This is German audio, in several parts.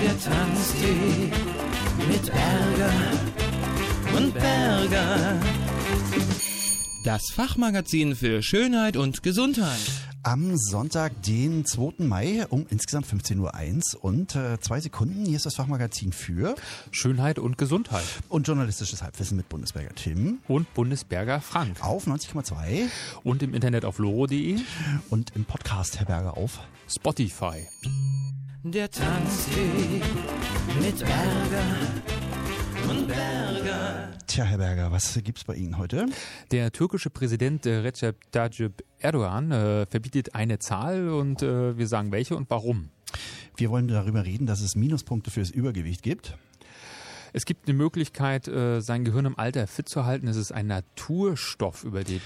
der Tanztee mit Ärger und Berger. Das Fachmagazin für Schönheit und Gesundheit. Am Sonntag, den 2. Mai um insgesamt 15.01 Uhr und äh, zwei Sekunden. Hier ist das Fachmagazin für Schönheit und Gesundheit. und journalistisches Halbwissen mit Bundesberger Tim Und Bundesberger Frank. auf 90,2 Und im Internet auf loro.de, und im Podcast Herr Berger auf. Spotify. Der Tanztee mit Ärger und Berger. Tja, Herr Berger, was gibt's bei Ihnen heute? Der türkische Präsident äh, Recep Tayyip Erdogan äh, verbietet eine Zahl und äh, wir sagen welche und warum. Wir wollen darüber reden, dass es Minuspunkte fürs Übergewicht gibt. Es gibt eine Möglichkeit, äh, sein Gehirn im Alter fit zu halten. Es ist ein Naturstoff, über den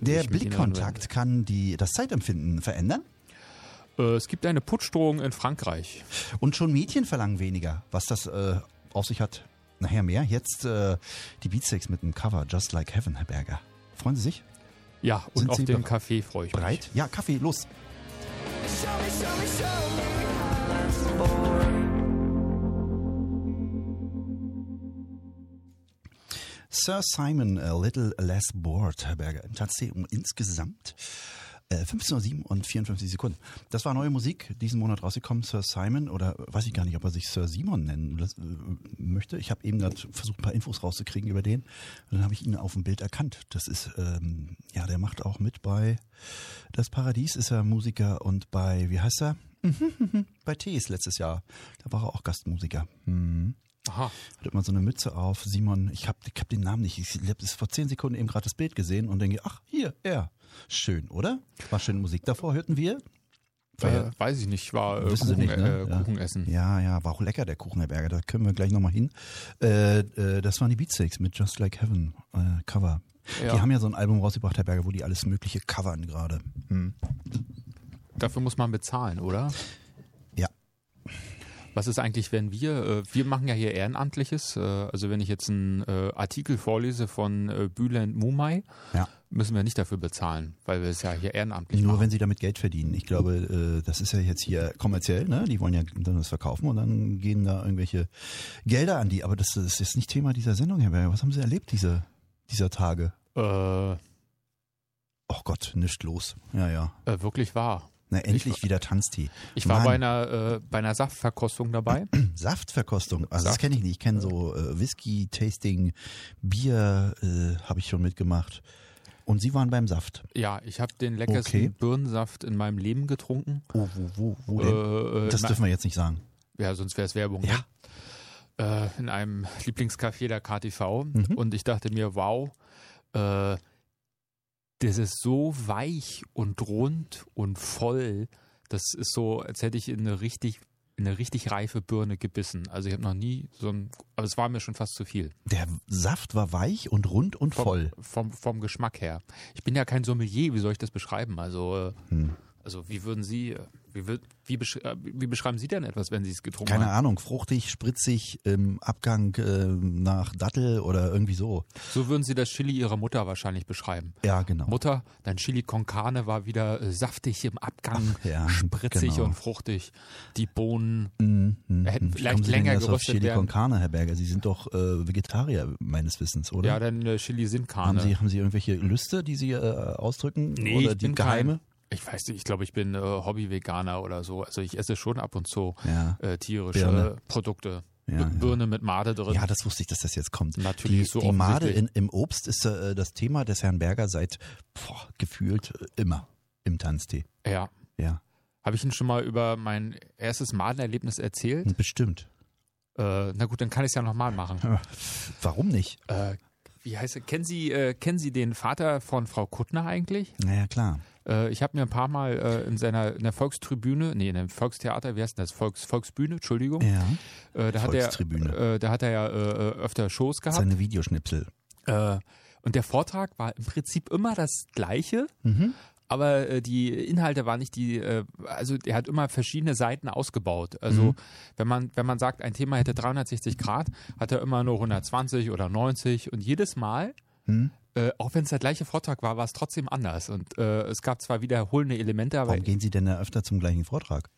Der ich mich Blickkontakt kann die, das Zeitempfinden verändern hinwende. Äh, es gibt eine Putschdrohung in Frankreich. und schon Mädchen verlangen weniger. Was das äh, auf sich hat, nachher mehr. Jetzt äh, die Beatsteaks mit einem Cover, Just Like Heaven, Herr Berger. Freuen Sie sich? Ja, und Sind auf Sie dem bere- Café freue ich mich. Bereit? Ja, Kaffee, los. Sir Simon, a little less bored, Herr Berger. Im Tanzsee um insgesamt äh, 15.07 und 54 Sekunden. Das war neue Musik, diesen Monat rausgekommen. Sir Simon, oder weiß ich gar nicht, ob er sich Sir Simon nennen las- äh, möchte. Ich habe eben gerade versucht, ein paar Infos rauszukriegen über den. Und dann habe ich ihn auf dem Bild erkannt. Das ist, ähm, ja, der macht auch mit bei Das Paradies, ist er Musiker und bei, wie heißt er? bei Tees letztes Jahr. Da war er auch Gastmusiker. Mhm. Aha. Hat immer so eine Mütze auf. Simon, ich habe ich hab den Namen nicht. Ich habe das vor zehn Sekunden eben gerade das Bild gesehen und denke, ach, hier, er. Schön, oder? War schöne Musik davor, hörten wir. Äh, weiß ich nicht, war äh, Wissen Sie Kuchen, nicht, ne? äh, Ja. Kuchenessen. Ja, ja, war auch lecker, der Kuchenerberger. Da können wir gleich nochmal hin. Äh, äh, das waren die Beatsteaks mit Just Like Heaven äh, Cover. Die Ja. haben ja so ein Album rausgebracht, Herr Berger, wo die alles Mögliche covern gerade. Dafür muss man bezahlen, oder? Ja. Was ist eigentlich, wenn wir, äh, wir machen ja hier Ehrenamtliches, äh, also wenn ich jetzt einen äh, Artikel vorlese von äh, Bülent Mumay, Ja. müssen wir nicht dafür bezahlen, weil wir es ja hier ehrenamtlich Nur machen. wenn sie damit Geld verdienen. Ich glaube, äh, das ist ja jetzt hier kommerziell, ne? Die wollen ja dann das verkaufen und dann gehen da irgendwelche Gelder an die. Aber das ist jetzt nicht Thema dieser Sendung, Herr Berger. Was haben Sie erlebt diese, dieser Tage? Äh, Oh Gott, nicht los. Ja, ja. äh, wirklich wahr. Na, endlich wieder Tanztee. Ich war Mann. bei einer, äh, bei einer Saftverkostung dabei. Saftverkostung. Also das Saft. kenne ich nicht. Ich kenne so äh, Whisky-Tasting, Bier äh, habe ich schon mitgemacht. Und Sie waren beim Saft. Ja, ich habe den leckersten Okay. Birnensaft in meinem Leben getrunken. Oh, wo, wo, wo denn? Äh, äh, das na- dürfen wir jetzt nicht sagen. Ja, sonst wäre es Werbung. ne? Äh, in einem Lieblingscafé der KTV. Mhm. Und ich dachte mir, wow, äh, das ist so weich und rund und voll. Das ist so, als hätte ich in eine richtig, in eine richtig reife Birne gebissen. Also ich habe noch nie so ein, aber es war mir schon fast zu viel. Der Saft war weich und rund und Vom, voll. Vom, vom Geschmack her. Ich bin ja kein Sommelier, wie soll ich das beschreiben? Also, äh, Hm. also wie würden Sie, äh, wie, würd- wie, besch äh, wie beschreiben Sie denn etwas, wenn Sie es getrunken Keine haben? Ahnung, fruchtig, spritzig, im Abgang ähm, nach Dattel oder irgendwie so. So würden Sie das Chili Ihrer Mutter wahrscheinlich beschreiben. Ja, genau. Mutter, dein Chili con Carne war wieder äh, saftig im Abgang, Ach, ja, spritzig genau. und fruchtig. Die Bohnen, Mhm, mhm, hätten mhm. Wie vielleicht kommen Sie denn länger jetzt auf geröstet Chili con werden. Carne, Herr Berger. Sie sind doch äh, Vegetarier meines Wissens, oder? ja, dann äh, Chili sind haben Carne. Sie haben Sie irgendwelche Lüste, die Sie äh, ausdrücken nee, oder ich die bin geheime? Kein, ich weiß nicht, ich glaube, ich bin äh, Hobby-Veganer oder so. Also ich esse schon ab und zu Ja. äh, tierische Birne. Produkte. Ja, B- ja. Birne mit Made drin. Ja, das wusste ich, dass das jetzt kommt. Natürlich die, ist so die Made in, offensichtlich. im Obst ist äh, das Thema des Herrn Berger seit boah, gefühlt äh, immer im Tanztee. ja. Ja, Habe ich Ihnen schon mal über mein erstes Madenerlebnis Hm. erzählt? bestimmt. Äh, na gut, dann kann ich es ja nochmal machen. Warum nicht? Äh, wie heißt er? Kennen Sie, äh, kennen Sie den Vater von Frau Kuttner eigentlich? Naja, klar. Äh, ich habe mir ein paar Mal äh, in seiner in der Volkstribüne, nee, in dem Volkstheater, wie heißt denn das? Volks, Volksbühne, Entschuldigung. Ja. Äh, da, hat er, Volkstribüne. äh, da hat er ja äh, äh, öfter Shows gehabt. Seine Videoschnipsel. Äh, und der Vortrag war im Prinzip immer das gleiche. Mhm. Aber äh, die Inhalte waren nicht die, äh, also er hat immer verschiedene Seiten ausgebaut. Also Mhm. wenn man wenn man sagt, ein Thema Mhm. hätte 360 Grad, hat er immer nur 120 oder 90 und jedes Mal äh, auch wenn es der gleiche Vortrag war, war es trotzdem anders. Und äh, es gab zwar wiederholende Elemente, aber Warum gehen Sie denn da öfter zum gleichen Vortrag?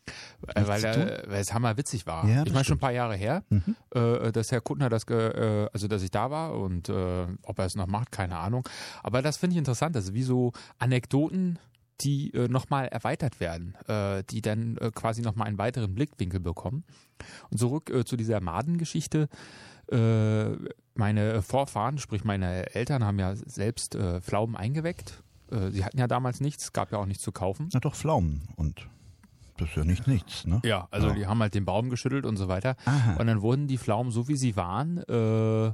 äh, weil, zu er, weil es hammerwitzig war. Ja, das ich meine, schon ein stimmt. paar Jahre her, Mhm. äh, dass Herr Kuttner das, ge, äh, also dass ich da war und äh, ob er es noch macht, keine Ahnung. Aber das finde ich interessant, also wie so Anekdoten, die äh, nochmal erweitert werden, äh, die dann äh, quasi nochmal einen weiteren Blickwinkel bekommen. Und zurück äh, zu dieser Madengeschichte. Äh, meine Vorfahren, sprich meine Eltern, haben ja selbst äh, Pflaumen eingeweckt. Äh, sie hatten ja damals nichts, gab ja auch nichts zu kaufen. Na doch, Pflaumen. Und das ist ja nicht nichts, ne? Ja, also Ja. die haben halt den Baum geschüttelt und so weiter. Aha. Und dann wurden die Pflaumen, so wie sie waren, äh,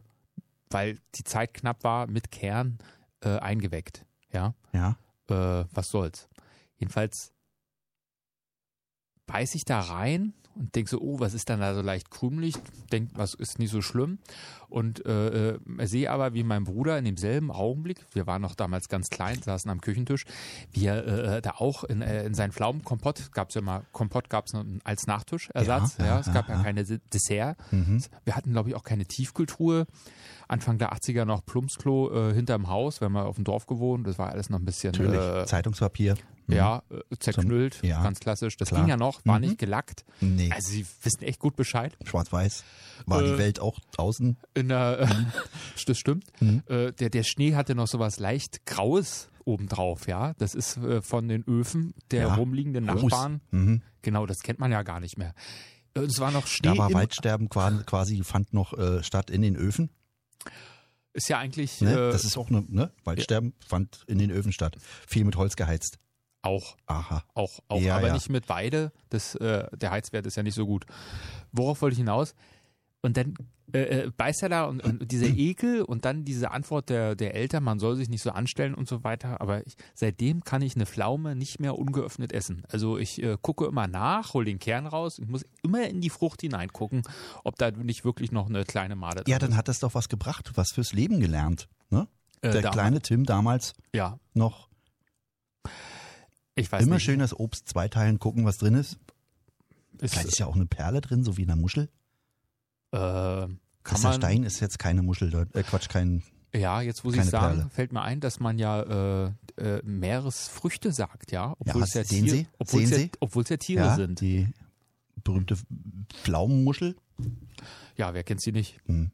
weil die Zeit knapp war, mit Kern äh, eingeweckt. Ja, Ja. äh, was soll's. Jedenfalls beiß ich da rein und denk so, oh, was ist dann da so leicht krümelig? Denk, was ist nicht so schlimm? Und äh, äh, sehe aber, wie mein Bruder in demselben Augenblick, wir waren noch damals ganz klein, saßen am Küchentisch, wie er äh, da auch in, äh, in seinen Pflaumenkompott, gab's ja mal, Kompott gab's als Nachtischersatz, Ja, ja, ja, es gab ja, ja. keine D- Dessert. Mhm. Wir hatten, glaube ich, auch keine Tiefkühltruhe. Anfang der 80er noch Plumpsklo äh, hinterm Haus, wenn wir auf dem Dorf gewohnt, das war alles noch ein bisschen Natürlich. äh, Zeitungspapier. Mhm. ja, äh, zerknüllt, Zum- ja. ganz klassisch. Das Klar. ging ja noch, war Mhm. nicht gelackt. Nee. Also sie wissen echt gut Bescheid. Schwarz-Weiß. War Äh, die Welt auch draußen? In der, äh, Mhm. das stimmt. Äh, der, der Schnee hatte noch sowas leicht Graues obendrauf, ja. Das ist äh, von den Öfen der Ja. rumliegenden Groß. Nachbarn. Mhm. Genau, das kennt man ja gar nicht mehr. Äh, Es war noch Schnee. Da war im- Waldsterben qua- quasi, fand noch äh, statt in den Öfen. ist ja eigentlich Ne? äh, Das ist auch eine, ne? Waldsterben fand in den Öfen statt. Viel mit Holz geheizt. auch Aha. Auch, auch Ja, aber ja. nicht mit Weide. Das, äh, der Heizwert ist ja nicht so gut. Worauf wollte ich hinaus? Und dann äh, äh, beißt er da und, und dieser Ekel und dann diese Antwort der, der Eltern, man soll sich nicht so anstellen und so weiter. Aber ich, seitdem kann ich eine Pflaume nicht mehr ungeöffnet essen. Also ich äh, gucke immer nach, hole den Kern raus und muss immer in die Frucht hineingucken, ob da nicht wirklich noch eine kleine Made Ja, dann hat das doch was gebracht, was fürs Leben gelernt. Ne? Äh, Der da- kleine Tim damals Ja, noch ich weiß immer nicht. schön das Obst zweiteilen, gucken, was drin ist. Ist, Vielleicht ist ja auch eine Perle drin, so wie in einer Muschel. äh, kann Dieser man, Stein ist jetzt keine Muschel, Leute. äh, Quatsch, kein. Ja, jetzt muss ich Keine sagen, Perle. fällt mir ein, dass man ja äh, äh, Meeresfrüchte sagt, ja. Obwohl Ja, es ja sehen Tier- Sie? obwohl es Sehen ja, Sie? obwohl es ja Tiere ja, sind. Die berühmte Pflaumenmuschel. Ja, wer kennt sie nicht? Hm.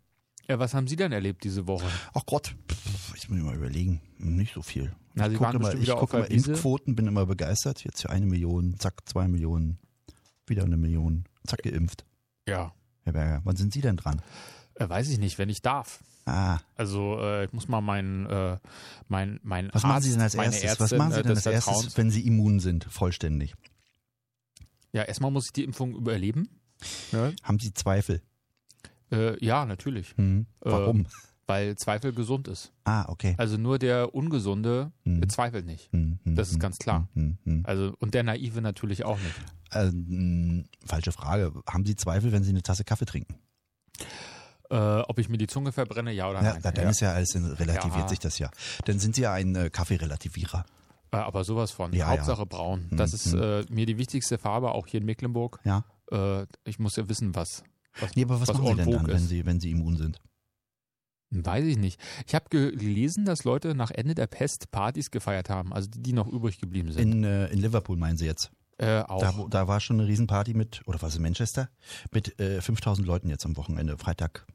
Äh, was haben Sie denn erlebt diese Woche? Ach Gott, pff, ich muss mir mal überlegen. Nicht so viel. Na, Sie ich waren gucke immer, bestimmt ich wieder auf gucke der immer Wiese. Impfquoten, bin immer begeistert. Jetzt hier eine Million, zack, zwei Millionen, wieder eine Million, zack, geimpft. Ja. Herr Berger, wann sind Sie denn dran? Äh, weiß ich nicht, wenn ich darf. Ah, Also äh, ich muss mal meinen äh, mein, mein was Arzt, machen Sie denn als meine erstes? Ärztin, was machen äh, Sie denn des als erstes, Vertrauens- wenn Sie immun sind, vollständig? Ja, erstmal muss ich die Impfung überleben. Ne? Haben Sie Zweifel? Äh, ja, natürlich, Hm. Äh, Warum? weil Zweifel gesund ist. ah, okay. Also nur der Ungesunde Hm, zweifelt nicht. hm, hm, äh, Das ist hm, ganz klar. hm, hm, hm. Also und der Naive natürlich auch nicht. Ähm, falsche Frage. Haben Sie Zweifel, wenn Sie eine Tasse Kaffee trinken? Äh, ob ich mir die Zunge verbrenne, ja oder Ja, nein. na, dann Ja. ist ja alles relativiert Ja. sich das ja. Dann sind Sie ja ein äh, Kaffeerelativierer. Äh, aber sowas von. Ja, Hauptsache braun. Das ist Mhm. äh, mir die wichtigste Farbe, auch hier in Mecklenburg. Ja. Äh, ich muss ja wissen, was. was Nee, aber was, Was machen Sie en denn vogue dann, wenn ist. Sie, wenn Sie immun sind? Weiß ich nicht. Ich habe gelesen, dass Leute nach Ende der Pest Partys gefeiert haben, also die, die noch übrig geblieben sind. In, äh, in Liverpool meinen Sie jetzt. äh, auch. Da, wo- da war schon eine Riesenparty mit, oder was in Manchester? Mit äh, 5000 Leuten jetzt am Wochenende, Freitag.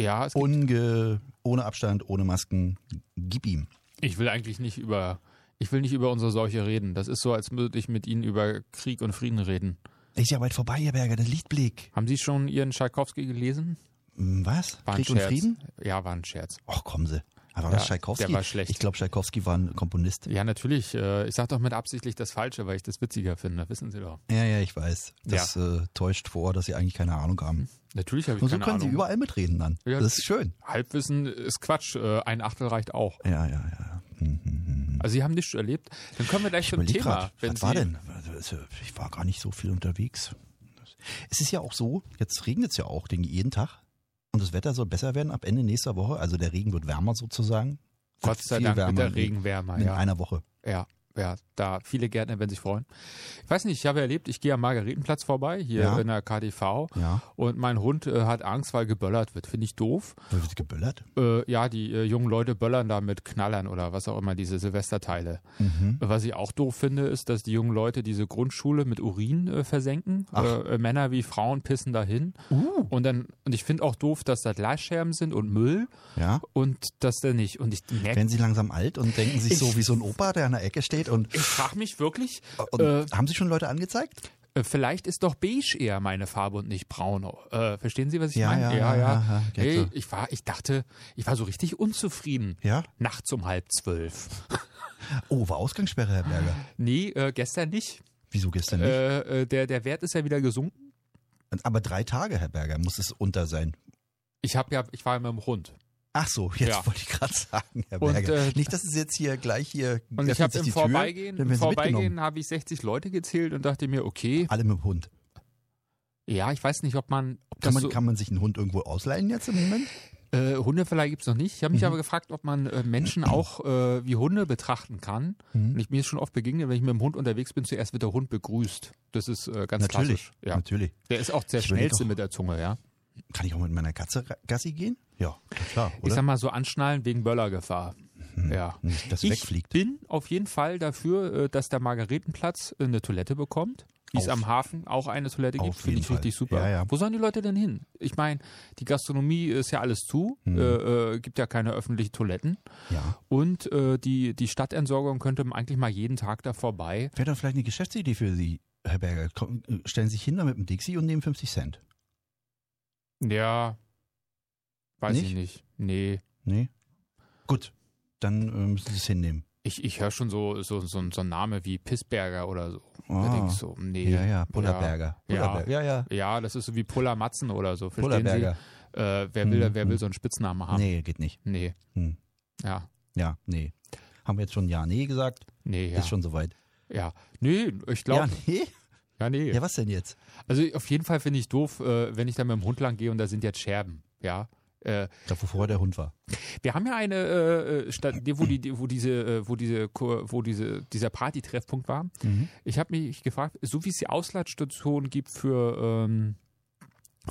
ja, es gibt, Unge, ohne Abstand, ohne Masken. Gib ihm. ich will eigentlich nicht über. Ich will nicht über unsere Seuche reden. Das ist so, als würde ich mit Ihnen über Krieg und Frieden reden. Ist ja bald vorbei, Herr Berger, der Lichtblick. Haben Sie schon Ihren Tschaikowski gelesen? Hm, Was? War ein Krieg und Scherz. Frieden? Ja, war ein Scherz. Ach, kommen Sie. Aber war Ja, das Tschaikowski? der war schlecht. Ich glaube, Tschaikowski war ein Komponist. Ja, natürlich. Äh, ich sage doch mit absichtlich das Falsche, weil ich das witziger finde. Wissen Sie doch. Ja, ja, ich weiß. Das äh, täuscht vor, dass Sie eigentlich keine Ahnung haben. Natürlich habe ich Und so keine können Ahnung. Sie überall mitreden dann. Ja, das ist schön. Halbwissen ist Quatsch. Äh, Ein Achtel reicht auch. Ja, ja, ja. Hm, hm, hm. Also Sie haben nichts erlebt. Dann kommen wir gleich zum überleg Thema. grad, wenn was war Sie- denn? Also, Ich war gar nicht so viel unterwegs. Es ist ja auch so, jetzt regnet es ja auch den jeden Tag. Und das Wetter soll besser werden ab Ende nächster Woche. Also der Regen wird wärmer sozusagen. Gott sei Viel Dank mit wärmer der in- Regenwärme. In Ja. einer Woche. ja. ja, da viele Gärtner werden sich freuen. Ich weiß nicht, ich habe erlebt, ich gehe am Margaretenplatz vorbei, hier Ja. in der KDV, Ja. und mein Hund äh, hat Angst, weil geböllert wird. Finde ich doof. Da wird geböllert. Äh, ja, die äh, jungen Leute böllern da mit Knallern oder was auch immer, diese Silvesterteile. Mhm. Was ich auch doof finde, ist, dass die jungen Leute diese Grundschule mit Urin äh, versenken. Äh, äh, Männer wie Frauen pissen dahin. Uh. Und dann, und ich finde auch doof, dass da Glasscherben sind und Müll Ja. und dass da nicht. Und ich merke, Werden sie langsam alt und denken sich so wie so ein Opa, der an der Ecke steht und, ich frage mich wirklich, und äh, haben sie schon Leute angezeigt? Äh, Vielleicht ist doch beige eher meine Farbe und nicht braun. Äh, verstehen Sie, was ich Ja, meine? ja, ja, ja, ja, geht hey, so. ich war, ich dachte, ich war so richtig unzufrieden. Ja. Nachts um halb zwölf. Oh, war Ausgangssperre, Herr Berger. Nee, äh, gestern nicht. Wieso gestern nicht? Äh, äh, der, der Wert ist ja wieder gesunken. Aber drei Tage, Herr Berger, muss es unter sein. Ich habe ja, ich war ja mit dem Hund. Ach so, jetzt Ja. wollte ich gerade sagen, Herr Und, Berger. äh, nicht, dass es jetzt hier gleich hier Und ich öffnet habe sich im die Tür, Vorbeigehen, dann im werden sie mitgenommen. Vorbeigehen habe ich 60 Leute gezählt und dachte mir, okay, Alle mit dem Hund. ja, ich weiß nicht, ob man, ob Kann das man, so, kann man sich einen Hund irgendwo ausleihen jetzt im Moment? äh, Hundeverleih gibt's noch nicht. Ich habe Mhm. mich aber gefragt, ob man äh, Menschen auch äh, wie Hunde betrachten kann. Mhm. Und ich, mir ist schon oft begegnet, wenn ich mit dem Hund unterwegs bin, zuerst wird der Hund begrüßt. Das ist äh, ganz Natürlich, klassisch. Ja. natürlich. Der ist auch sehr Ich überleg schnellste doch- mit der Zunge, ja. Kann ich auch mit meiner Katze ra- Gassi gehen? Ja, na klar, Ich sag oder? Mhm. mal so anschnallen wegen Böllergefahr. Ja. Nicht, dass sie ich wegfliegt. bin auf jeden Fall dafür, äh, dass der Margaretenplatz äh, eine Toilette bekommt. Wie es Auf- am Hafen auch eine Toilette auf gibt, finde jeden ich richtig Fall. super. Ja, ja. Wo sollen die Leute denn hin? Ich meine, die Gastronomie ist ja alles zu, Hm. äh, äh, gibt ja keine öffentlichen Toiletten. Ja. Und äh, die, die Stadtentsorgung könnte eigentlich mal jeden Tag da vorbei. Wäre dann vielleicht eine Geschäftsidee für Sie, Herr Berger. Komm, äh, stellen Sie sich hin da mit dem Dixie und nehmen 50 Cent. Ja, weiß ich Nicht? nicht. Nee. Nee? Gut, dann äh, müssen Sie es hinnehmen. Ich, ich höre schon so, so, so, so einen Namen wie Pissberger oder so. Da Ah. denk ich so, nee. Ja, ja, Pullerberger. Ja. Pullerberger. Ja, ja. Ja. ja, das ist so wie Pullermatzen oder so. Verstehen Ah. Pullerberger. Sie? Äh, wer, will, Hm, wer will so einen Spitznamen haben? Nee, geht nicht. Nee. Hm. Ja. Ja, nee. Haben wir jetzt schon Ja, nee gesagt? Nee, ja. Ist schon soweit. ja. Nee, ich Ja, glaube. nee? Ja, nee. Ja, was denn jetzt? Also auf jeden Fall finde ich doof, äh, wenn ich da mit dem Hund lang gehe und da sind jetzt Scherben. Ja. Äh, Da, wo vorher der Hund war. Wir haben ja eine äh, äh, Stadt, die- wo, die, die- wo diese, äh, wo diese, Ko- wo diese, dieser Party-Treffpunkt war. Ich habe mich gefragt, so wie es die Auslatsstationen gibt für ähm,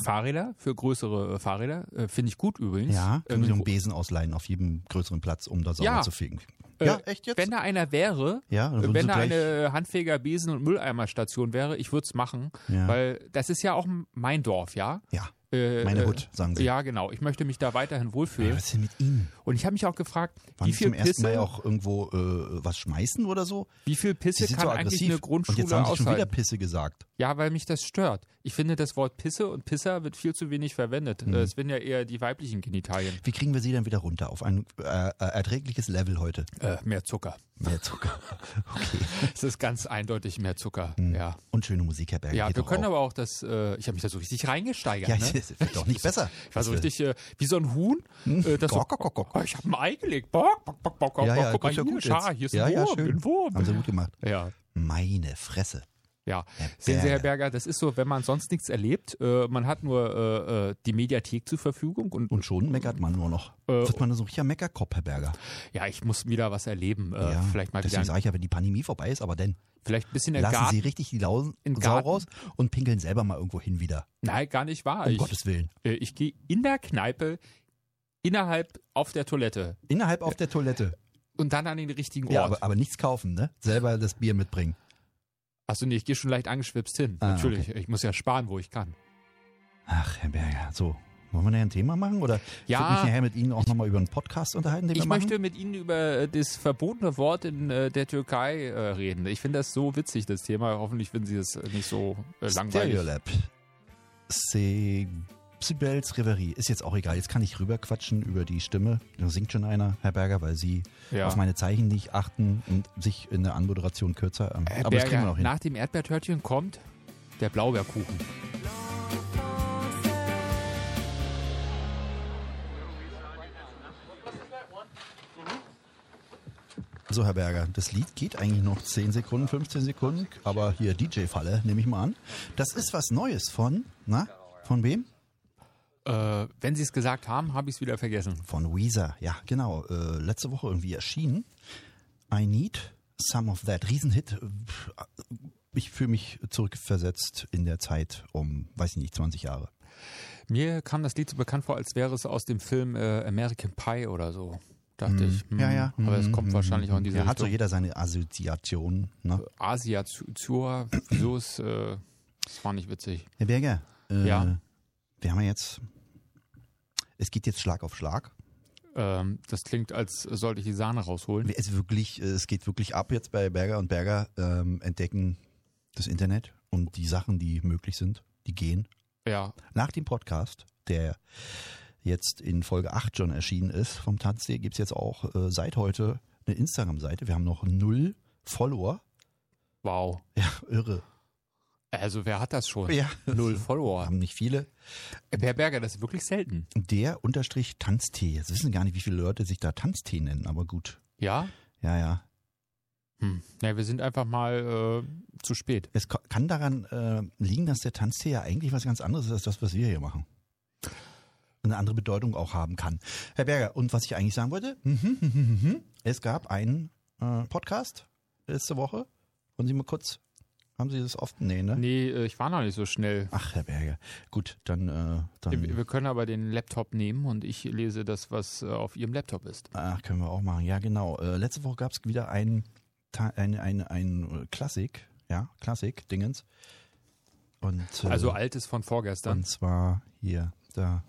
Fahrräder, für größere äh, Fahrräder, äh, finde ich gut übrigens. Ja, Ähm, können Sie so einen wo- Besen ausleihen auf jedem größeren Platz, um da sauber Ja. zu fegen. Äh, ja, echt jetzt? wenn da einer wäre, ja, dann würden wenn Sie da Also gleich, eine Handfeger, Besen und Mülleimerstation wäre, ich würde es machen, Ja. weil das ist ja auch m- mein Dorf, ja. ja, Äh, meine äh, Hut, sagen Sie. Ja, genau. Ich möchte mich da weiterhin Ja, wohlfühlen. was ist denn mit Ihnen? Und ich habe mich auch gefragt, Wann wie Sie viel zum ersten Pisse Mal auch irgendwo äh, was schmeißen oder so? Wie viel Sie Pisse sind kann so eigentlich aggressiv. eine Grundschule Und jetzt haben Sie schon wieder aushalten? Pisse gesagt. Ja, weil mich das stört. Ich finde, das Wort Pisse und Pisser wird viel zu wenig verwendet. Hm. Äh, Es sind ja eher die weiblichen Genitalien. Wie kriegen wir Sie denn wieder runter auf ein äh, äh, erträgliches Level heute? Äh, mehr Zucker. Mehr Zucker. Okay. Es ist ganz eindeutig mehr Zucker. Ja. Und schöne Musik, Herr Berger. Ja, Hm. geht wir doch können auch. aber auch das, äh, ich habe mich da so richtig reingesteigert. Ja, ne? das wird doch nicht besser. Hm? Ich war so richtig äh, wie so ein Huhn. Äh, das so, Gok, gok, gok, oh, ich habe ein Ei gelegt. Bock, bock, bock, bock, bock, Ja, ja, guck mal ist ja hier, gut Schar, jetzt. hier ist Ja, ein ja, Wurm, schön. ein Wurm. Haben Sie gut gemacht. ja. Meine Fresse. Ja, Herr sehen Sie, Herr Berger. Berger, das ist so, wenn man sonst nichts erlebt, äh, man hat nur äh, äh, die Mediathek zur Verfügung und, Und schon meckert man nur noch. Äh, Wird man so ein richtiger Meckerkopf, Herr Berger. ja, ich muss wieder was erleben. Äh, Ja, vielleicht mal wieder, deswegen ein, sage ich ja, wenn die Pandemie vorbei ist, aber denn vielleicht ein bisschen der lassen Garten. Sie richtig die Lausen In Sau Garten. raus und pinkeln selber mal irgendwo hin wieder. Nein, gar nicht wahr. Um ich Gottes Willen. äh, ich gehe in der Kneipe, innerhalb auf der Toilette Innerhalb auf der Toilette. und dann an den richtigen Ort. Ja, aber, aber nichts kaufen, ne? Selber das Bier mitbringen. Achso, nee, ich gehe schon leicht angeschwipst hin. Ah, Natürlich, ich muss ja sparen, wo ich kann. Ach, Herr Berger, so. Wollen wir da ein Thema machen? Oder ich Ja. würde mich nachher mit Ihnen auch nochmal über einen Podcast unterhalten, den Ich wir machen? möchte mit Ihnen über äh, das verbotene Wort in äh, der Türkei äh, reden. Ich finde das so witzig, das Thema. Hoffentlich finden Sie es äh, nicht so äh, langweilig. Stereolab. Se- Sibels Reverie. Ist jetzt auch egal. Jetzt kann ich rüberquatschen über die Stimme. Da singt schon einer, Herr Berger, weil Sie Ja. auf meine Zeichen nicht achten und sich in der Anmoderation kürzer. Ähm, Herr aber das kriegen wir Berger, noch hin. nach dem Erdbeertörtchen kommt der Blaubeerkuchen. So, Herr Berger, das Lied geht eigentlich noch 10 Sekunden, 15 Sekunden, aber hier DJ-Falle, nehme ich mal an. Das ist was Neues von, na, von wem? Äh, wenn Sie es gesagt haben, habe ich es wieder vergessen. Von Weezer, ja, genau. Äh, letzte Woche irgendwie erschienen. I Need Some of That. Riesenhit. Äh, Ich fühle mich zurückversetzt in der Zeit um, weiß ich nicht, 20 Jahre. Mir kam das Lied so bekannt vor, als wäre es aus dem Film äh, American Pie oder so. Dachte ich. hm, Ja, ja. Aber es kommt Mhm. wahrscheinlich auch in diese Ja, hat so Richtung. jeder seine Assoziationen. Ne? Asia zu, zur, wieso ist, äh, das war nicht witzig. Herr Berger, äh, Ja. wir haben ja jetzt, es geht jetzt Schlag auf Schlag. Ähm, das klingt, als sollte ich die Sahne rausholen. Es, ist wirklich, äh, es geht wirklich ab jetzt bei Berger und Berger ähm, entdecken das Internet und die Sachen, die möglich sind, die gehen. Ja, Nach dem Podcast, der jetzt in Folge 8 schon erschienen ist vom Tanzsee, gibt es jetzt auch äh, seit heute eine Instagram-Seite. Wir haben noch null Follower. wow. Ja, irre. Also wer hat das schon? Ja, Null Follower. haben nicht viele. Per Berger, das ist wirklich selten. Der unterstrich Tanztee. Jetzt wissen gar nicht, wie viele Leute sich da Tanztee nennen, aber gut. Ja? Ja, ja. Hm. Ja, wir sind einfach mal äh, zu spät. Es ko- kann daran äh, liegen, dass der Tanztee ja eigentlich was ganz anderes ist als das, was wir hier machen. Eine andere Bedeutung auch haben kann. Herr Berger, und was ich eigentlich sagen wollte, es gab einen äh, Podcast letzte Woche. Wollen Sie mal kurz, haben Sie das oft? Nee, ne? Nee, äh, ich war noch nicht so schnell. Ach, Herr Berger. Gut, dann. Äh, Wir dann wir können aber den Laptop nehmen und ich lese das, was äh, auf Ihrem Laptop ist. ach, können wir auch machen. Ja, genau. Äh, letzte Woche gab es wieder einen ein, ein, ein Klassik, ja, Klassik-Dingens. Und, äh, Also altes von vorgestern. Und zwar hier, da.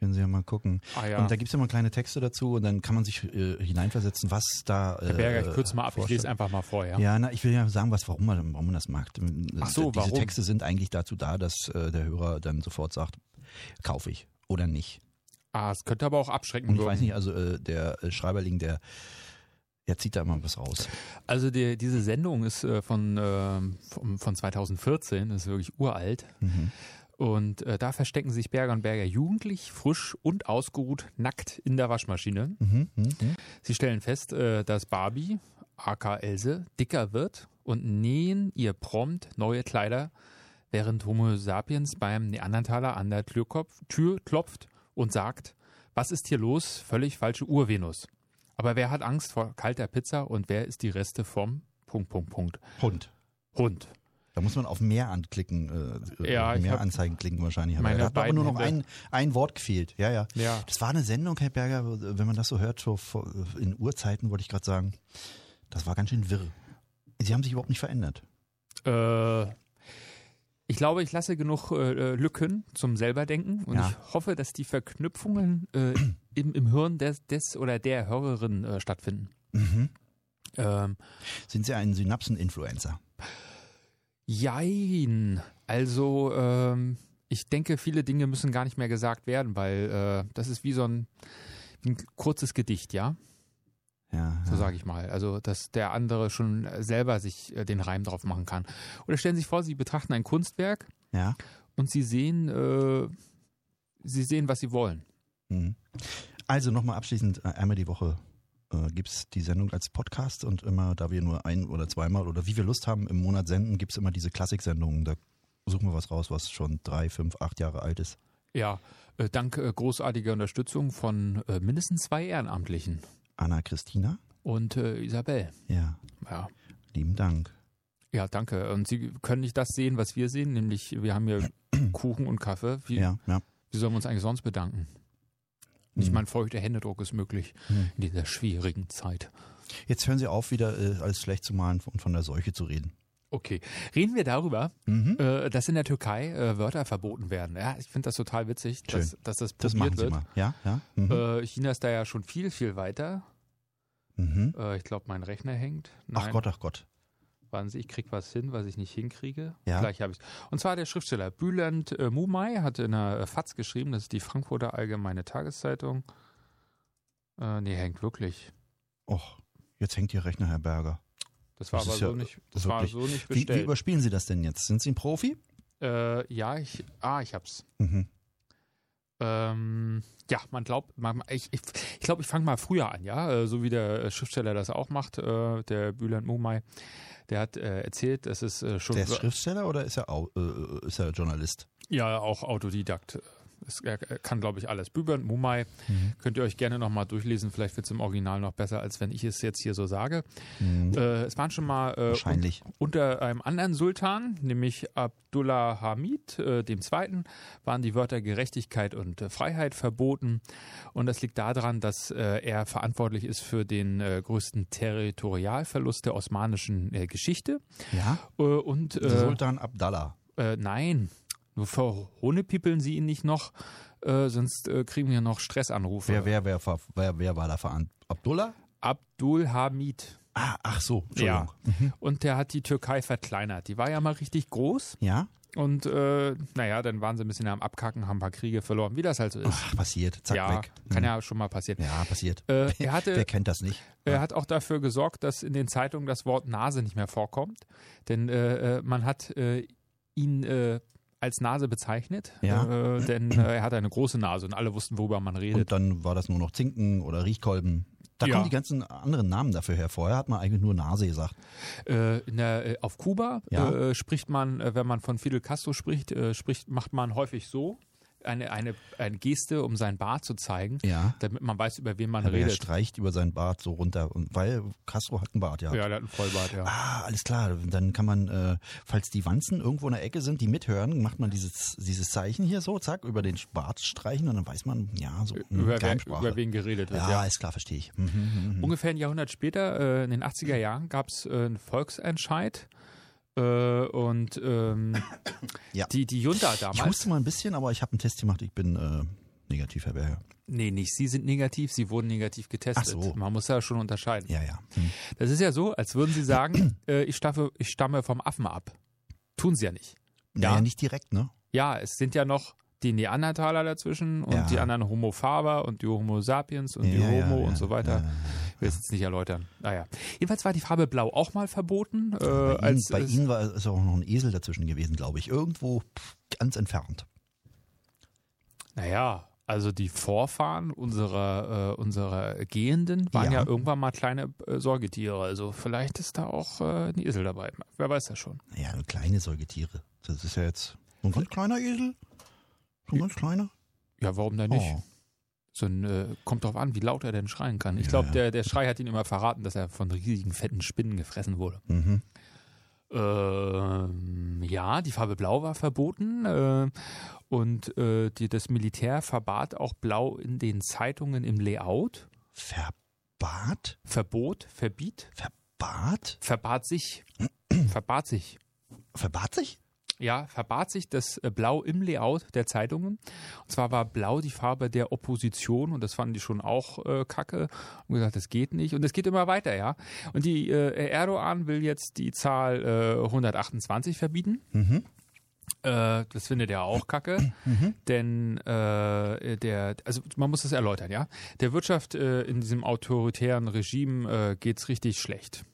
Können Sie ja mal gucken. Ah ja, Und da gibt es ja mal kleine Texte dazu und dann kann man sich äh, hineinversetzen, was da. Äh, Herr Berger, ich kürze mal ab, ich vorstellt. lese einfach mal vor, ja? Ja, na, ich will ja sagen, was, warum, man, warum man das macht. Ach so, Diese warum? Texte sind eigentlich dazu da, dass äh, der Hörer dann sofort sagt, kaufe ich oder nicht. Ah, es könnte aber auch abschrecken Und ich wirken. weiß nicht, also äh, der äh, Schreiberling, der, der zieht da immer was raus. Also die, diese Sendung ist äh, von, ähm, vom- von 2014, ist wirklich uralt. Mhm. Und äh, da verstecken sich Berger und Berger jugendlich, frisch und ausgeruht, nackt in der Waschmaschine. Mhm, mhm, mhm. Sie stellen fest, äh, dass Barbie, aka Else, dicker wird und nähen ihr prompt neue Kleider, während Homo sapiens beim Neandertaler an der Türkopf, Tür klopft und sagt, was ist hier los? Völlig falsche Urvenus. Aber wer hat Angst vor kalter Pizza und wer ist die Reste vom Punkt, Punkt, Punkt. Hund. Hund. Da muss man auf mehr anklicken, äh, Ja, auf ich mehr hab- Anzeigen klicken wahrscheinlich. Aber Meine da hat aber beiden nur noch ein, Hände- ein Wort gefehlt. Ja, ja. Ja. Das war eine Sendung, Herr Berger, wenn man das so hört, so vor- in Urzeiten wollte ich gerade sagen, das war ganz schön wirr. Sie haben sich überhaupt nicht verändert. Äh, ich glaube, ich lasse genug äh, Lücken zum Selberdenken und Ja. ich hoffe, dass die Verknüpfungen äh, im, im Hirn des, des oder der Hörerin äh, stattfinden. Ähm, Sind Sie ein Synapsen-Influencer? jein. Also, ähm, ich denke, viele Dinge müssen gar nicht mehr gesagt werden, weil äh, das ist wie so ein, wie ein kurzes Gedicht, ja? Ja. So ja. sage ich mal. Also, dass der andere schon selber sich äh, den Reim drauf machen kann. Oder stellen Sie sich vor, Sie betrachten ein Kunstwerk ja. und sie sehen, äh, sie sehen, was sie wollen. Mhm. Also nochmal abschließend, äh, einmal die Woche äh, gibt es die Sendung als Podcast und immer, da wir nur ein oder zweimal oder wie wir Lust haben im Monat senden, gibt es immer diese Klassik-Sendungen. Da suchen wir was raus, was schon drei, fünf, acht Jahre alt ist. Ja, äh, dank äh, großartiger Unterstützung von äh, mindestens zwei Ehrenamtlichen Anna Christina? und äh, Isabel. Ja, Ja. lieben Dank. ja, danke. Und sie können nicht das sehen, was wir sehen, nämlich wir haben hier Kuchen und Kaffee. Wie, Ja, ja. wie sollen wir uns eigentlich sonst bedanken? Nicht Hm. mal ein feuchter Händedruck ist möglich Hm. in dieser schwierigen Zeit. Jetzt hören Sie auf, wieder äh, alles schlecht zu malen und von der Seuche zu reden. Okay, reden wir darüber, Mhm. äh, dass in der Türkei äh, Wörter verboten werden. Ja, ich finde das total witzig, Schön. dass, dass das probiert Das machen Sie wird. mal. Ja, ja. Mhm. Äh, China ist da ja schon viel, viel weiter. mhm. Äh, ich glaube, mein Rechner hängt. Nein, Ach Gott, ach Gott. Warten Sie, ich krieg was hin, was ich nicht hinkriege. Ja. Gleich habe ich Und zwar der Schriftsteller Bülent äh, Mumay hat in der äh, FAZ geschrieben, das ist die Frankfurter Allgemeine Tageszeitung. Äh, nee, hängt wirklich. Och, jetzt hängt Ihr Rechner, Herr Berger. Das war Das aber ist so ja nicht, das war wirklich- so nicht Wie, wie bestellt. überspielen Sie das denn jetzt? Sind Sie ein Profi? äh, ja, ich, ah, ich hab's. Mhm. Ähm, ja, man glaubt, man, ich, ich, ich glaube, ich fange mal früher an, ja, äh, so wie der äh, Schriftsteller das auch macht, äh, der Bülent Mumay. Der hat äh, erzählt, es ist äh, schon Der ist Schriftsteller oder ist er, au, äh, ist er äh, Journalist? Ja, auch Autodidakt. Es er kann, glaube ich, alles. Bübern, Mumai, könnt ihr euch gerne nochmal durchlesen. Vielleicht wird es im Original noch besser, als wenn ich es jetzt hier so sage. Äh, es waren schon mal äh, Mhm. Wahrscheinlich. unter einem anderen Sultan, nämlich Abdullah Hamid äh, II., waren die Wörter Gerechtigkeit und äh, Freiheit verboten. Und das liegt daran, dass äh, er verantwortlich ist für den äh, größten Territorialverlust der osmanischen äh, Geschichte. Ja. Äh, und äh, Sultan Abdallah. äh, nein, nur verhonepiepeln sie ihn nicht noch, äh, sonst äh, kriegen wir noch Stressanrufe. Wer, wer, wer, ver- wer, wer war da verantwortlich? Abdullah? Abdul Hamid. Ah, ach so, Entschuldigung. Und der hat die Türkei verkleinert. Die war ja mal richtig groß. Ja, Und äh, naja, dann waren sie ein bisschen am Abkacken, haben ein paar Kriege verloren, wie das halt so ist. Ach, passiert, zack, ja, weg. Mhm. kann ja schon mal passieren. Ja, passiert. Äh, er hatte- Wer kennt das nicht? Er hat auch dafür gesorgt, dass in den Zeitungen das Wort Nase nicht mehr vorkommt. Denn äh, äh, man hat äh, ihn äh, als Nase bezeichnet. Ja. Äh, denn äh, er hatte eine große Nase und alle wussten, worüber man redet. Und dann war das nur noch Zinken oder Riechkolben. Da Ja. kommen die ganzen anderen Namen dafür her. Vorher hat man eigentlich nur Nase gesagt. Äh, in der, äh, auf Kuba Ja. äh, spricht man, äh, wenn man von Fidel Castro spricht, äh, spricht, macht man häufig so eine, eine, eine Geste, um seinen Bart zu zeigen, Ja. damit man weiß, über wen man Aber er redet. streicht über seinen Bart so runter. Und weil Castro hat einen Bart, ja. Ja, der hat einen Vollbart, ja. Ah, alles klar. Dann kann man, äh, falls die Wanzen irgendwo in der Ecke sind, die mithören, macht man dieses, dieses Zeichen hier so, zack, über den Bart streichen und dann weiß man, ja, so hm, Über, wer, Geheimsprache. über wen geredet wird. ja, ja. alles klar, verstehe ich. Mhm, Mhm, mhm. Ungefähr ein Jahrhundert später, äh, in den Hm. 80er Jahren, gab es äh, einen Volksentscheid. Äh, und ähm, Ja. die, die Junta Ich damals. wusste mal ein bisschen, aber ich habe einen Test gemacht. Ich bin äh, negativ, Herr Berger. Nee, nicht sie sind negativ, sie wurden negativ getestet. Ach so. Man muss da schon unterscheiden. Ja, ja. Hm. Das ist ja so, als würden sie sagen, äh, ich, staffe, ich stamme vom Affen ab. Tun sie ja nicht. Ja. Naja, nicht direkt, ne? Ja, es sind ja noch die Neandertaler dazwischen und Ja. die anderen Homo faber und die Homo sapiens und die Ja, ja, Homo ja, und so weiter. ja, ja, ja. Ich will es jetzt nicht erläutern. Naja. Jedenfalls war die Farbe Blau auch mal verboten. Äh, Bei, ihnen, als bei es- ihnen war ist auch noch ein Esel dazwischen gewesen, glaube ich. Irgendwo pff, ganz entfernt. Naja, also die Vorfahren unserer, äh, unserer Gehenden waren ja. Ja. irgendwann mal kleine äh, Säugetiere. Also vielleicht ist da auch äh, ein Esel dabei. Wer weiß das schon. Ja, so kleine Säugetiere. Das ist ja jetzt so ein ganz kleiner Esel. So ein ganz kleiner. Ja, warum denn nicht? Oh. So ein, äh, kommt drauf an, wie laut er denn schreien kann. Ich Ja, glaube, ja. der, der Schrei hat ihn immer verraten, dass er von riesigen, fetten Spinnen gefressen wurde. Mhm. Ähm, ja, die Farbe Blau war verboten äh, und äh, die, das Militär verbat auch Blau in den Zeitungen im Layout. Verbat? Verbot, Verbiet. Verbat? verbat sich, verbat sich, Verbat sich? ja, verbat sich das äh, Blau im Layout der Zeitungen. Und zwar war Blau die Farbe der Opposition und das fanden die schon auch äh, kacke und gesagt, das geht nicht. Und es geht immer weiter, ja. Und die äh, Erdogan will jetzt die Zahl äh, 128 verbieten. Mhm. Äh, das findet er auch kacke, denn äh, der, also man muss das erläutern, ja. Der Wirtschaft äh, in diesem autoritären Regime äh, geht's richtig schlecht.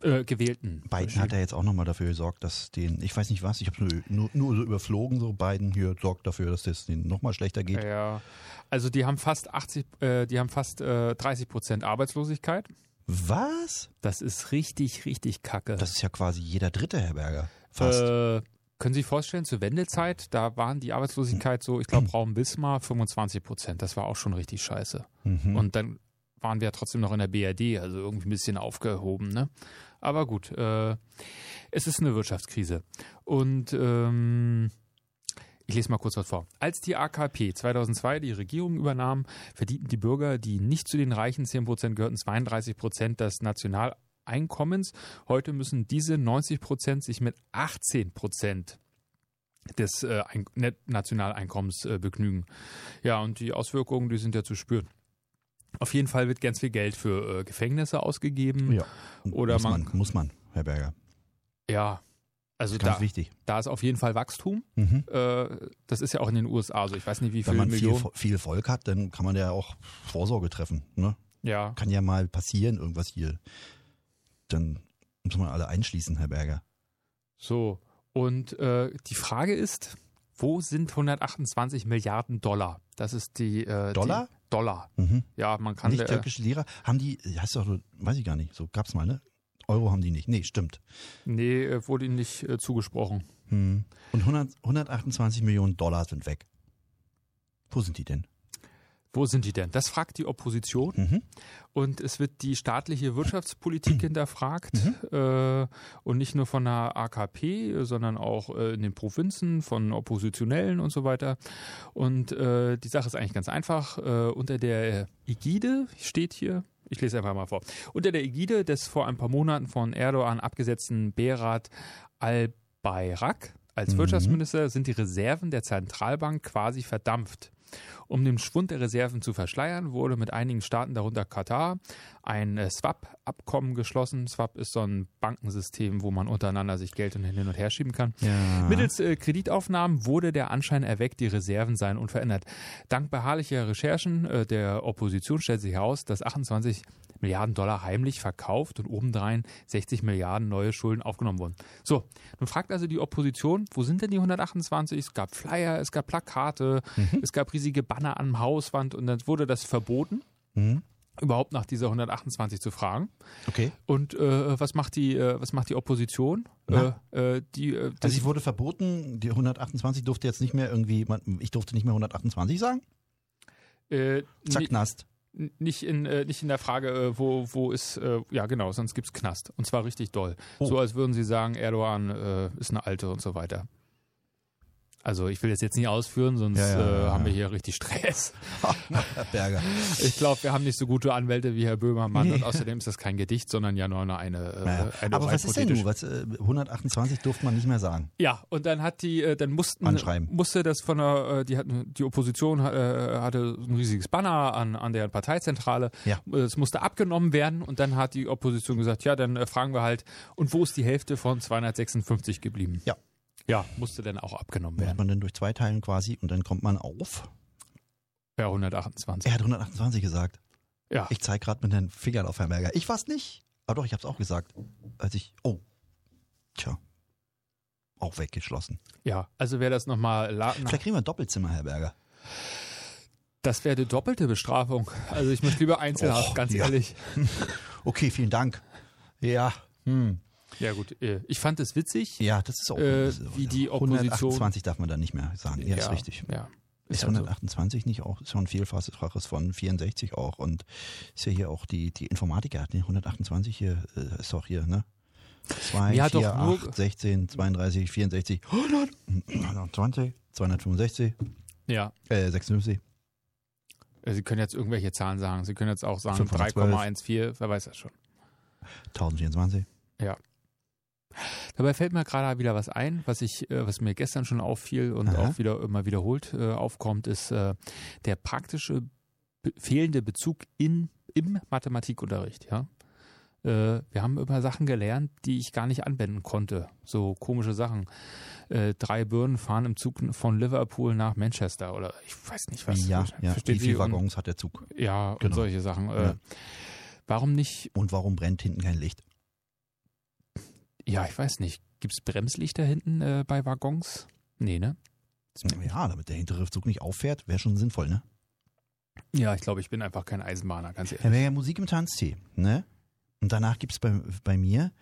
Äh, gewählten. Biden hat ja jetzt auch nochmal dafür gesorgt, dass den, ich weiß nicht was, ich habe nur, nur, nur so überflogen, so Biden hier sorgt dafür, dass das denen nochmal schlechter geht. Ja, also die haben fast 80, äh, die haben fast äh, 30 Prozent Arbeitslosigkeit. Was? Das ist richtig, richtig kacke. Das ist ja quasi jeder dritte Herberger. Fast. Äh, können Sie sich vorstellen, zur Wendezeit, da waren die Arbeitslosigkeit so, ich glaube, Raum Wismar 25 Prozent. Das war auch schon richtig scheiße. Mhm. Und dann waren wir ja trotzdem noch in der BRD, also irgendwie ein bisschen aufgehoben, ne? Aber gut, äh, es ist eine Wirtschaftskrise. Und ähm, ich lese mal kurz was vor. Als die AKP 2002 die Regierung übernahm, verdienten die Bürger, die nicht zu den reichen 10 Prozent gehörten, 32 Prozent des Nationaleinkommens. Heute müssen diese 90 Prozent sich mit 18 Prozent des äh, Ein- Net- Nationaleinkommens äh, begnügen. Ja, und die Auswirkungen, die sind ja zu spüren. Auf jeden Fall wird ganz viel Geld für äh, Gefängnisse ausgegeben. ja. oder muss man- man, muss man, Herberger. Ja, also Ganz da, wichtig. da ist auf jeden Fall Wachstum. Mhm. Äh, das ist ja auch in den USA so. Ich weiß nicht, wie Wenn viele man viel, Millionen. Vo- viel Volk hat, dann kann man ja auch Vorsorge treffen. Ne? Ja, Kann ja mal passieren, irgendwas hier. Dann muss man alle einschließen, Herr Berger. so. Und äh, die Frage ist, wo sind 128 Milliarden Dollar? Das ist die äh, Dollar? Die Dollar. Mhm. Ja, man kann äh, Nicht der- türkische Lehrer. Haben die, heißt doch, so- weiß ich gar nicht, so gab's mal, ne? Euro haben die nicht. Nee, stimmt. Nee, äh, wurde ihnen nicht Mhm. äh, zugesprochen. Hm. Und 100, 128 Millionen Dollar sind weg. Wo sind die denn? Wo sind die denn? Das fragt die Opposition Mhm. und es wird die staatliche Wirtschaftspolitik hinterfragt Mhm. äh, und nicht nur von der AKP, sondern auch äh, in den Provinzen von Oppositionellen und so weiter. Und äh, die Sache ist eigentlich ganz einfach. Äh, unter der Ägide steht hier, ich lese einfach mal vor, unter der Ägide des vor ein paar Monaten von Erdogan abgesetzten Berat Al-Bayrak als Mhm. Wirtschaftsminister sind die Reserven der Zentralbank quasi verdampft. Um den Schwund der Reserven zu verschleiern, wurde mit einigen Staaten, darunter Katar, ein äh, Swap-Abkommen geschlossen. Swap ist so ein Bankensystem, wo man untereinander sich Geld und hin und her schieben kann. Ja. Mittels äh, Kreditaufnahmen wurde der Anschein erweckt, die Reserven seien unverändert. Dank beharrlicher Recherchen äh, der Opposition stellt sich heraus, dass 28 Milliarden Dollar heimlich verkauft und obendrein 60 Milliarden neue Schulden aufgenommen wurden. So, nun fragt also die Opposition, wo sind denn die 128? Es gab Flyer, es gab Plakate, es gab riesige Banner am Hauswand und dann wurde das verboten, Mhm. überhaupt nach dieser 128 zu fragen. Okay. Und äh, was macht die, äh, was macht die Opposition? Na? Äh, äh, die, äh, Also ich wurde verboten, die 128 durfte jetzt nicht mehr irgendwie, man- ich durfte nicht mehr 128 sagen. äh, Zack, ni- Knast. N- nicht in, äh, nicht in der Frage, äh, wo, wo ist, äh, ja genau, sonst gibt's Knast. Und zwar richtig doll. Oh. So als würden sie sagen, Erdogan äh, ist eine Alte und so weiter. Also ich will das jetzt nicht ausführen, sonst Ja, ja, ja, äh, ja. haben wir hier richtig Stress. Herr Berger. Ich glaube, wir haben nicht so gute Anwälte wie Herr Böhmermann und außerdem ist das kein Gedicht, sondern ja nur eine, eine, äh, Naja. eine Aber was ist denn rein nun? Was, äh, 128 durfte man nicht mehr sagen. Ja, und dann hat die, äh, dann mussten, Anschreiben. musste das von der, äh, die hatten, die Opposition äh, hatte ein riesiges Banner an, an der Parteizentrale. Ja. Es musste abgenommen werden und dann hat die Opposition gesagt, ja, dann äh, fragen wir halt, und wo ist die Hälfte von 256 geblieben? Ja. Ja, musste dann auch abgenommen Muss werden. man dann durch zwei teilen quasi und dann kommt man auf. Ja, 128. Er hat 128 gesagt. Ja. Ich zeige gerade mit den Fingern auf Herrn Berger. Ich war's nicht. Aber doch, ich hab's auch gesagt. Als ich, oh. Tja. Auch weggeschlossen. Ja, also wäre das nochmal, la- na- Vielleicht kriegen wir ein Doppelzimmer, Herr Berger. das wäre eine doppelte Bestrafung. Also ich möchte lieber einzelhaft, Och, ganz ja. ehrlich. Okay, vielen Dank. Ja. Hm. Ja gut, äh, ich fand es witzig. Ja, das ist auch Äh, das ist- wie die 128 darf man da nicht mehr sagen. Ja, ist richtig. Ja. Ist halt so. 128 nicht auch schon ein Vielfaches von 64 auch? Und ist ja hier auch die, die Informatiker, die 128 hier, äh, ist doch hier, ne? 2, Ja, 4, doch, nur- 8, 16, 32, 64, 100, 120, 265, Ja, Äh, äh, 56. Sie können jetzt irgendwelche Zahlen sagen. Sie können jetzt auch sagen 512. 3,14, wer weiß das schon. 1024. Dabei fällt mir gerade wieder was ein, was ich, äh, was mir gestern schon auffiel und Aha. auch wieder immer wiederholt äh, aufkommt, ist äh, der praktische be fehlende Bezug in, im Mathematikunterricht. Ja? Äh, wir haben immer Sachen gelernt, die ich gar nicht anwenden konnte. So komische Sachen. Äh, drei Birnen fahren im Zug von Liverpool nach Manchester oder ich weiß nicht was. ja, ja. Versteht Wie viele und- Waggons hat der Zug? Ja, und Genau. solche Sachen. Äh, Ja. Warum nicht Und warum brennt hinten kein Licht? Ja, ich weiß nicht. Gibt es Bremslichter hinten äh, bei Waggons? Nee, ne? Ja, damit der hintere Zug nicht auffährt, wäre schon sinnvoll, ne? Ja, ich glaube, ich bin einfach kein Eisenbahner, ganz ehrlich. Ja, wäre ja Musik im Tanztee, ne? Und danach gibt es bei, bei mir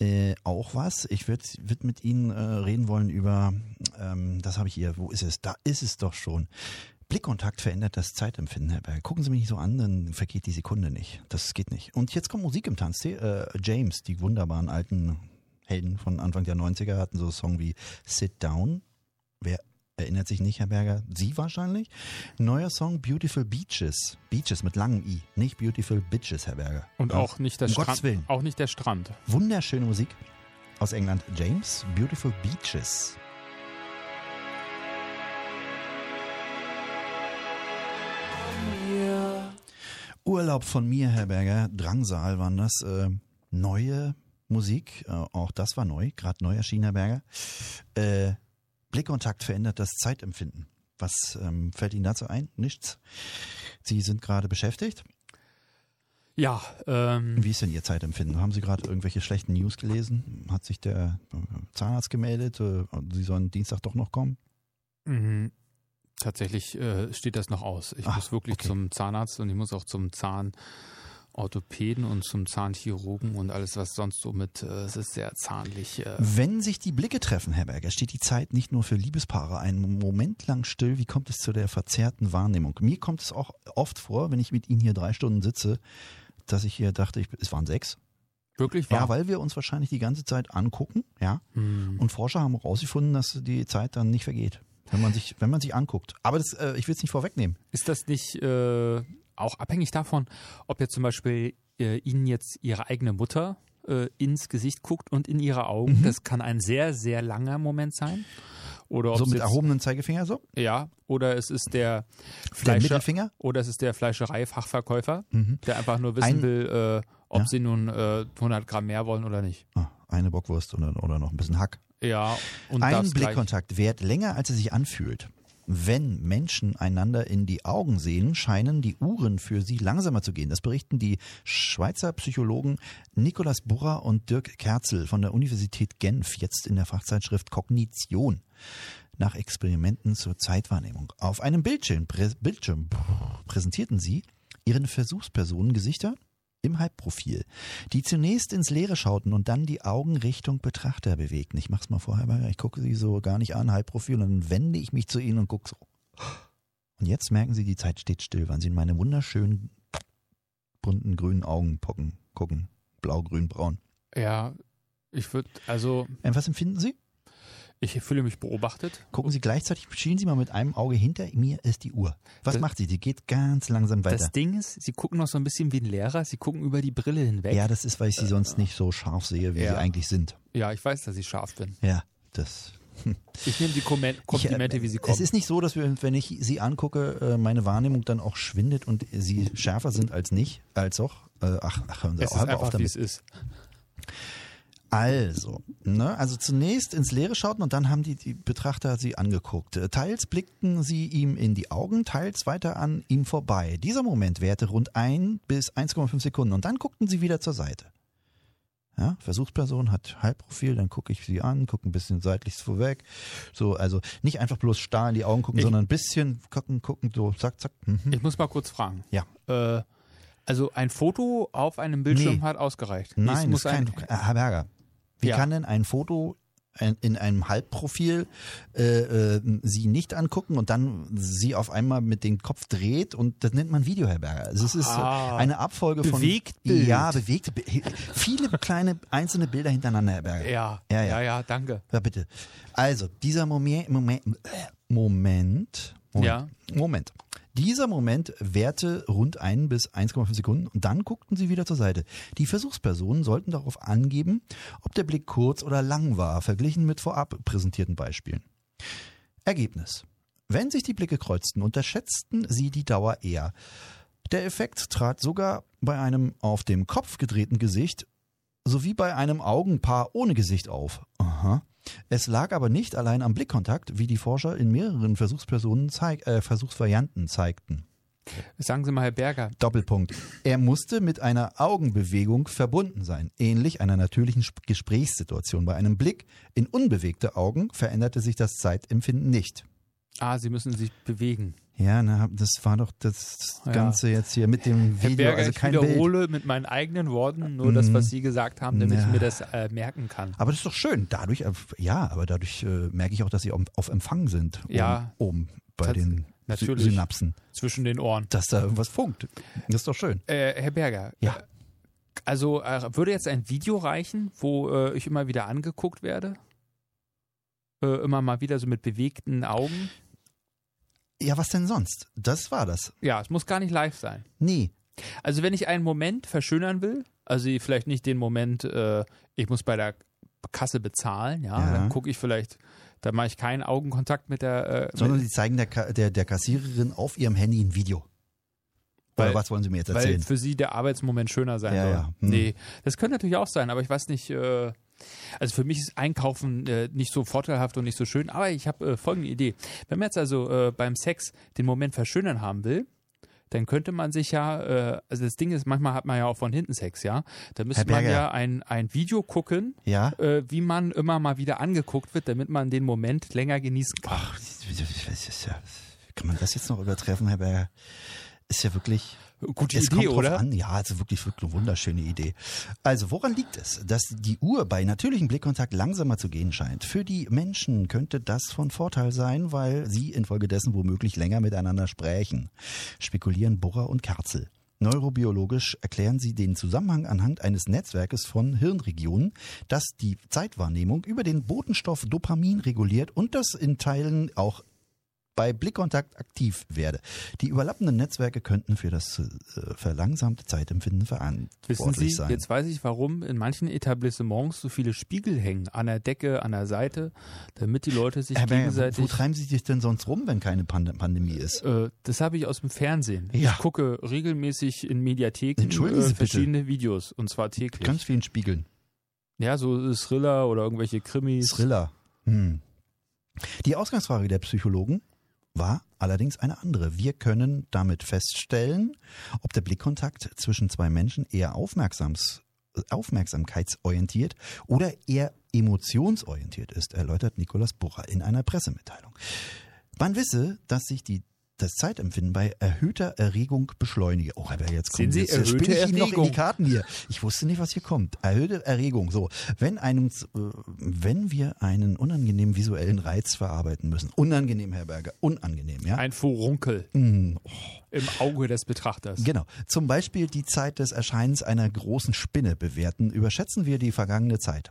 äh, auch was. Ich würde würd mit Ihnen äh, reden wollen über, ähm, das habe ich hier, wo ist es? Da ist es doch schon. Blickkontakt verändert das Zeitempfinden, Herr Berger. Gucken Sie mich nicht so an, dann vergeht die Sekunde nicht. Das geht nicht. Und jetzt kommt Musik im Tanztee. Äh, James, die wunderbaren alten Helden von Anfang der 90er, hatten so einen Song wie Sit Down. Wer erinnert sich nicht, Herr Berger? Sie wahrscheinlich? Neuer Song Beautiful Beaches. Beaches mit langem I, nicht Beautiful Bitches, Herr Berger. Und Ja. auch nicht, der Um Gottes Strand, Willen. auch nicht der Strand. Wunderschöne Musik aus England. James, Beautiful Beaches. Urlaub von mir, Herr Berger. Drangsal waren das. Äh, neue Musik, äh, auch das war neu, gerade neu erschienen, Herr Berger. Äh, Blickkontakt verändert das Zeitempfinden. Was ähm, fällt Ihnen dazu ein? Nichts. Sie sind gerade beschäftigt. Ja, ähm, Wie ist denn Ihr Zeitempfinden? Haben Sie gerade irgendwelche schlechten News gelesen? Hat sich der äh, Zahnarzt gemeldet? Äh, Sie sollen Dienstag doch noch kommen? mhm. tatsächlich äh, steht das noch aus. Ich Ah, muss wirklich okay. zum Zahnarzt und ich muss auch zum Zahnorthopäden Orthopäden und zum Zahnchirurgen und alles, was sonst so mit, äh, es ist sehr zahnlich. Äh, Wenn sich die Blicke treffen, Herr Berger, steht die Zeit nicht nur für Liebespaare einen Moment lang still. Wie kommt es zu der verzerrten Wahrnehmung? Mir kommt es auch oft vor, wenn ich mit Ihnen hier drei Stunden sitze, dass ich hier dachte, ich, es waren sechs. wirklich Ja, wahr. weil wir uns wahrscheinlich die ganze Zeit angucken, ja. Hm. Und Forscher haben herausgefunden, dass die Zeit dann nicht vergeht, wenn man sich, wenn man sich anguckt. Aber das, äh, ich will es nicht vorwegnehmen. Ist das nicht äh, auch abhängig davon, ob jetzt zum Beispiel äh, Ihnen jetzt Ihre eigene Mutter äh, ins Gesicht guckt und in ihre Mhm. Augen? Das kann ein sehr, sehr langer Moment sein. Oder ob So es mit jetzt, erhobenem Zeigefinger, so ja, oder es ist der der Fleischer, Mittelfinger. oder es ist der Fleischereifachverkäufer, Mhm. der einfach nur wissen Ein- will, äh, ob Ja. sie nun äh, 100 Gramm mehr wollen oder nicht. Ah, Eine Bockwurst oder, oder noch ein bisschen Hack. Ja, und Ein das gleich. Blickkontakt währt länger, als er sich anfühlt. Wenn Menschen einander in die Augen sehen, scheinen die Uhren für sie langsamer zu gehen. Das berichten die Schweizer Psychologen Nicolas Burrer und Dirk Kerzel von der Universität Genf jetzt in der Fachzeitschrift Kognition nach Experimenten zur Zeitwahrnehmung. Auf einem Bildschirm, prä, Bildschirm brr, präsentierten sie ihren Versuchspersonen Gesichter im Halbprofil, die zunächst ins Leere schauten und dann die Augen Richtung Betrachter bewegten. Ich mach's mal vorher, weil ich gucke sie so gar nicht an, Halbprofil, und dann wende ich mich zu ihnen und gucke so. Und jetzt merken sie, die Zeit steht still, wann sie in meine wunderschönen, bunten, grünen Augen pocken, gucken. Blau, grün, braun. Ja, ich würde, also Und was empfinden sie? ich fühle mich beobachtet. Gucken Sie gleichzeitig, schielen Sie mal mit einem Auge hinter mir ist die Uhr. Was Das- macht sie? Die geht ganz langsam Das weiter. Ding ist, sie gucken noch so ein bisschen wie ein Lehrer, sie gucken über die Brille hinweg. ja, das ist, weil ich sie sonst nicht so scharf sehe, wie Ja. sie eigentlich sind. Ja, ich weiß, dass ich scharf bin. Ja, das. Ich nehme die Kommen- Ich, äh, Komplimente, wie sie Es kommen. ist nicht so, dass wir, wenn ich sie angucke, äh, meine Wahrnehmung dann auch schwindet und sie schärfer sind als nicht, als auch. Äh, ach, ach, hören Sie Es auf, ist hör auf einfach, wie damit. es ist. Also, ne, also zunächst ins Leere schauten und dann haben die, die Betrachter sie angeguckt. Äh, Teils blickten sie ihm in die Augen, teils weiter an ihm vorbei. Dieser Moment währte rund 1 bis 1,5 Sekunden und dann guckten sie wieder zur Seite. Ja, Versuchsperson hat Halbprofil, dann gucke ich sie an, gucke ein bisschen seitlich vorweg. So, also nicht einfach bloß starr in die Augen gucken, Ich- sondern ein bisschen gucken, gucken, so, zack, zack. Mhm. Ich muss mal kurz fragen. Ja. Äh, also ein Foto auf einem Bildschirm Nee. hat ausgereicht. es Nein, muss muss kein, ein, Herr Berger, wie Ja. kann denn ein Foto ein- in einem Halbprofil äh, äh, Sie nicht angucken und dann Sie auf einmal mit dem Kopf dreht und das nennt man Video, Herr Berger. Also es ist Ah. eine Abfolge von Bewegtbild. ja bewegte Bi- viele kleine einzelne Bilder hintereinander, Herr Berger. ja, Ja, ja, ja. ja, danke. Ja, bitte. Also, dieser Moment, Moment, Moment, Moment, Ja. Moment. Dieser Moment währte rund 1 bis 1,5 Sekunden und dann guckten sie wieder zur Seite. Die Versuchspersonen sollten darauf angeben, ob der Blick kurz oder lang war, verglichen mit vorab präsentierten Beispielen. Ergebnis. Wenn sich die Blicke kreuzten, unterschätzten sie die Dauer eher. Der Effekt trat sogar bei einem auf dem Kopf gedrehten Gesicht sowie bei einem Augenpaar ohne Gesicht auf. Aha. Es lag aber nicht allein am Blickkontakt, wie die Forscher in mehreren Versuchspersonen zeig äh, Versuchsvarianten zeigten. Sagen Sie mal, Herr Berger, Doppelpunkt. Er musste mit einer Augenbewegung verbunden sein, ähnlich einer natürlichen Sp- Gesprächssituation. Bei einem Blick in unbewegte Augen veränderte sich das Zeitempfinden nicht. ah, Sie müssen sich bewegen. Ja, na, das war doch das Ja. Ganze jetzt hier mit dem Herr Video, Berger, also ich kein Bild. Mhm. wiederhole mit meinen eigenen Worten nur das, was Sie gesagt haben, damit Ja. ich mir das äh, merken kann. Aber das ist doch schön. Dadurch, äh, ja, aber dadurch äh, merke ich auch, dass sie auf, auf Empfang sind. oben- Ja. Oben bei Tats- den natürlich. Sy- Synapsen. Zwischen den Ohren. Dass da irgendwas funkt. Das ist doch schön. Äh, Herr Berger. Ja. äh, Also äh, würde jetzt ein Video reichen, wo äh, ich immer wieder angeguckt werde? Äh, immer mal wieder so mit bewegten Augen? Ja, was denn sonst? Das war das. Ja, es muss gar nicht live sein. Nee. Also wenn ich einen Moment verschönern will, also vielleicht nicht den Moment, äh, ich muss bei der Kasse bezahlen, ja, Ja. dann gucke ich vielleicht, da mache ich keinen Augenkontakt mit der. Äh, Sondern mit, sie zeigen der, Ka- der, der Kassiererin auf ihrem Handy ein Video. Oder Weil- was wollen sie mir jetzt weil erzählen? für sie der Arbeitsmoment schöner sein Ja, soll. ja. Hm. Nee, das könnte natürlich auch sein, aber ich weiß nicht. Äh, also für mich ist Einkaufen äh, nicht so vorteilhaft und nicht so schön, aber ich habe äh, folgende Idee. Wenn man jetzt also äh, beim Sex den Moment verschönern haben will, dann könnte man sich ja, äh, also das Ding ist, manchmal hat man ja auch von hinten Sex, ja. Da müsste man Berger. ja ein, ein Video gucken, ja? äh, wie man immer mal wieder angeguckt wird, damit man den Moment länger genießen kann. Ach, das ist ja- kann man das jetzt noch übertreffen, Herr Berger? Ist ja wirklich. Gute es Idee, kommt drauf oder? an. Ja, also wirklich, wirklich eine wunderschöne Idee. Also, woran liegt es, dass die Uhr bei natürlichem Blickkontakt langsamer zu gehen scheint? Für die Menschen könnte das von Vorteil sein, weil sie infolgedessen womöglich länger miteinander sprechen. Spekulieren Burrer und Kerzel. Neurobiologisch erklären sie den Zusammenhang anhand eines Netzwerkes von Hirnregionen, das die Zeitwahrnehmung über den Botenstoff Dopamin reguliert und das in Teilen auch bei Blickkontakt aktiv werde. Die überlappenden Netzwerke könnten für das äh, verlangsamte Zeitempfinden Wissen Sie, verantwortlich sein. jetzt weiß ich, warum in manchen Etablissements so viele Spiegel hängen, an der Decke, an der Seite, damit die Leute sich Aber wo gegenseitig. treiben Sie sich denn sonst rum, wenn keine Pand Pandemie ist? Äh, das habe ich aus dem Fernsehen. Ja. Ich gucke regelmäßig in Mediatheken Entschuldigen Sie äh, bitte. verschiedene Videos und zwar täglich. Ganz vielen Spiegeln. ja, so äh, Thriller oder irgendwelche Krimis. Thriller. Hm. Die Ausgangsfrage der Psychologen war allerdings eine andere. Wir können damit feststellen, ob der Blickkontakt zwischen zwei Menschen eher aufmerksams, aufmerksamkeitsorientiert oder eher emotionsorientiert ist, erläutert Nikolaus Burrer in einer Pressemitteilung. Man wisse, dass sich die das Zeitempfinden bei erhöhter Erregung beschleunige. Oh, aber jetzt Sehen kommt Sie, jetzt, jetzt erhöhte spiele ich Ihnen noch in die Erregung. Karten hier. Ich wusste nicht, was hier kommt. Erhöhte Erregung. So, wenn einem, äh, wenn wir einen unangenehmen visuellen Reiz verarbeiten müssen, unangenehm, Herr Berger, unangenehm, ja. Ein Furunkel Mm, im Auge des Betrachters. Genau. Zum Beispiel die Zeit des Erscheinens einer großen Spinne bewerten, überschätzen wir die vergangene Zeit.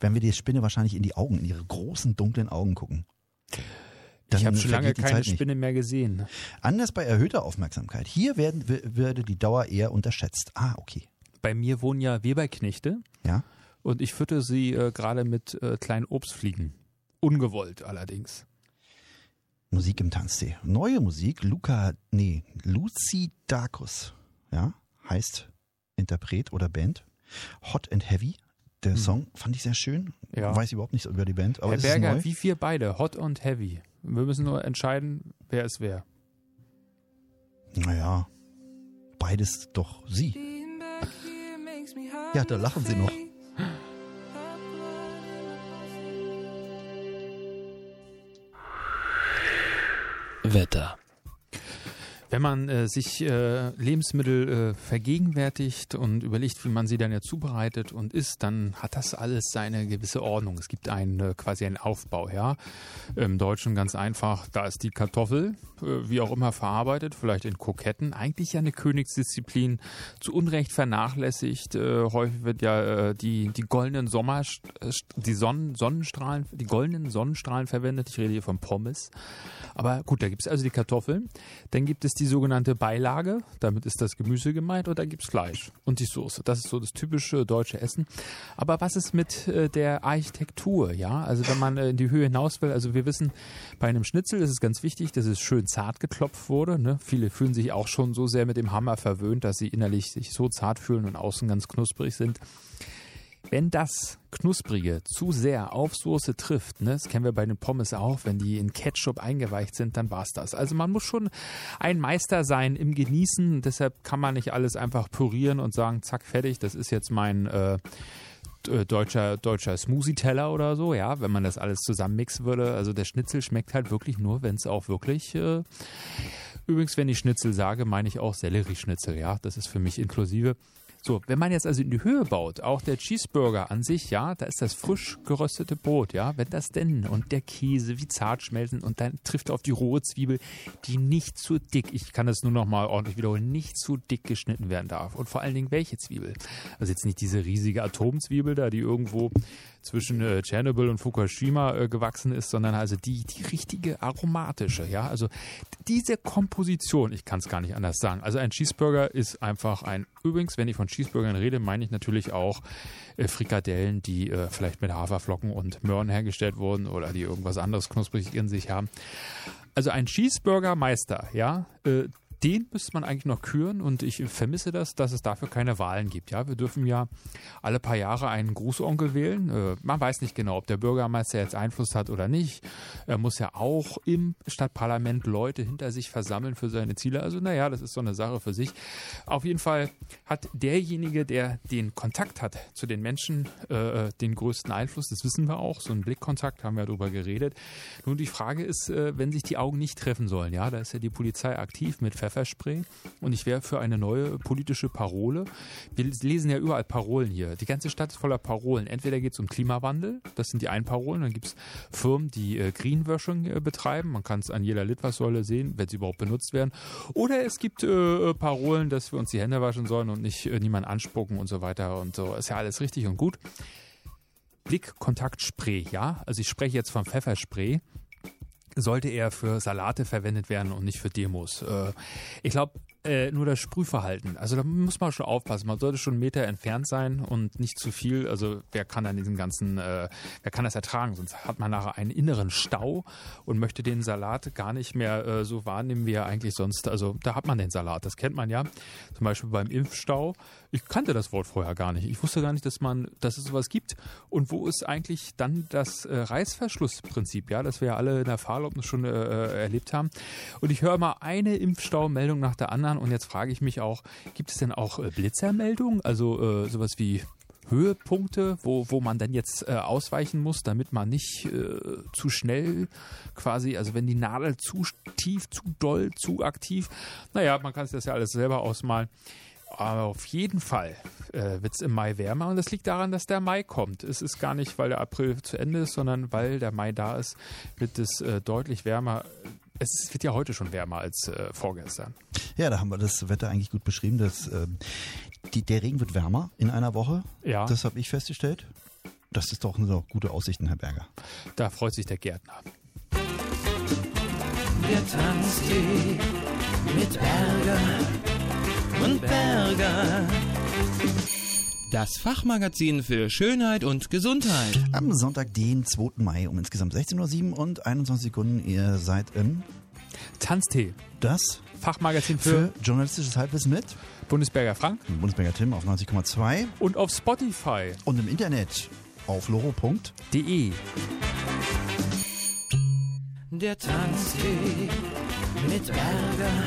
Wenn wir die Spinne wahrscheinlich in die Augen, in ihre großen dunklen Augen gucken. ich habe schon lange vergeht die keine Zeit nicht. Spinne mehr gesehen. Anders bei erhöhter Aufmerksamkeit. Hier werden, w- würde die Dauer eher unterschätzt. Ah, okay. Bei mir wohnen ja Weberknechte Ja. und ich fütter sie äh, gerade mit äh, kleinen Obstfliegen. Ungewollt allerdings. Musik im Tanztee. Neue Musik, Luca, nee, Lucy Dacus, ja, heißt Interpret oder Band. Hot and Heavy. Der Song fand ich sehr schön. Hm. Ja. Weiß überhaupt nichts über die Band, aber Herr es ist Berger, neu. wie wir beide, hot und heavy. Wir müssen nur entscheiden, wer es wer. Naja, beides doch sie. Ja, da lachen sie noch. Wetter. Wenn man äh, sich äh, Lebensmittel äh, vergegenwärtigt und überlegt, wie man sie dann ja zubereitet und isst, dann hat das alles seine gewisse Ordnung. Es gibt einen äh, quasi einen Aufbau, ja. Im Deutschen ganz einfach, da ist die Kartoffel, äh, wie auch immer verarbeitet, vielleicht in Koketten. Eigentlich ja eine Königsdisziplin, zu Unrecht vernachlässigt. Äh, häufig wird ja äh, die, die goldenen Sommer, äh, die Sonnen, Sonnenstrahlen, die goldenen Sonnenstrahlen verwendet. Ich rede hier von Pommes. Aber gut, da gibt es also die Kartoffeln. Dann gibt es die sogenannte Beilage, damit ist das Gemüse gemeint, und dann gibt es Fleisch und die Soße. Das ist so das typische deutsche Essen. Aber was ist mit äh, der Architektur? Ja, also wenn man äh, in die Höhe hinaus will, also wir wissen, bei einem Schnitzel ist es ganz wichtig, dass es schön zart geklopft wurde. Ne? Viele fühlen sich auch schon so sehr mit dem Hammer verwöhnt, dass sie innerlich sich so zart fühlen und außen ganz knusprig sind. Wenn das Knusprige zu sehr auf Soße trifft, ne, das kennen wir bei den Pommes auch, wenn die in Ketchup eingeweicht sind, dann war's das. Also man muss schon ein Meister sein im Genießen, deshalb kann man nicht alles einfach pürieren und sagen, zack, fertig, das ist jetzt mein äh, äh, deutscher, deutscher Smoothie-Teller oder so, ja, wenn man das alles zusammenmixen würde. Also der Schnitzel schmeckt halt wirklich nur, wenn es auch wirklich. Äh, übrigens, wenn ich Schnitzel sage, meine ich auch Sellerieschnitzel, ja, das ist für mich inklusive. So, wenn man jetzt also in die Höhe baut, auch der Cheeseburger an sich, ja, da ist das frisch geröstete Brot, ja, wenn das denn und der Käse wie zart schmelzen und dann trifft auf die rohe Zwiebel, die nicht zu dick, ich kann das nur noch mal ordentlich wiederholen, nicht zu dick geschnitten werden darf und vor allen Dingen welche Zwiebel. Also jetzt nicht diese riesige Atomzwiebel da, die irgendwo zwischen äh, Tschernobyl und Fukushima äh, gewachsen ist, sondern also die, die richtige aromatische, ja, also d- diese Komposition, ich kann es gar nicht anders sagen. Also ein Cheeseburger ist einfach ein, übrigens, wenn ich von Cheeseburgern rede, meine ich natürlich auch äh, Frikadellen, die äh, vielleicht mit Haferflocken und Möhren hergestellt wurden oder die irgendwas anderes knusprig in sich haben. Also ein Cheeseburger-Meister, ja, äh, den müsste man eigentlich noch küren und ich vermisse das, dass es dafür keine Wahlen gibt. Ja, wir dürfen ja alle paar Jahre einen Großonkel wählen. Äh, man weiß nicht genau, ob der Bürgermeister jetzt Einfluss hat oder nicht. Er muss ja auch im Stadtparlament Leute hinter sich versammeln für seine Ziele. Also naja, das ist so eine Sache für sich. Auf jeden Fall hat derjenige, der den Kontakt hat zu den Menschen, äh, den größten Einfluss. Das wissen wir auch. So ein Blickkontakt haben wir darüber geredet. Nun die Frage ist, äh, wenn sich die Augen nicht treffen sollen, ja, da ist ja die Polizei aktiv mit Ver Pfefferspray und ich wäre für eine neue politische Parole. Wir lesen ja überall Parolen hier. Die ganze Stadt ist voller Parolen. Entweder geht es um Klimawandel, das sind die einen Parolen, dann gibt es Firmen, die äh, Greenwashing äh, betreiben. Man kann es an jeder Litfaßsäule sehen, wenn sie überhaupt benutzt werden. Oder es gibt äh, Parolen, dass wir uns die Hände waschen sollen und nicht äh, niemanden anspucken und so weiter und so. Ist ja alles richtig und gut. Blickkontaktspray, ja. Also ich spreche jetzt vom Pfefferspray. Sollte eher für Salate verwendet werden und nicht für Demos. Äh, ich glaube, äh, nur das Sprühverhalten. Also da muss man schon aufpassen. Man sollte schon einen Meter entfernt sein und nicht zu viel. Also wer kann dann diesen ganzen, äh, wer kann das ertragen? Sonst hat man nachher einen inneren Stau und möchte den Salat gar nicht mehr äh, so wahrnehmen, wie er eigentlich sonst. Also da hat man den Salat. Das kennt man ja. Zum Beispiel beim Impfstau. Ich kannte das Wort vorher gar nicht. Ich wusste gar nicht, dass man, dass es sowas gibt. Und wo ist eigentlich dann das äh, Reißverschlussprinzip? Ja, das wir ja alle in der Fahrerlaubnis schon äh, erlebt haben. Und ich höre mal eine Impfstaumeldung nach der anderen. Und jetzt frage ich mich auch, gibt es denn auch äh, Blitzermeldungen? Also äh, sowas wie Höhepunkte, wo, wo man dann jetzt äh, ausweichen muss, damit man nicht äh, zu schnell quasi, also wenn die Nadel zu tief, zu doll, zu aktiv, naja, man kann sich das ja alles selber ausmalen. Aber auf jeden Fall äh, wird es im Mai wärmer und das liegt daran, dass der Mai kommt. Es ist gar nicht, weil der April zu Ende ist, sondern weil der Mai da ist, wird es äh, deutlich wärmer. Es ist- wird ja heute schon wärmer als äh, vorgestern. Ja, da haben wir das Wetter eigentlich gut beschrieben. Dass, ähm, die, der Regen wird wärmer in einer Woche. Ja, Das habe ich festgestellt. Das ist doch eine gute Aussichten, Herr Berger. da freut sich der Gärtner. Der Tanztee mit Berger und Berger. Das Fachmagazin für Schönheit und Gesundheit. Am Sonntag, den 2. Mai um insgesamt 16.07 Uhr und 21 Sekunden. Ihr seid in Tanztee, das Fachmagazin für für, journalistisches Halbwissen mit Bundesberger Frank Bundesberger Tim auf 90,2 und auf Spotify.de. und im Internet auf loro. Der Tanztee mit Berger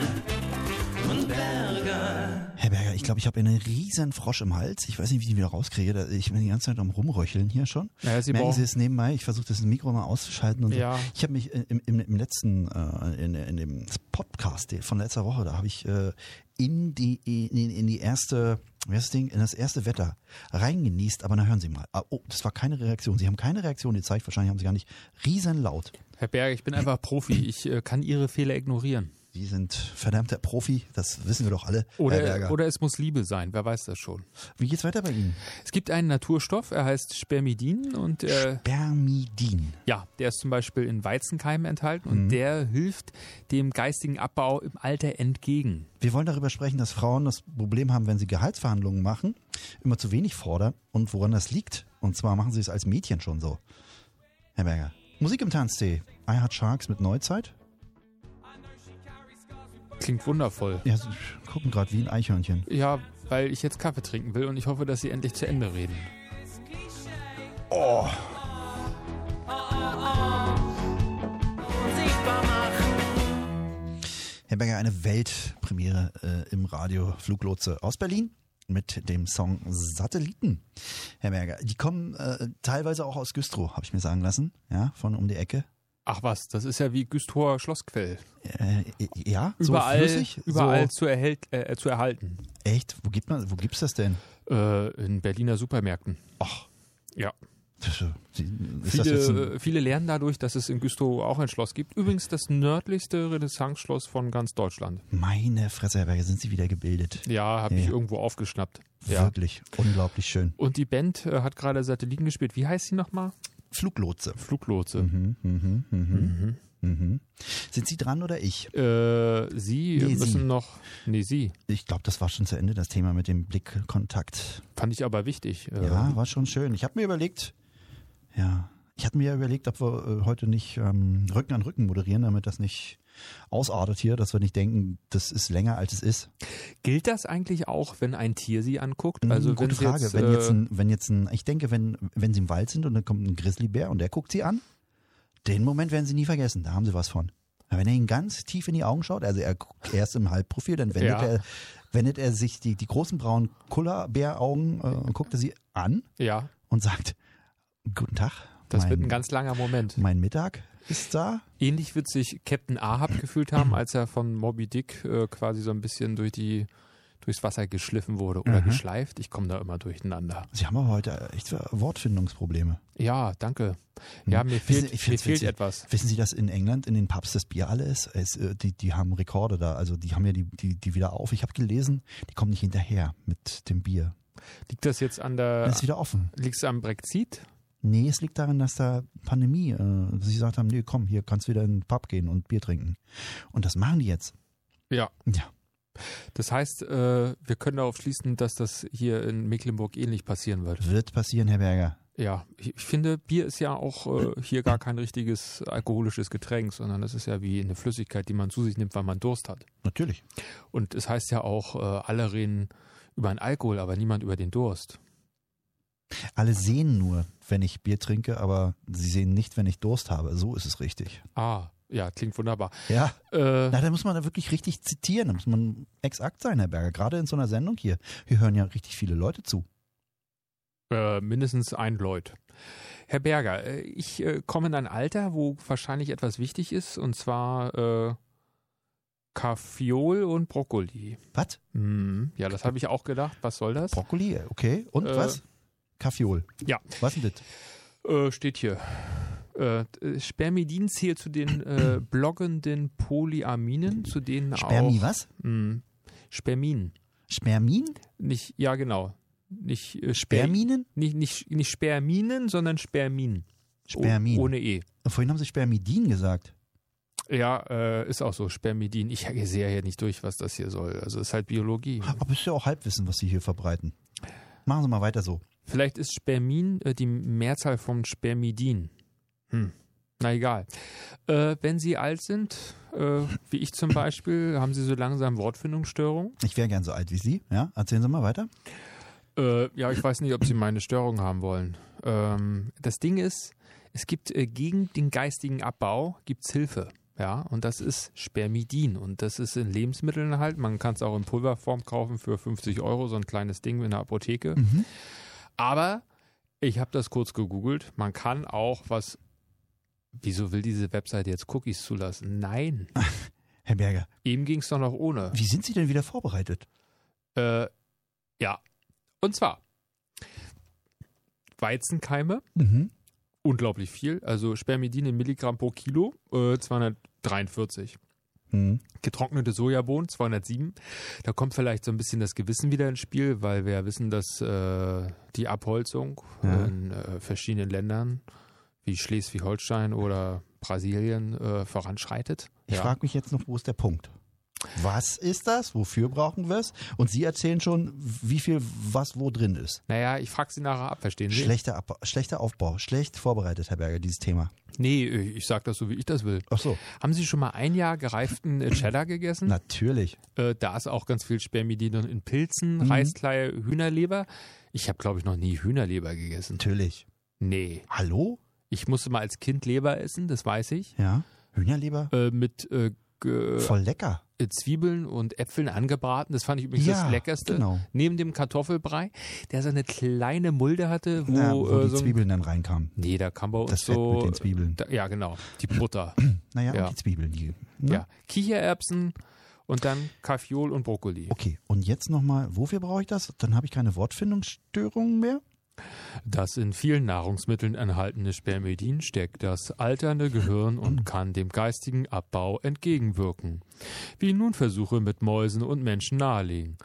und Berger. Herr Berger, ich glaube, ich habe einen riesen Frosch im Hals. Ich weiß nicht, wie ich ihn wieder rauskriege. Da- Ich bin die ganze Zeit am Rumröcheln hier schon. Ja, Sie Merken brauchen- Sie es nebenbei? Ich versuche das Mikro mal auszuschalten. Und Ja. so. Ich habe mich äh, im, im, im letzten, äh, in, in dem Podcast von letzter Woche, da habe ich äh, in, die, in, in die erste, wie heißt das Ding, in das erste Wetter reingenießt. Aber na, hören Sie mal. Ah, Oh, das war keine Reaktion. Sie haben keine Reaktion gezeigt. Wahrscheinlich haben Sie gar nicht. Riesen laut. Herr Berger, ich bin einfach Profi. Ich äh, kann Ihre Fehler ignorieren. Sie sind verdammter Profi. Das wissen wir doch alle. Herr Oder, Berger. oder es muss Liebe sein, wer weiß das schon. wie geht's weiter bei Ihnen? Es gibt einen Naturstoff, er heißt Spermidin und äh, Spermidin. ja, der ist zum Beispiel in Weizenkeimen enthalten Mhm. und der hilft dem geistigen Abbau im Alter entgegen. Wir wollen darüber sprechen, dass Frauen das Problem haben, wenn sie Gehaltsverhandlungen machen, immer zu wenig fordern und woran das liegt. Und zwar machen sie es als Mädchen schon so. Herr Berger. Musik im Tanztee. I Heart Sharks mit Neuzeit. Klingt wundervoll. Ja, sie gucken gerade wie ein Eichhörnchen. Ja, weil ich jetzt Kaffee trinken will und ich hoffe, dass Sie endlich zu Ende reden. Herr Berger, eine Weltpremiere äh, im Radio Fluglotse aus Berlin mit dem Song Satelliten. Herr Berger, die kommen äh, teilweise auch aus Güstrow, habe ich mir sagen lassen. Ja, von um die Ecke. Ach was, das ist ja wie Güstrower Schlossquell. Äh, ja, Überall, so flüssig. überall So, zu, erhält, äh, zu erhalten. echt? Wo gibt man, wo gibt's das denn? Äh, in Berliner Supermärkten. Ach. Ja. Ist das jetzt ein, Viele, viele lernen dadurch, dass es in Güstrow auch ein Schloss gibt. Übrigens das nördlichste Renaissance-Schloss von ganz Deutschland. meine Fresse, Herr Berger, sind Sie wieder gebildet. Ja, habe Ja, ich ja. irgendwo aufgeschnappt. Ja. Wirklich, unglaublich schön. Und die Band äh, hat gerade Satelliten gespielt. Wie heißt sie nochmal? Fluglotse. Fluglotse. Mhm, mhm, mhm, mhm. Sind Sie dran oder ich? Äh, sie Nee, müssen sie. noch. Nee, sie. Ich glaube, das war schon zu Ende, das Thema mit dem Blickkontakt. Fand ich aber wichtig. Äh, Ja, war schon schön. Ich habe mir überlegt, ja, ich hatte mir ja überlegt, ob wir äh, heute nicht ähm, Rücken an Rücken moderieren, damit das nicht ausartet hier, dass wir nicht denken, das ist länger als es ist. Gilt das eigentlich auch, wenn ein Tier sie anguckt? Hm, Also gute wenn sie Frage. Jetzt, wenn jetzt äh, ein, wenn jetzt ein, ich denke, wenn, wenn sie im Wald sind und dann kommt ein Grizzlybär und der guckt sie an, den Moment werden sie nie vergessen. Da haben sie was von. Aber wenn er ihnen ganz tief in die Augen schaut, also er guckt erst im Halbprofil, dann wendet, Ja. er, wendet er sich die, die großen braunen Kullerbäraugen äh, und guckt er sie an ja, und sagt, guten Tag, Das Mein- wird ein ganz langer Moment. Mein Mittag ist da. Ähnlich wird sich Captain Ahab gefühlt haben, als er von Moby Dick äh, quasi so ein bisschen durch die, durchs Wasser geschliffen wurde oder Mhm. geschleift. Ich komme da immer durcheinander. Sie haben aber heute echt Wortfindungsprobleme. Ja, danke. Ja, mir Wissen Sie, Mhm. fehlt, ich mir find's fehlt witzig. etwas. Wissen Sie, dass in England in den Pubs das Bier alle ist? Es, äh, die, die haben Rekorde da, also die haben ja die, die, die wieder auf. Ich habe gelesen, die kommen nicht hinterher mit dem Bier. Liegt das jetzt an Es der. ist wieder offen. Liegt es am Brexit? Nee, es liegt daran, dass da Pandemie, äh, sie gesagt haben, nee, komm, hier kannst du wieder in den Pub gehen und Bier trinken. Und das machen die jetzt. Ja. Ja. Das heißt, äh, wir können darauf schließen, dass das hier in Mecklenburg ähnlich passieren wird. Wird passieren, Herr Berger. Ja, ich, ich finde, Bier ist ja auch äh, hier gar kein richtiges alkoholisches Getränk, sondern das ist ja wie eine Flüssigkeit, die man zu sich nimmt, weil man Durst hat. Natürlich. Und es heißt ja auch, äh, alle reden über den Alkohol, aber niemand über den Durst. Alle sehen nur, wenn ich Bier trinke, aber sie sehen nicht, wenn ich Durst habe. So ist es richtig. Ah, ja, klingt wunderbar. Ja. Äh, Na, da muss man da wirklich richtig zitieren. Da muss man exakt sein, Herr Berger. Gerade in so einer Sendung hier. Hier hören ja richtig viele Leute zu. äh, mindestens ein Leut. Herr Berger, äh, ich äh, komme in ein Alter, wo wahrscheinlich etwas wichtig ist, und zwar äh, Kaffeeol und Brokkoli. Was? Mhm. Hm, ja, das habe ich auch gedacht. Was soll das? Brokkoli, okay. Und Äh, was? Kaffeeol. ja. Was denn das? Äh, steht hier. Äh, d- Spermidin zählt zu den äh, blockenden Polyaminen, zu denen Spermi, auch was? mh, Spermin. Spermin? Nicht, ja genau. Nicht, äh, Sper Sperminen? nicht, nicht, nicht Sperminen, sondern Spermin. O- Spermin. Ohne E. Vorhin haben sie Spermidin gesagt. Ja, äh, ist auch so, Spermidin. Ich sehe ja nicht durch, was das hier soll. Also ist halt Biologie. Aber ist ja auch Halbwissen, was sie hier verbreiten. Machen Sie mal weiter so. Vielleicht ist Spermin äh, die Mehrzahl von Spermidin. Hm. Na egal. Äh, wenn Sie alt sind, äh, wie ich zum Beispiel, haben Sie so langsam Wortfindungsstörung. Ich wäre gern so alt wie Sie. Ja, erzählen Sie mal weiter. Äh, ja, ich weiß nicht, ob Sie meine Störung haben wollen. Ähm, das Ding ist, es gibt äh, gegen den geistigen Abbau gibt's Hilfe. Ja, und das ist Spermidin. Und das ist in Lebensmitteln halt. Man kann es auch in Pulverform kaufen für 50 Euro, so ein kleines Ding in der Apotheke. Mhm. Aber ich habe das kurz gegoogelt. Man kann auch was. Wieso will diese Webseite jetzt Cookies zulassen? Nein. Herr Berger, Eben ging es doch noch ohne. wie sind Sie denn wieder vorbereitet? Äh, ja. Und zwar Weizenkeime, Mhm. unglaublich viel. Also Spermidin in Milligramm pro Kilo, äh, 243. Mhm. Getrocknete Sojabohnen, 207. Da kommt vielleicht so ein bisschen das Gewissen wieder ins Spiel, weil wir ja wissen, dass äh, die Abholzung Ja. in äh, verschiedenen Ländern wie Schleswig-Holstein oder Brasilien äh, voranschreitet. Ich frage mich jetzt noch, wo ist der Punkt? Was ist das? Wofür brauchen wir es? Und Sie erzählen schon, wie viel was wo drin ist. Naja, ich frage Sie nachher ab, verstehen Sie? Schlechter, Abbau, schlechter Aufbau, schlecht vorbereitet, Herr Berger, dieses Thema. Nee, ich sage das so, wie ich das will. Ach so, Haben Sie schon mal ein Jahr gereiften äh, Cheddar gegessen? natürlich. Äh, da ist auch ganz viel Spermidin drin in Pilzen, Mhm. Reiskleie, Hühnerleber. Ich habe, glaube ich, noch nie Hühnerleber gegessen. Natürlich. Nee. Hallo? Ich musste mal als Kind Leber essen, das weiß ich. Ja. Hühnerleber? Äh, mit äh, ge- Voll lecker. äh, Zwiebeln und Äpfeln angebraten. Das fand ich übrigens das Leckerste. Genau. Neben dem Kartoffelbrei, der so eine kleine Mulde hatte, wo, Na, wo äh, die so ein- Zwiebeln dann reinkamen. Nee, da kam bei uns Das Fett so. mit den Zwiebeln. Da, ja, genau. Die Butter. Naja, ja. und die Zwiebeln. Die, ne? ja. Kichererbsen und dann Kaffeeol und Brokkoli. Okay, und jetzt nochmal, wofür brauche ich das? Dann habe ich keine Wortfindungsstörungen mehr? Das in vielen Nahrungsmitteln enthaltene Spermidin stärkt das alternde Gehirn Mhm. und kann dem geistigen Abbau entgegenwirken. Wie nun Versuche mit Mäusen und Menschen nahelegen.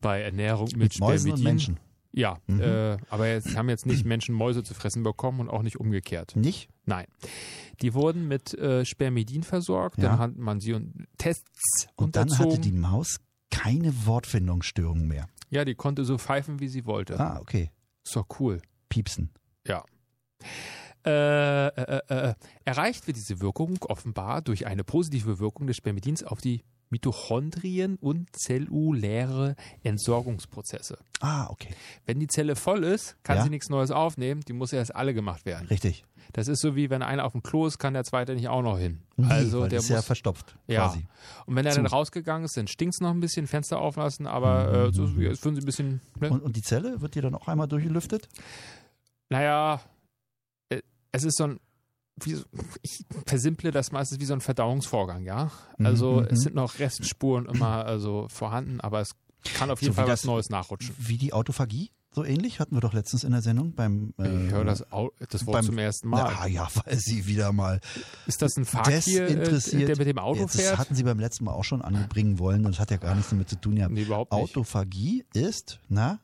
Bei Ernährung mit, Mäusen und Spermidin- Menschen. Ja, Mhm. äh, aber jetzt haben jetzt nicht Menschen Mäuse zu fressen bekommen und auch nicht umgekehrt. Nicht? Nein. Die wurden mit äh, Spermidin versorgt, Ja. dann hat man sie und Tests Und dann unterzogen. hatte die Maus keine Wortfindungsstörungen mehr. ja, die konnte so pfeifen, wie sie wollte. Ah, okay. Ist doch cool. Piepsen. äh, äh, äh, erreicht wird diese Wirkung offenbar durch eine positive Wirkung des Spermidins auf die Mitochondrien und zelluläre Entsorgungsprozesse. Ah, okay. Wenn die Zelle voll ist, kann Ja. sie nichts Neues aufnehmen, die muss erst alle gemacht werden. Richtig. Das ist so wie wenn einer auf dem Klo ist, kann der zweite nicht auch noch hin. Nee, Also weil der das muss ist ja verstopft Ja. quasi. und wenn er dann zu. rausgegangen ist, dann stinkt es noch ein bisschen, Fenster auflassen, aber Mhm. äh, so, so- jetzt würden sie ein bisschen, ne? Und, und die Zelle wird dir dann auch einmal durchgelüftet? naja, äh, es ist so ein, wie, so- ich versimple das mal, es ist wie so ein Verdauungsvorgang, ja. Also Mhm, es mhm. sind noch Restspuren immer also vorhanden, aber es kann auf jeden So wie Fall was das- Neues nachrutschen. Wie die Autophagie, so ähnlich, hatten wir doch letztens in der Sendung beim. Ich höre das, Au- das Wort Äh, beim- zum ersten Mal. Na, ah, ja, weil sie wieder mal. ist das ein Fakir, äh, Desinteressiert. der mit dem Auto Jetzt, das fährt? hatten sie beim letzten Mal auch schon angebringen wollen und das hat ja gar nichts damit zu tun. Ja, Nee, überhaupt nicht. Autophagie ist, na,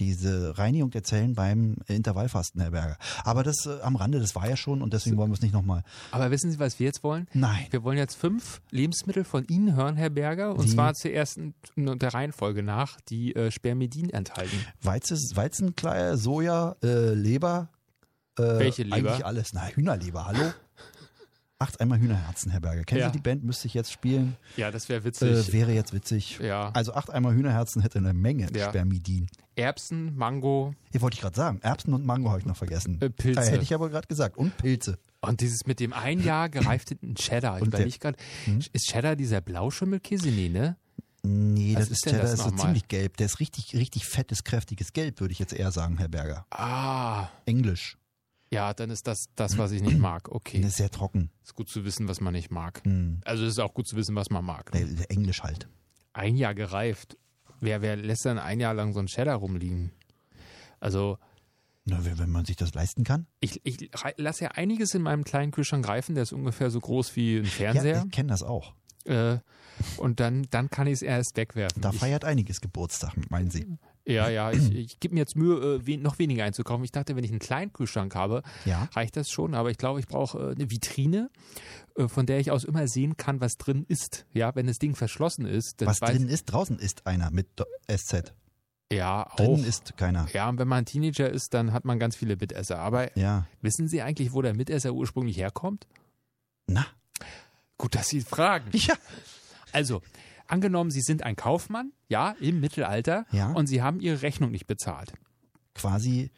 diese Reinigung der Zellen beim Intervallfasten, Herr Berger. Aber das äh, am Rande, das war ja schon und deswegen wollen wir es nicht nochmal. Aber wissen Sie, was wir jetzt wollen? Nein. Wir wollen jetzt fünf Lebensmittel von Ihnen hören, Herr Berger, und Die- zwar zuerst in in der Reihenfolge nach, die äh, Spermidin enthalten. Weizen, Weizenkleier, Soja, äh, Leber. Äh, Welche Leber? Eigentlich alles. Na, Hühnerleber, hallo? Acht einmal Hühnerherzen, Herr Berger. Kennen Ja. Sie die Band? Müsste ich jetzt spielen? Ja, das wäre Äh, witzig. wäre jetzt witzig. ja. Also acht einmal Hühnerherzen hätte eine Menge Ja. Spermidin. Erbsen, Mango Hier wollte ich gerade sagen. Erbsen und Mango habe ich noch vergessen. Äh, Pilze. Da hätte ich aber gerade gesagt. Und Pilze. und dieses mit dem ein Jahr gereiften Cheddar. Ich Und der- überlege gerade, Hm? ist Cheddar dieser Blauschimmelkäse? Nee, ne? Nee, das Was ist ist, denn Cheddar das ist so nochmal? ziemlich gelb. Der ist richtig, richtig fettes, kräftiges Gelb, würde ich jetzt eher sagen, Herr Berger. Ah, Englisch. ja, dann ist das das, was ich Hm. nicht mag. Der Okay, Ist sehr trocken. ist gut zu wissen, was man nicht mag. Hm. Also es ist auch gut zu wissen, was man mag. Äh, Englisch halt. ein Jahr gereift. Wer, wer lässt dann ein Jahr lang so einen Cheddar rumliegen? Also, Na, wenn wenn man sich das leisten kann. ich, ich lasse ja einiges in meinem kleinen Kühlschrank greifen, der ist ungefähr so groß wie ein Fernseher. Ja, ich kenne das auch. Äh, und dann, dann kann ich es erst wegwerfen. Da ich, feiert einiges Geburtstag, meinen Sie. ja, ja, ich, ich gebe mir jetzt Mühe, äh, wen, noch weniger einzukaufen. Ich dachte, wenn ich einen kleinen Kühlschrank habe, Ja. reicht das schon. Aber ich glaube, ich brauche äh, eine Vitrine, äh, von der ich aus immer sehen kann, was drin ist. Ja, wenn das Ding verschlossen ist, dann Was weiß drin ist, draußen ist einer mit Do- SZ. ja auch. Drin ist keiner. ja, und wenn man Teenager ist, dann hat man ganz viele Mitesser. Aber Ja. Wissen Sie eigentlich, wo der Mitesser ursprünglich herkommt? Na. Gut, dass Sie fragen. Ja. Also, angenommen, Sie sind ein Kaufmann, ja, im Mittelalter, Ja. und Sie haben Ihre Rechnung nicht bezahlt. Quasi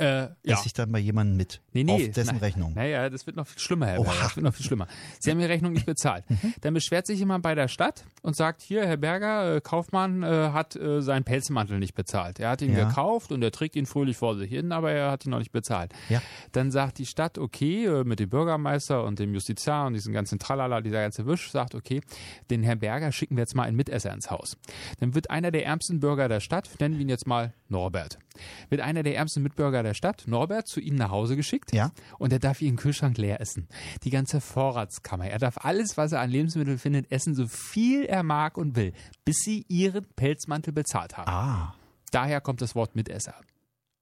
Äh, ja. esse ich dann bei jemandem mit. Nee, nee, Auf dessen nein. Rechnung. Naja, das wird noch viel schlimmer, Herr Berger. Oha. Mhm. Das wird noch viel schlimmer. Sie haben Ihre Rechnung nicht bezahlt. Dann beschwert sich jemand bei der Stadt und sagt, hier, Herr Berger, äh, Kaufmann äh, hat äh, seinen Pelzmantel nicht bezahlt. Er hat ihn Ja. gekauft und er trägt ihn fröhlich vor sich hin, aber er hat ihn noch nicht bezahlt. Ja. Dann sagt die Stadt, okay, äh, mit dem Bürgermeister und dem Justiziar und diesem ganzen Tralala, dieser ganze Wisch, sagt, okay, den Herrn Berger schicken wir jetzt mal einen Mitesser ins Haus. Dann wird einer der ärmsten Bürger der Stadt, nennen wir ihn jetzt mal Norbert, wird einer der ärmsten Mitbürger der Stadt, Norbert, zu Ihnen nach Hause geschickt Ja. und er darf ihren Kühlschrank leer essen. Die ganze Vorratskammer. Er darf alles, was er an Lebensmitteln findet, essen, so viel er mag und will, bis sie ihren Pelzmantel bezahlt haben. Ah. Daher kommt das Wort Mitesser.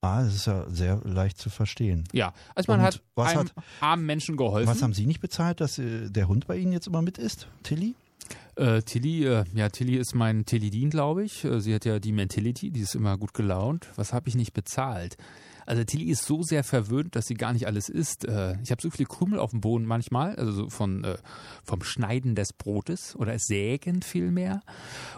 Ah, das ist ja sehr leicht zu verstehen. Ja, also man Und hat was einem hat- armen Menschen geholfen. Was haben Sie nicht bezahlt, dass äh, der Hund bei Ihnen jetzt immer mit ist, Tilly? Äh, Tilly, äh, ja, Tilly ist mein Tillydin, glaube ich. Äh, sie hat ja die Mentality, die ist immer gut gelaunt. Was habe ich nicht bezahlt? Also Tilly ist so sehr verwöhnt, dass sie gar nicht alles isst. Äh, ich habe so viele Krümel auf dem Boden manchmal, also so von, äh, vom Schneiden des Brotes oder Sägen vielmehr.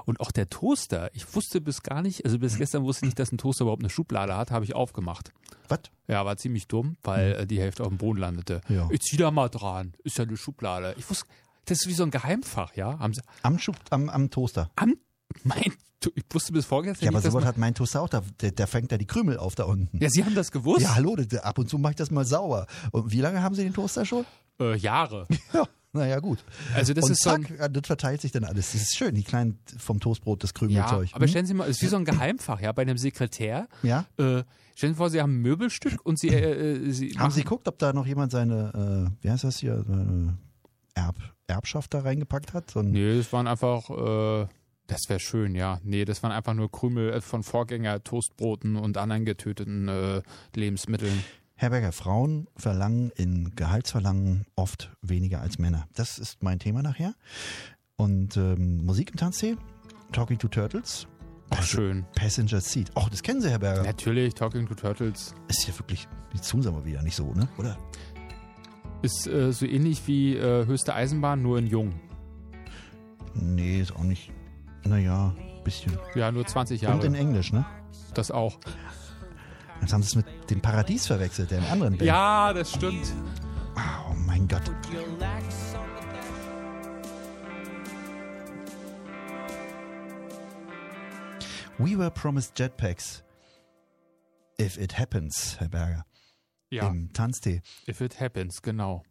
Und auch der Toaster, ich wusste bis gar nicht, also bis gestern wusste ich nicht, dass ein Toaster überhaupt eine Schublade hat, habe ich aufgemacht. Was? Ja, war ziemlich dumm, weil äh, die Hälfte auf dem Boden landete. Ja. Ich zieh da mal dran, ist ja eine Schublade. Ich wusste, das ist wie so ein Geheimfach, ja? Haben sie, Am, Schub, am, am Toaster. am, mein, du- ich wusste bis vorgestern Ja, aber nicht, dass sowas man, hat mein Toaster auch. Da, der, der fängt da die Krümel auf da unten. ja, Sie haben das gewusst? Ja, halt- hallo, das- ab und zu mache ich das mal sauer. Und wie lange haben Sie den Toaster schon? Äh, Jahre. Ja, naja, gut. Also das und ist so zack, ein, ja, das verteilt sich dann alles. Das ist schön, die kleinen vom Toastbrot, das ja, Krümelzeug. aber hm? stellen Sie mal, es ist wie so ein Geheimfach, ja, bei einem Sekretär. ja? Äh, stellen Sie vor, Sie haben ein Möbelstück und Sie, äh, äh, Sie Haben machen- Sie geguckt, ob da noch jemand seine, äh, wie heißt das hier, seine Erb, Erbschaft da reingepackt hat? So ein- Nee, das waren einfach, äh, das wäre schön, ja. Nee, das waren einfach nur Krümel äh, von Vorgänger, Toastbroten und anderen getöteten äh, Lebensmitteln. Herr Berger, Frauen verlangen in Gehaltsverlangen oft weniger als Männer. Das ist mein Thema nachher. Und ähm, Musik im Tanzsee, Talking to Turtles, Ach, schön. Passenger Seat. Och, das kennen Sie, Herr Berger. Natürlich, Talking to Turtles Ist ja wirklich, die tun sie aber wieder nicht so, ne? Oder? ist äh, so ähnlich wie äh, Höchste Eisenbahn, nur in Jung. Nee, ist auch nicht. Naja, bisschen. Ja, nur 20 Und in Jahre. Englisch, ne? Das auch. Jetzt haben sie es mit dem Paradies verwechselt, der im anderen Band. Ja, das stimmt. Oh mein Gott. We were promised jetpacks. If it happens, Herr Berger. Ja, im Tanztee. if it happens, genau.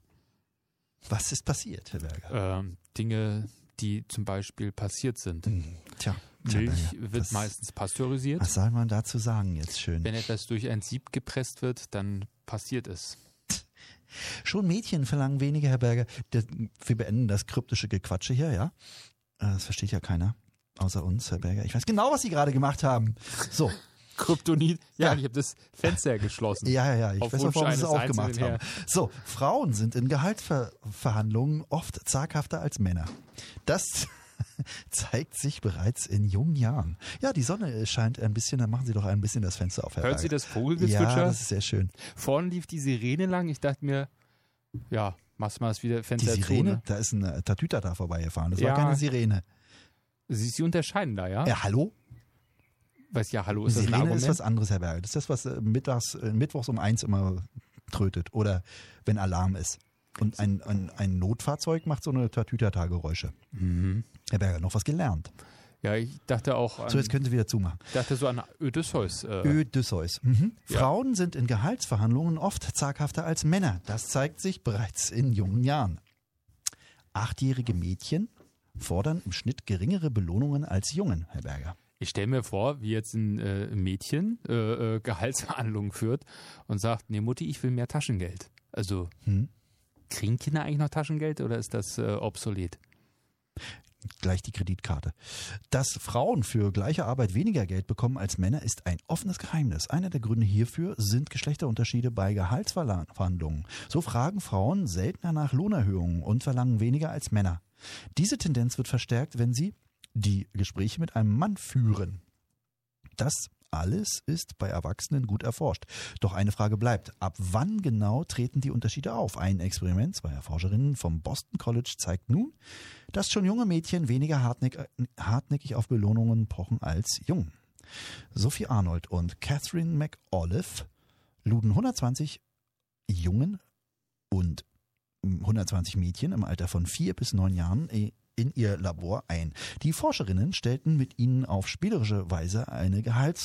Was ist passiert, Herr Berger? Ähm, Dinge, die zum Beispiel passiert sind. Hm, Tja, tja, Milch naja, wird das- meistens pasteurisiert. Was soll man dazu sagen jetzt schön? Wenn etwas durch ein Sieb gepresst wird, dann passiert es. Schon Mädchen verlangen weniger, Herr Berger. Das, wir beenden das kryptische Gequatsche hier, ja? Äh, Das versteht ja keiner. Außer uns, Herr Berger. Ich weiß genau, was Sie gerade gemacht haben. So, Kryptonit. Ja, Ja. ich habe das Fenster geschlossen. ja, ja, ja. Ich Auf weiß Wunsch noch, warum Sie es eines auch gemacht Einzelnen haben. So, Frauen sind in Gehaltsverhandlungen oft zaghafter als Männer. Das zeigt sich bereits in jungen Jahren. Ja, die Sonne scheint ein bisschen, dann machen Sie doch ein bisschen das Fenster auf, Herr Hören Berger. Sie das Ja, Vogelgezwitscher? das ist sehr schön. Vorne lief die Sirene lang. Ich dachte mir, ja, machst mal das wieder Die Fenster zu. Sirene, Ne? da ist ein äh, Tatüter da vorbeigefahren. Das Ja. war keine Sirene. Sie, Sie unterscheiden da, ja? Ja, hallo? Weiß ja, hallo, ist das ein Sirene Argument? ist was anderes, Herr Berger. Das ist das, was äh, mittags, äh, mittwochs um eins immer trötet oder wenn Alarm ist. Und ein, ein, ein Notfahrzeug macht so eine Tatütata-Geräusche. mhm. Herr Berger, noch was gelernt. Ja, ich dachte auch an, So, jetzt können Sie wieder zumachen. dachte so an Odysseus. Äh, Ödysseus. Mhm. Ja. Frauen sind in Gehaltsverhandlungen oft zaghafter als Männer. Das zeigt sich bereits in jungen Jahren. Achtjährige Mädchen fordern im Schnitt geringere Belohnungen als Jungen, Herr Berger. ich stelle mir vor, wie jetzt ein äh, Mädchen äh, äh, Gehaltsverhandlungen führt und sagt, nee Mutti, ich will mehr Taschengeld. Also Hm? kriegen Kinder eigentlich noch Taschengeld oder ist das äh, obsolet? gleich die Kreditkarte. Dass Frauen für gleiche Arbeit weniger Geld bekommen als Männer, ist ein offenes Geheimnis. Einer der Gründe hierfür sind Geschlechterunterschiede bei Gehaltsverhandlungen. So fragen Frauen seltener nach Lohnerhöhungen und verlangen weniger als Männer. Diese Tendenz wird verstärkt, wenn sie die Gespräche mit einem Mann führen. Das alles ist bei Erwachsenen gut erforscht. Doch eine Frage bleibt, ab wann genau treten die Unterschiede auf? Ein Experiment zweier Forscherinnen vom Boston College zeigt nun, dass schon junge Mädchen weniger hartnäck, hartnäckig auf Belohnungen pochen als jung. Sophie Arnold und Catherine McAuliffe luden 120 Jungen und 120 Mädchen im Alter von vier bis neun Jahren i- in ihr Labor ein. Die Forscherinnen stellten mit ihnen auf spielerische Weise eine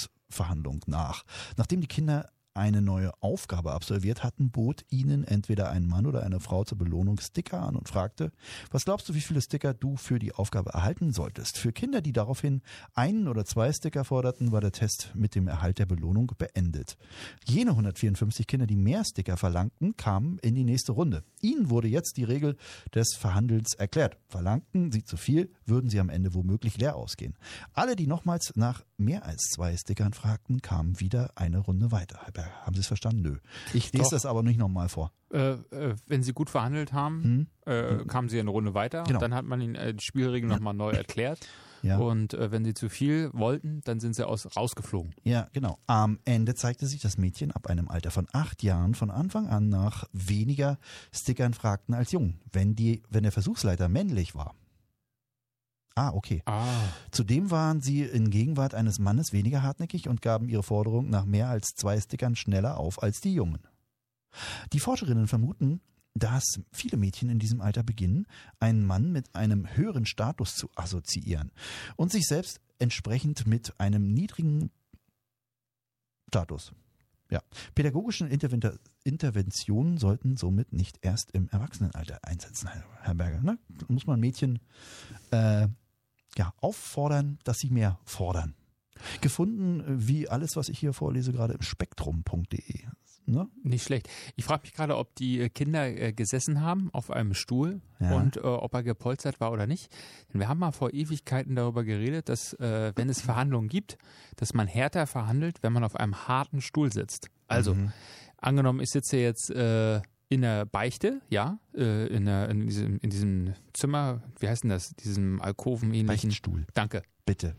Gehaltsverhandlung nach. Nachdem die Kinder eine neue Aufgabe absolviert hatten, bot ihnen entweder ein Mann oder eine Frau zur Belohnung Sticker an und fragte, was glaubst du, wie viele Sticker du für die Aufgabe erhalten solltest? Für Kinder, die daraufhin einen oder zwei Sticker forderten, war der Test mit dem Erhalt der Belohnung beendet. Jene 154 Kinder, die mehr Sticker verlangten, kamen in die nächste Runde. Ihnen wurde jetzt die Regel des Verhandels erklärt. Verlangten sie zu viel, würden sie am Ende womöglich leer ausgehen. Alle, die nochmals nach mehr als zwei Stickern fragten, kamen wieder eine Runde weiter. Herr Berger, Haben Sie es verstanden? Nö. Ich lese Doch. das aber nicht nochmal vor. Äh, äh, wenn sie gut verhandelt haben, Hm? äh, kamen sie eine Runde weiter. Genau. Dann hat man ihnen äh, die Spielregeln nochmal neu erklärt. Ja. Und äh, wenn sie zu viel wollten, dann sind sie aus, rausgeflogen. Ja, genau. Am Ende zeigte sich, dass Mädchen ab einem Alter von acht Jahren von Anfang an nach weniger Stickern fragten als Jungen, wenn, die, wenn der Versuchsleiter männlich war. Ah, okay. Ah. Zudem waren sie in Gegenwart eines Mannes weniger hartnäckig und gaben ihre Forderung nach mehr als zwei Stickern schneller auf als die Jungen. Die Forscherinnen vermuten, dass viele Mädchen in diesem Alter beginnen, einen Mann mit einem höheren Status zu assoziieren und sich selbst entsprechend mit einem niedrigen Status. Ja. Pädagogischen Interventer- Interventionen sollten somit nicht erst im Erwachsenenalter einsetzen, Herr- Herr Berger. Ne? Muss man Mädchen äh, ja, auffordern, dass sie mehr fordern. Gefunden, äh, wie alles, was ich hier vorlese, gerade im spektrum.de. Ne? Nicht schlecht. Ich frage mich gerade, ob die äh, Kinder äh, gesessen haben auf einem Stuhl Ja. und äh, ob er gepolstert war oder nicht. Denn wir haben mal vor Ewigkeiten darüber geredet, dass äh, wenn es Verhandlungen gibt, dass man härter verhandelt, wenn man auf einem harten Stuhl sitzt. Also Mhm. angenommen, ich sitze jetzt äh, in der Beichte, ja, äh, in, der, in, diesem, in diesem Zimmer, wie heißt denn das, diesem Alkoven-ähnlichen. Beichtstuhl, Danke. bitte.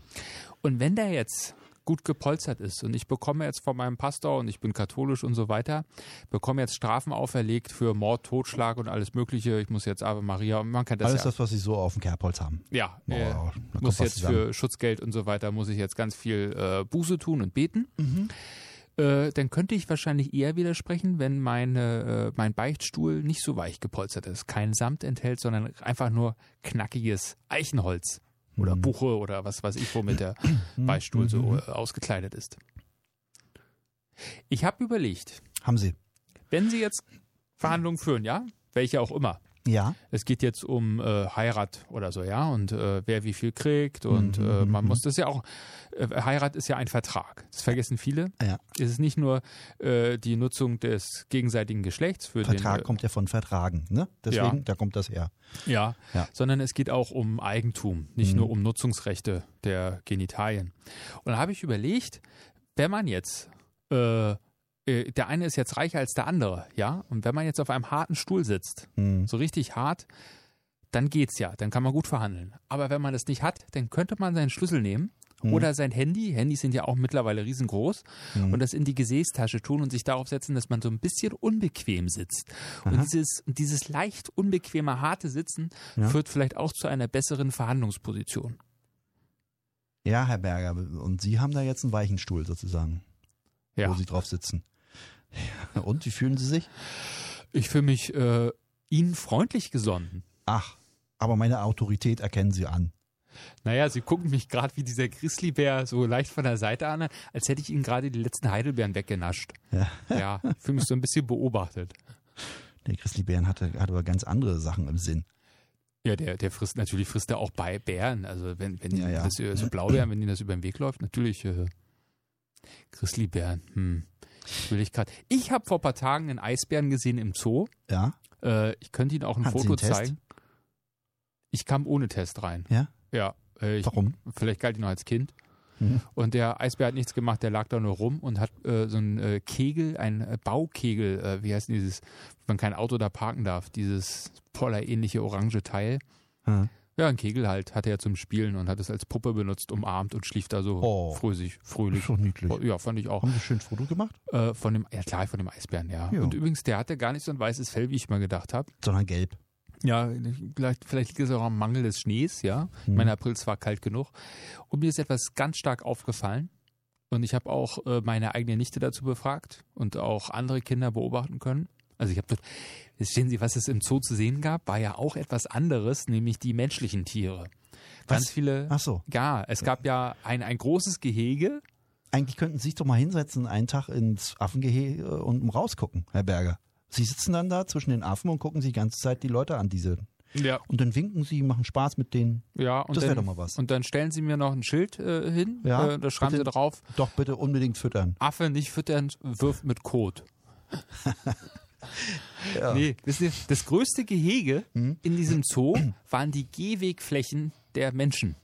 Und wenn der jetzt gut gepolstert ist und ich bekomme jetzt von meinem Pastor und ich bin katholisch und so weiter, bekomme jetzt Strafen auferlegt für Mord, Totschlag und alles Mögliche. Ich muss jetzt Ave Maria, man kann das alles ja. das, was sie so auf dem Kerbholz haben. ja, Oh, äh, da kommt muss was jetzt zusammen. für Schutzgeld und so weiter, muss ich jetzt ganz viel äh, Buße tun und beten. Mhm. Äh, dann könnte ich wahrscheinlich eher widersprechen, wenn meine, äh, mein Beichtstuhl nicht so weich gepolstert ist, kein Samt enthält, sondern einfach nur knackiges Eichenholz oder Mhm. Buche oder was weiß ich, womit der Beichtstuhl so äh, ausgekleidet ist. Ich habe überlegt, Haben sie. Wenn Sie jetzt Verhandlungen führen, ja, welche auch immer, Ja. es geht jetzt um äh, Heirat oder so, ja, und äh, wer wie viel kriegt und Mhm, äh, man muss das ja auch, äh, Heirat ist ja ein Vertrag. Das vergessen viele. Ja. Es ist nicht nur äh, die Nutzung des gegenseitigen Geschlechts für Vertrag den, äh, kommt ja von Vertragen, ne? Deswegen, Ja. da kommt das her. Ja, Ja. Mhm. sondern es geht auch um Eigentum, nicht nur um Nutzungsrechte der Genitalien. Und da habe ich überlegt, wenn man jetzt, äh, äh, der eine ist jetzt reicher als der andere, ja, und wenn man jetzt auf einem harten Stuhl sitzt, Mhm. so richtig hart, dann geht's ja, dann kann man gut verhandeln. Aber wenn man das nicht hat, dann könnte man seinen Schlüssel nehmen Mhm. oder sein Handy, Handys sind ja auch mittlerweile riesengroß, und äh, das in die Gesäßtasche tun und sich darauf setzen, dass man so ein bisschen unbequem sitzt. Und dieses, dieses leicht unbequeme, harte Sitzen Ja. führt vielleicht auch zu einer besseren Verhandlungsposition. Ja, Herr Berger, und Sie haben da jetzt einen weichen Stuhl sozusagen, wo Ja. Sie drauf sitzen. Ja, Und wie fühlen Sie sich? Ich fühle mich äh, Ihnen freundlich gesonnen. Ach, aber meine Autorität erkennen Sie an. Naja, Sie gucken mich gerade wie dieser Grizzlybär so leicht von der Seite an, als hätte ich Ihnen gerade die letzten Heidelbeeren weggenascht. Ja. Ja, ich fühle mich so ein bisschen beobachtet. Der Christlibären hatte, hatte aber ganz andere Sachen im Sinn. Ja, der, der frisst, natürlich frisst er auch bei Bären. Also wenn, wenn Ja, ja. Das, äh, so Blaubeeren, wenn ihnen das über den Weg läuft, natürlich äh, Grizzlybären. Hm. Das Will ich gerade. Ich habe vor ein paar Tagen einen Eisbären gesehen im Zoo. Ja, Äh, ich könnte Ihnen auch ein Hatten Sie Foto einen Test? zeigen. Ich kam ohne Test rein. Ja? Ja. Äh, ich, warum? vielleicht galt ich noch als Kind. Mhm. Und der Eisbär hat nichts gemacht, der lag da nur rum und hat äh, so einen äh, Kegel, einen äh, Baukegel, äh, wie heißt denn dieses, wenn man kein Auto da parken darf, dieses pollerähnliche orange Teil. Ja. Ja, ein Kegel halt, hatte er zum Spielen und hat es als Puppe benutzt, umarmt und schlief da so Oh. fröhlich, fröhlich. doch niedlich. Ja, fand ich auch. Haben Sie schön Foto gemacht? Äh, von dem, ja klar, von dem Eisbären, ja. Ja. Und übrigens, der hatte gar nicht so ein weißes Fell, wie ich mal gedacht habe. Sondern gelb. Ja, vielleicht, vielleicht liegt es auch am Mangel des Schnees, ja. Mhm. Mein April war kalt genug. Und mir ist etwas ganz stark aufgefallen. Und ich habe auch äh, meine eigene Nichte dazu befragt und auch andere Kinder beobachten können. Also ich habe dort, verstehen Sie, was es im Zoo zu sehen gab, war ja auch etwas anderes, nämlich die menschlichen Tiere. Ganz Was? Ah. viele. Ach so. Ja, es gab ja ein, ein großes Gehege. Eigentlich könnten Sie sich doch mal hinsetzen, einen Tag ins Affengehege und rausgucken, Herr Berger. Sie sitzen dann da zwischen den Affen und gucken sich die ganze Zeit die Leute an, diese. Ja. Und dann winken sie, machen Spaß mit denen. Ja, und Das wär dann, doch mal was. Und dann stellen Sie mir noch ein Schild äh, hin, Ja, äh, da schreiben Sie bitte. drauf, Doch bitte unbedingt füttern. Affe nicht füttern, wirft mit Kot. Nee, wissen Sie, das größte Gehege Hm? in diesem Zoo waren die Gehwegflächen der Menschen.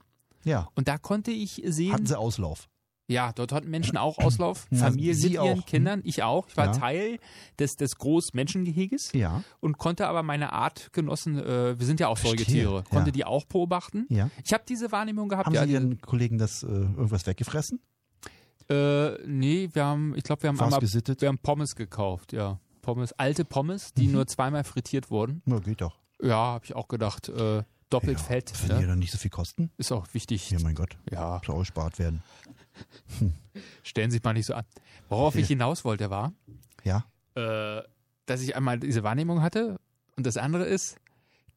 Ja. Und da konnte ich Hatten sehen, sie Auslauf. ja, dort hatten Menschen auch Auslauf, Ja, Familien Sie mit ihren auch. Hm? Kindern, ich auch. Ich war Ja. Teil des, des Großmenschengeheges Ja. und konnte aber meine Artgenossen, äh, wir sind ja auch Verstehe, Säugetiere, konnte ja. die auch beobachten. Ja. Ich habe diese Wahrnehmung gehabt. Haben ja, Sie Ihren Kollegen das äh, irgendwas weggefressen? Äh, nee, wir haben, ich glaube, wir haben War's einmal, gesittet? Mhm. wir haben Pommes gekauft, ja. Pommes, alte Pommes, die nur zweimal frittiert wurden. Na, geht doch. Ja, habe ich auch gedacht, äh, doppelt fett, Wenn die ne? dann nicht so viel kosten? ist auch wichtig. Ja, mein Gott. Ja, Soll gespart werden. stellen Sie sich mal nicht so an. Worauf ich hinaus wollte war, Ja. äh, dass ich einmal diese Wahrnehmung hatte und das andere ist,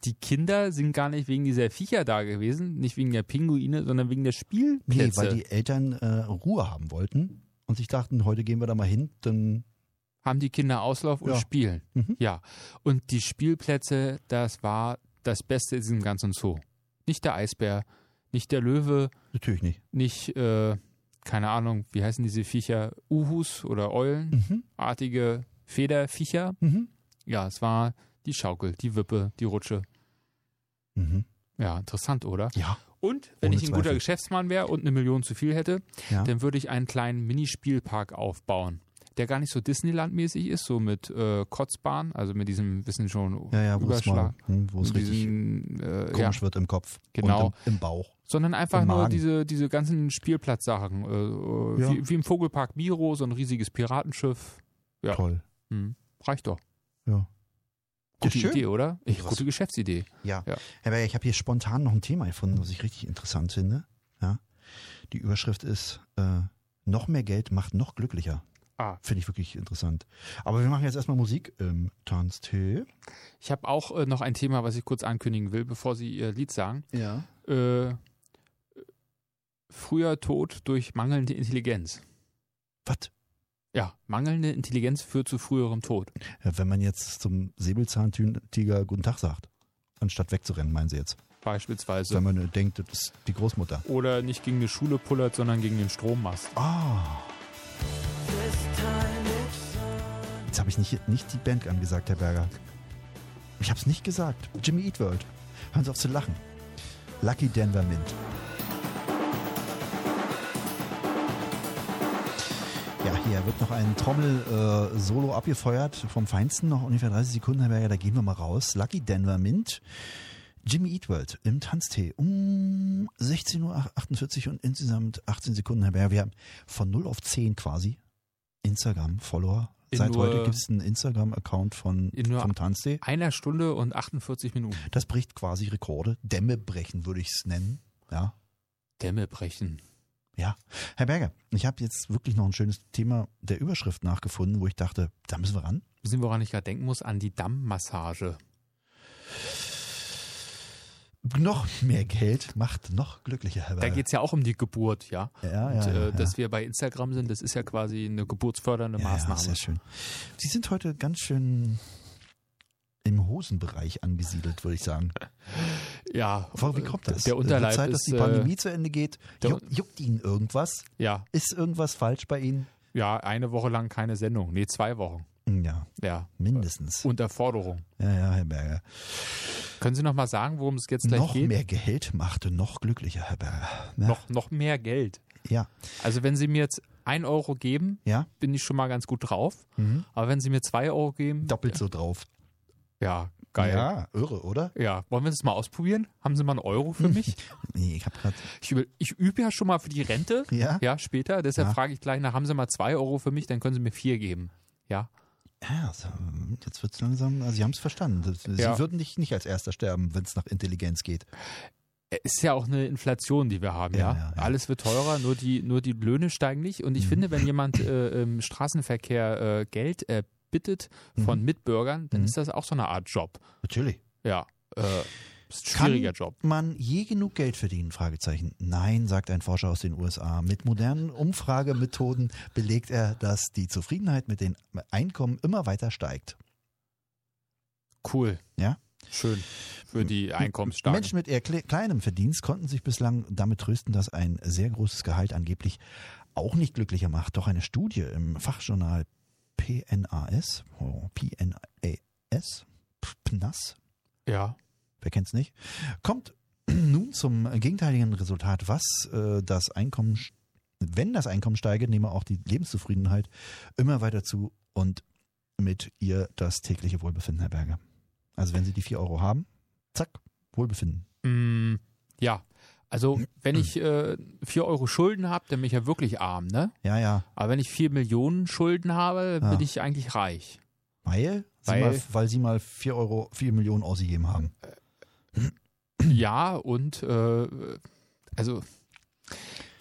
die Kinder sind gar nicht wegen dieser Viecher da gewesen, nicht wegen der Pinguine, sondern wegen der Nee, Spielplätze. weil die Eltern äh, Ruhe haben wollten und sich dachten, heute gehen wir da mal hin, dann haben die Kinder Auslauf und Ja. spielen. Mhm. Ja. Und die Spielplätze, das war das Beste in diesem ganzen Zoo. Nicht der Eisbär, nicht der Löwe, natürlich nicht. nicht, äh, keine Ahnung, wie heißen diese Viecher? Uhus oder Eulenartige Mhm. Federviecher. Mhm. Ja, es war die Schaukel, die Wippe, die Rutsche. Mhm. Ja, interessant, oder? Ja. Und wenn Ohne ich ein guter Zweifel. Geschäftsmann wäre und eine Million zu viel hätte, Ja. dann würde ich einen kleinen Minispielpark aufbauen, der gar nicht so Disneyland-mäßig ist, so mit äh, Kotzbahn, also mit diesem, wissen Sie schon, Ja, ja, wo es mal, Überschlag. hm, wo es richtig diesen, äh, ja, komisch wird im Kopf. Genau. Und im, im Bauch. sondern einfach Im nur Magen. diese, diese ganzen Spielplatzsachen. Äh, Ja. wie, wie im Vogelpark Miro, so ein riesiges Piratenschiff. Ja. Toll. Hm, reicht doch. Ja. Gute Ja, schön. Idee, oder? Ich, Was- gute Geschäftsidee. Ja. Ja. Herr Berger, ich habe hier spontan noch ein Thema gefunden, was ich richtig interessant finde. Ja. Die Überschrift ist, äh, noch mehr Geld macht noch glücklicher. Ah. Finde ich wirklich interessant. Aber wir machen jetzt erstmal Musik im Tanztee. Ich habe auch äh, noch ein Thema, was ich kurz ankündigen will, bevor Sie Ihr Lied sagen. Ja. äh, früher tot durch mangelnde Intelligenz. Was? Ja, mangelnde Intelligenz führt zu früherem Tod. Ja, wenn man jetzt zum Säbelzahntiger Guten Tag sagt, anstatt wegzurennen, meinen Sie jetzt. Beispielsweise. Wenn man denkt, das ist die Großmutter. Oder nicht gegen eine Schule pullert, sondern gegen den Strommast. Ah. Jetzt habe ich nicht, nicht die Band angesagt, Herr Berger. Ich habe es nicht gesagt. Jimmy Eat World. Hören Sie auf zu lachen. Lucky Denver Mint. Ja, hier wird noch ein Trommel-Solo abgefeuert vom Feinsten. Noch ungefähr 30 Sekunden, Herr Berger, da gehen wir mal raus. Lucky Denver Mint. Jimmy Eat World im Tanztee um 16.48 Uhr und insgesamt 18 Sekunden, Herr Berger. Wir haben von 0 auf 10 quasi Instagram-Follower. In Seit nur- heute gibt es einen Instagram-Account von, In nur- vom Tanztee. Einer Stunde und 48 Minuten. Das bricht quasi Rekorde. Dämme brechen, würde ich es nennen. Ja. Dämme brechen. Herr Berger, ich habe jetzt wirklich noch ein schönes Thema der Überschrift nachgefunden, wo ich dachte, da müssen wir ran. Wissen wir, woran ich gerade denken muss? An die Dammmassage. Noch mehr Geld macht noch glücklicher, Herr Da Berger. geht es ja auch um die Geburt, ja. ja, ja, Und, ja, äh, ja. Dass wir bei Instagram sind, das ist ja quasi eine geburtsfördernde ja, ja, Maßnahme. sehr schön. Sie sind heute ganz schön im Hosenbereich angesiedelt, würde ich sagen. Ja, Wie kommt das? Der Unterleib Wird Zeit, ist, dass die äh, Pandemie zu Ende geht. der- Juckt, juckt Ihnen irgendwas? ja, Ist irgendwas falsch bei Ihnen? ja, eine Woche lang keine Sendung. Nee, zwei Wochen. Ja, Ja, mindestens. unter Forderung. Ja, ja, Herr Berger. Können Sie noch mal sagen, worum es jetzt gleich noch geht? mehr Geld machte noch glücklicher, Herr Berger. Ne? Noch, noch mehr Geld. Ja, Also wenn Sie mir jetzt 1 Euro geben, ja. bin ich schon mal ganz gut drauf. Mhm. Aber wenn Sie mir 2 Euro geben, Doppelt so drauf. ja, geil. Ja. Ja, irre, oder? wollen wir das mal ausprobieren? Haben Sie mal einen Euro für mich? Nee, ich hab grad. Ich, übe- ich übe ja schon mal für die Rente. Ja? Ja, später. Deshalb Ja. frage ich gleich nach, haben Sie mal 2 Euro für mich? Dann können Sie mir 4 geben. Ja, ja so, jetzt wird's langsam. Also, Sie haben's verstanden. Das- Sie Ja. würden nicht, nicht als Erster sterben, wenn's nach Intelligenz geht. Äh, ist ja auch eine Inflation, die wir haben, ja. Ja, Mhm. ja, ja. Alles wird teurer, nur die, nur die Löhne steigen nicht. Und ich finde, wenn jemand äh, im Straßenverkehr äh, Geld äh, bittet von Mitbürgern, dann Mhm. ist das auch so eine Art Job. Natürlich. Ja, äh, ist ein Kann schwieriger Job. man je genug Geld verdienen? Fragezeichen. Nein, sagt ein Forscher aus den USA. Mit modernen Umfragemethoden belegt er, dass die Zufriedenheit mit den Einkommen immer weiter steigt. Cool. Ja. Schön. Für die Einkommensstarken. Menschen mit eher kle kleinem Verdienst konnten sich bislang damit trösten, dass ein sehr großes Gehalt angeblich auch nicht glücklicher macht. Doch eine Studie im Fachjournal PNAS, oh, PNAS, PNAS, Ja. wer kennt's nicht, kommt nun zum gegenteiligen Resultat, was äh, das Einkommen, sch- wenn das Einkommen steige, nehme auch die Lebenszufriedenheit immer weiter zu und mit ihr das tägliche Wohlbefinden, Herr Berger. Also wenn Sie die 4 Euro haben, zack, Wohlbefinden. Mm, ja. Also, mm. wenn ich äh, 4 Euro Schulden habe, dann bin ich ja wirklich arm, ne? Ja, ja, Aber wenn ich 4 Millionen Schulden habe, Ah. bin ich eigentlich reich. weil, Sie, Weil- mal, weil Sie mal 4 Euro, 4 Millionen ausgegeben haben. Ja, und äh, also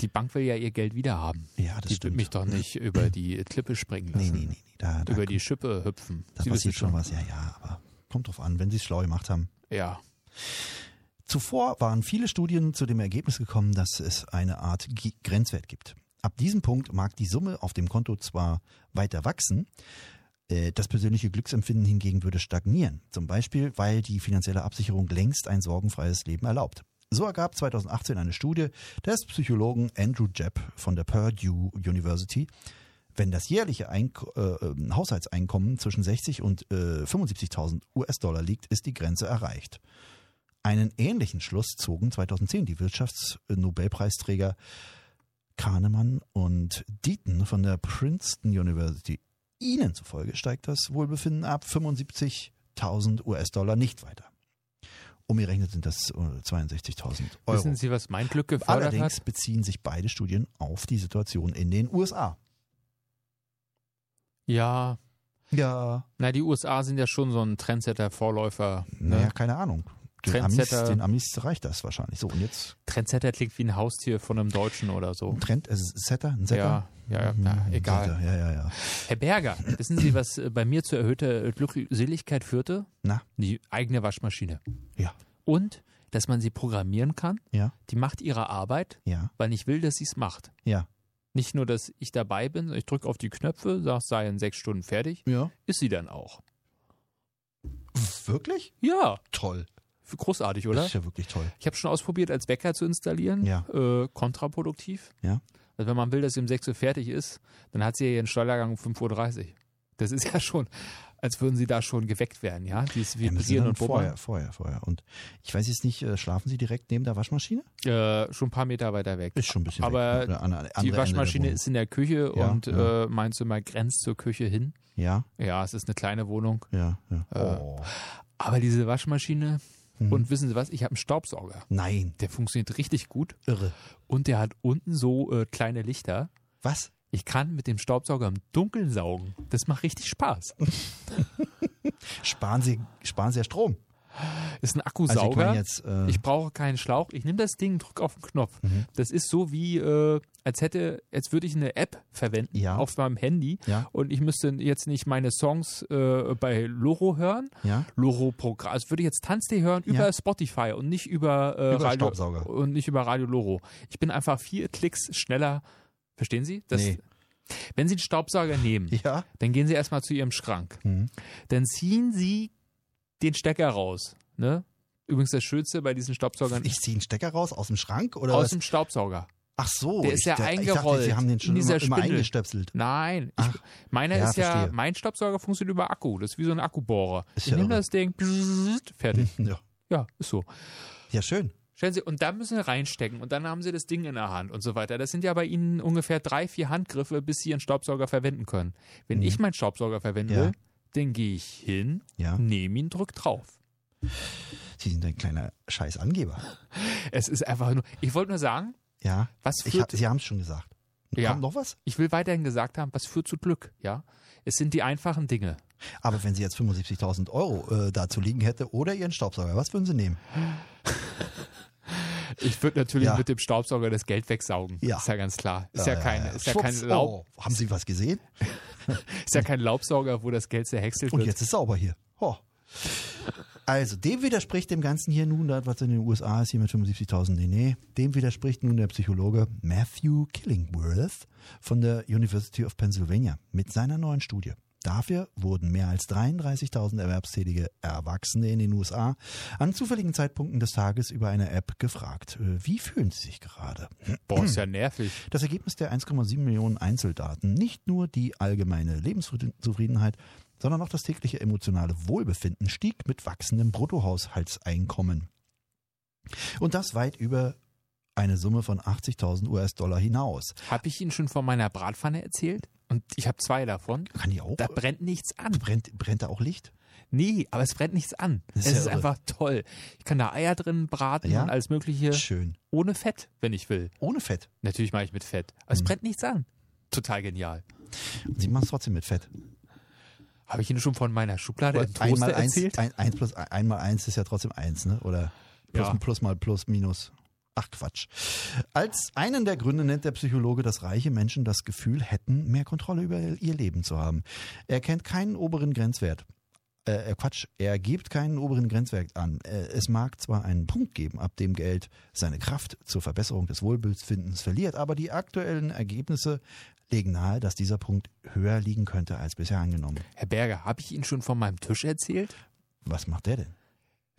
die Bank will ja ihr Geld wieder haben. Ja, das die stimmt. wird mich doch nicht über die Klippe springen nee, lassen. nee, nee, nee, da, da, Über die Schippe hüpfen. da Sie wissen passiert schon was. Ja, ja, aber kommt drauf an, wenn Sie es schlau gemacht haben. Ja. Zuvor waren viele Studien zu dem Ergebnis gekommen, dass es eine Art G Grenzwert gibt. Ab diesem Punkt mag die Summe auf dem Konto zwar weiter wachsen, äh, das persönliche Glücksempfinden hingegen würde stagnieren. Zum Beispiel, weil die finanzielle Absicherung längst ein sorgenfreies Leben erlaubt. So ergab 2018 eine Studie des Psychologen Andrew Jepp von der Purdue University, wenn das jährliche Eink äh, äh, Haushaltseinkommen zwischen 60 und äh, 75.000 US-Dollar liegt, ist die Grenze erreicht. Einen ähnlichen Schluss zogen 2010 die Wirtschaftsnobelpreisträger Kahnemann und Deaton von der Princeton University. Ihnen zufolge steigt das Wohlbefinden ab 75.000 US-Dollar nicht weiter. Umgerechnet sind das äh, 62.000 Euro. Wissen Sie, was mein Glück gefördert Allerdings hat? beziehen sich beide Studien auf die Situation in den USA. Ja. Ja, Na, die USA sind ja schon so ein Trendsetter, Vorläufer. Ne? naja, keine Ahnung. Den Amis, Trendsetter. den Amis reicht das wahrscheinlich. So, und jetzt Trendsetter klingt wie ein Haustier von einem Deutschen oder so. ein Trend, äh, Setter, ein Setter? Oh. Ja, ja, ja, na, Ein egal. Setter, ja, ja, ja. Herr Berger, wissen Sie, was äh, bei mir zu erhöhter Glückseligkeit führte? Na? Die eigene Waschmaschine. Ja. Und, dass man sie programmieren kann. Ja. Die macht ihre Arbeit, Ja, weil ich will, dass sie es macht. ja. Nicht nur, dass ich dabei bin, ich drücke auf die Knöpfe, sag, sei in sechs Stunden fertig, Ja. ist sie dann auch. Wirklich? Ja, Toll. großartig, oder? Das ist ja wirklich toll. Ich habe schon ausprobiert, als Wecker zu installieren. Ja. Äh, kontraproduktiv. Ja. Also wenn man will, dass sie um 6 Uhr fertig ist, dann hat sie ja ihren Steuergang um 5.30 Uhr. Das ist ja schon, als würden sie da schon geweckt werden, ja? Dieses Ja, müssen Vibrieren dann und vorher, Wuppern. vorher, vorher. Und ich weiß jetzt nicht, äh, schlafen Sie direkt neben der Waschmaschine? Äh, schon ein paar Meter weiter weg. Ist schon ein bisschen. Aber weg, ne? An- an- andere Die Ende Waschmaschine der ist in der Küche Ja, und ja. Äh, mein Zimmer grenzt zur Küche hin. Wohnung. Ja, Ja, es ist eine kleine Wohnung. ja, ja. Äh, oh. Aber diese Waschmaschine, Mhm. und wissen Sie was, ich habe einen Staubsauger. Nein, Der funktioniert richtig gut irre. und der hat unten so äh, kleine Lichter. Was? Ich kann mit dem Staubsauger im Dunkeln saugen. Das macht richtig Spaß. Sparen Sie, sparen Sie ja Strom. Ist Also ein ich Akkusauger. meine ich, jetzt. Äh, brauche keinen Schlauch. Ich nehme das Ding, drücke auf den Knopf. Mhm. Das ist so wie, äh, als hätte, als würde ich eine App verwenden Ja. auf meinem Handy. ja, Und ich müsste jetzt nicht meine Songs äh, bei Loro hören. ja. Loro-Programm. Also würde ich jetzt Tanztee hören über Ja. Spotify und nicht über, äh, Über Radio Staubsauger. und nicht über Radio Loro. Ich bin einfach vier Klicks schneller. Verstehen Sie? Das, Nee. Wenn Sie einen Staubsauger nehmen, Ja. dann gehen Sie erstmal zu Ihrem Schrank. Mhm. Dann ziehen Sie den Stecker raus. Ne? Übrigens das Schönste bei diesen Staubsaugern Ich ziehe einen Stecker raus aus dem Schrank oder aus was? dem Staubsauger. Ach so, der ist ich, ja da- ich dachte, eingerollt Sie haben den schon in dieser immer, immer Spindel. eingestöpselt. Nein, ich, Ach. meiner Ja, ist ja, verstehe. mein Staubsauger funktioniert über Akku. Das ist wie so ein Akkubohrer. Ist ich ja nehme irre. Hm. das Ding, bzzzt, fertig. Ja. Ja, ist so. ja, schön. Stellen Sie, und dann müssen Sie reinstecken und dann haben Sie das Ding in der Hand und so weiter. Das sind ja bei Ihnen ungefähr drei, vier Handgriffe, bis Sie Ihren Staubsauger verwenden können. Wenn Mhm. ich meinen Staubsauger verwenden Ja. will, dann gehe ich hin, Ja. nehme ihn, drück drauf. Sie sind ein kleiner Scheißangeber. Es ist einfach nur, ich wollte nur sagen, Ja. was Ich hab, führt, Sie haben es schon gesagt. Ja. Kommt noch was? ich will weiterhin gesagt haben, was führt zu Glück, ja? Es sind die einfachen Dinge. Aber wenn sie jetzt 75.000 Euro äh, dazu liegen hätte oder ihren Staubsauger, was würden sie nehmen? Ich würde natürlich Ja. mit dem Staubsauger das Geld wegsaugen. Ja. Ist ja ganz klar. Ist ja, Äh, kein, ist ja kein schwupps, Laub, Oh, haben Sie was gesehen? ist ja kein Laubsauger, wo das Geld zerhäckselt Und wird. jetzt ist sauber hier. Ho. Also, dem widerspricht dem Ganzen hier nun, das, was in den USA ist, hier mit 75.000, nee, nee, dem widerspricht nun der Psychologe Matthew Killingworth von der University of Pennsylvania mit seiner neuen Studie. Dafür wurden mehr als 33.000 erwerbstätige Erwachsene in den USA an zufälligen Zeitpunkten des Tages über eine App gefragt, äh, wie fühlen sie sich gerade? Mm. Boah, ist ja nervig. Das Ergebnis der 1,7 Millionen Einzeldaten, nicht nur die allgemeine Lebenszufriedenheit, sondern auch das tägliche emotionale Wohlbefinden stieg mit wachsendem Bruttohaushaltseinkommen. Und das weit über eine Summe von 80.000 US-Dollar hinaus. Habe ich Ihnen schon von meiner Bratpfanne erzählt? Und ich habe zwei davon. Kann die auch? Da brennt nichts an. brennt, brennt da auch Licht? Nee, aber es brennt nichts an. Das ist es ja ist irre. einfach toll. Ich kann da Eier drin braten Ja? und alles Mögliche. Schön. Ohne Fett, wenn ich will. Ohne Fett. Natürlich mache ich mit Fett. Aber Mm. es brennt nichts an. Total genial. Und sie machen es trotzdem mit Fett. Habe ich Ihnen schon von meiner Schublade im Toaster Einmal eins, erzählt? ein, eins plus ein, einmal eins ist ja trotzdem eins, ne? Oder plus, Ja. plus mal plus minus. Ach Quatsch. Als einen der Gründe nennt der Psychologe, dass reiche Menschen das Gefühl hätten, mehr Kontrolle über ihr Leben zu haben. Er kennt keinen oberen Grenzwert. Äh, äh, Quatsch, er gibt keinen oberen Grenzwert an. Äh, es mag zwar einen Punkt geben, ab dem Geld seine Kraft zur Verbesserung des Wohlbefindens verliert, aber die aktuellen Ergebnisse legen nahe, dass dieser Punkt höher liegen könnte als bisher angenommen. Herr Berger, habe ich Ihnen schon von meinem Tisch erzählt? Was macht der denn?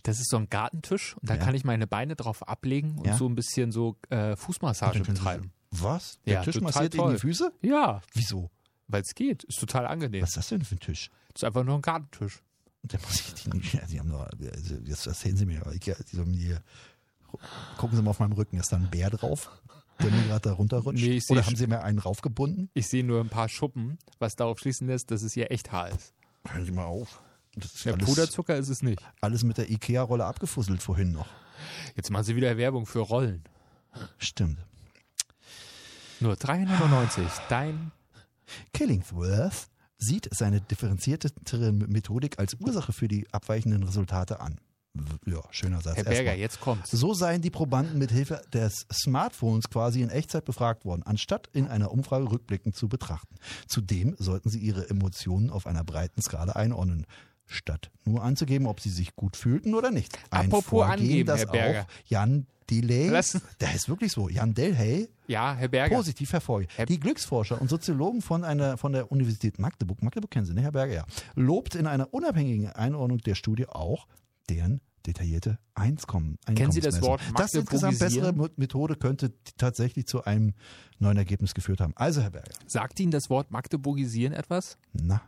Das ist so ein Gartentisch und da Ja. kann ich meine Beine drauf ablegen und Ja. so ein bisschen so äh, Fußmassage Dann können Sie- betreiben. Was? Der Ja, Tisch total massiert Ihnen toll. die Füße? Ja, Wieso? weil es geht. Ist total angenehm. Was ist das denn für ein Tisch? Ist einfach nur ein Gartentisch. Und dann muss ich die nicht. Sie haben doch, also jetzt erzählen Sie mir. Ich, Sie haben hier, gucken Sie mal auf meinem Rücken, ist da ein Bär drauf, der mir gerade da runterrutscht? Nee, ich seh Oder schon- haben Sie mir einen raufgebunden? Ich sehe nur ein paar Schuppen, was darauf schließen lässt, dass es hier echt haar ist. Hören Sie mal auf. Das ist Der alles, Puderzucker ist es nicht. alles mit der Ikea-Rolle abgefusselt vorhin noch. Jetzt machen sie wieder Werbung für Rollen. Stimmt. Nur 390. Ah. Dein. Killingsworth sieht seine differenziertere Methodik als Ursache für die abweichenden Resultate an. Ja, schöner Satz. Herr Erstmal. Berger, jetzt kommt's. So seien die Probanden mit Hilfe des Smartphones quasi in Echtzeit befragt worden, anstatt in einer Umfrage rückblickend zu betrachten. Zudem sollten sie ihre Emotionen auf einer breiten Skala einordnen. statt nur anzugeben, ob sie sich gut fühlten oder nicht. Ein Apropos Vorgehen, angeben, das Herr Berger. auch Jan Delay, Lassen- der ist wirklich so, Jan Delhay, Ja, Herr Berger. positiv hervorgeht. Herr- Die Glücksforscher und Soziologen von, einer, von der Universität Magdeburg, Magdeburg kennen Sie, ne, Herr Berger, ja, lobt in einer unabhängigen Einordnung der Studie auch deren detaillierte Einkommen. Kennen Sie das Einkommensmessung. Wort Das insgesamt bessere Magdeburgisieren? Mo- Methode könnte t- tatsächlich zu einem neuen Ergebnis geführt haben. Also, Herr Berger, Sagt Ihnen das Wort Magdeburgisieren etwas? na,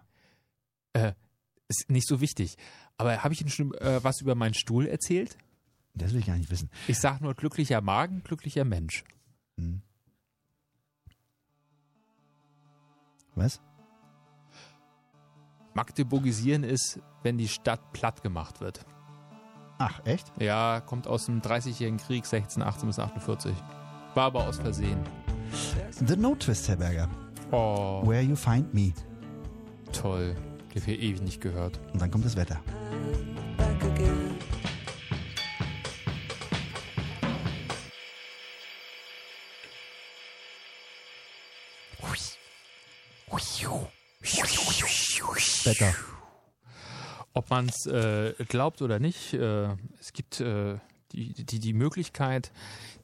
Ist nicht so wichtig. Aber habe ich Ihnen schon äh, was über meinen Stuhl erzählt? das will ich gar nicht wissen. Ich sage nur glücklicher Magen, glücklicher Mensch. Hm. Was? Magdeburgisieren ist, wenn die Stadt platt gemacht wird. Ach, echt? Ja, kommt aus dem 30-jährigen Krieg 1618 bis 48. War aber aus Versehen. The No Twist, Herr Berger. Oh, Where You Find Me. toll. Der wir ewig nicht gehört. Und dann kommt das Wetter. back again. Wetter. Ob man es äh, glaubt oder nicht, äh, es gibt äh, die, die, die Möglichkeit,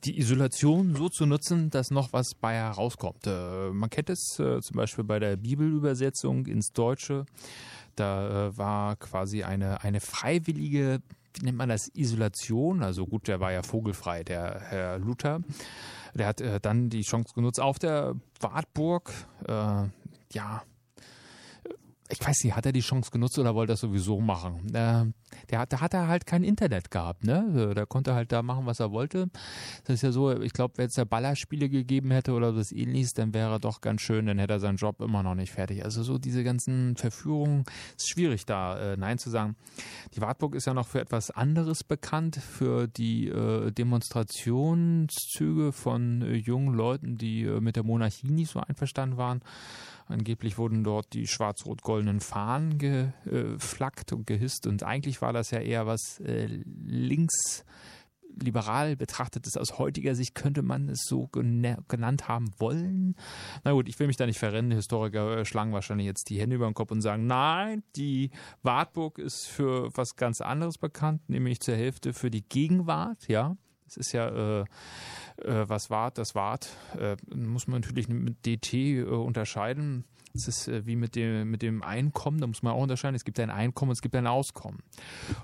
die Isolation so zu nutzen, dass noch was bei herauskommt. Äh, man kennt es äh, zum Beispiel bei der Bibelübersetzung ins Deutsche. Da äh, war quasi eine, eine freiwillige, wie nennt man das, Isolation. Also gut, der war ja vogelfrei, der Herr Luther. Der hat äh, dann die Chance genutzt auf der Wartburg. Äh, ja, ich weiß nicht, hat er die Chance genutzt oder wollte er das sowieso machen? Äh, der hat, da hat er halt kein Internet gehabt, ne? Da konnte er halt da machen, was er wollte. Das ist ja so, ich glaube, wenn es da Ballerspiele gegeben hätte oder was ähnliches, dann wäre er doch ganz schön, dann hätte er seinen Job immer noch nicht fertig. Also so diese ganzen Verführungen, ist schwierig da äh, Nein zu sagen. Die Wartburg ist ja noch für etwas anderes bekannt, für die äh, Demonstrationszüge von äh, jungen Leuten, die äh, mit der Monarchie nicht so einverstanden waren. Angeblich wurden dort die schwarz-rot-goldenen Fahnen geflackt und gehisst. Und eigentlich war das ja eher was äh, links liberal betrachtetes. Aus heutiger Sicht könnte man es so gena- genannt haben wollen. Na gut, ich will mich da nicht verrennen. Historiker äh, schlagen wahrscheinlich jetzt die Hände über den Kopf und sagen, nein, die Wartburg ist für was ganz anderes bekannt, nämlich zur Hälfte für die Gegenwart, ja. Es ist ja, äh, äh, was wart, das wart, äh, muss man natürlich mit DT äh, unterscheiden. Es ist äh, wie mit dem, mit dem Einkommen, da muss man auch unterscheiden. Es gibt ein Einkommen, es gibt ein Auskommen.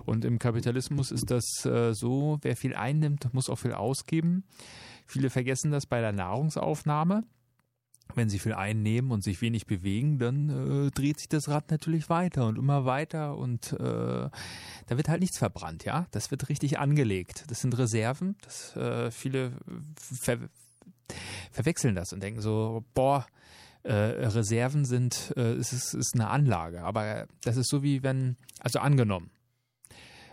Und im Kapitalismus ist das äh, so, wer viel einnimmt, muss auch viel ausgeben. Viele vergessen das bei der Nahrungsaufnahme. Wenn sie viel einnehmen und sich wenig bewegen, dann äh, dreht sich das Rad natürlich weiter und immer weiter und äh, da wird halt nichts verbrannt, ja. Das wird richtig angelegt. Das sind Reserven. Das, äh, viele ver verwechseln das und denken so, boah, äh, Reserven sind, äh, es ist, ist eine Anlage. Aber das ist so wie wenn, also angenommen,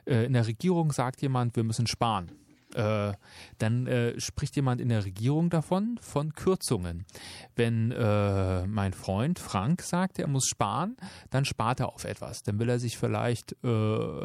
äh, in der Regierung sagt jemand, wir müssen sparen. Äh, dann äh, spricht jemand in der Regierung davon, von Kürzungen. Wenn äh, mein Freund Frank sagt, er muss sparen, dann spart er auf etwas. Dann will er sich vielleicht äh,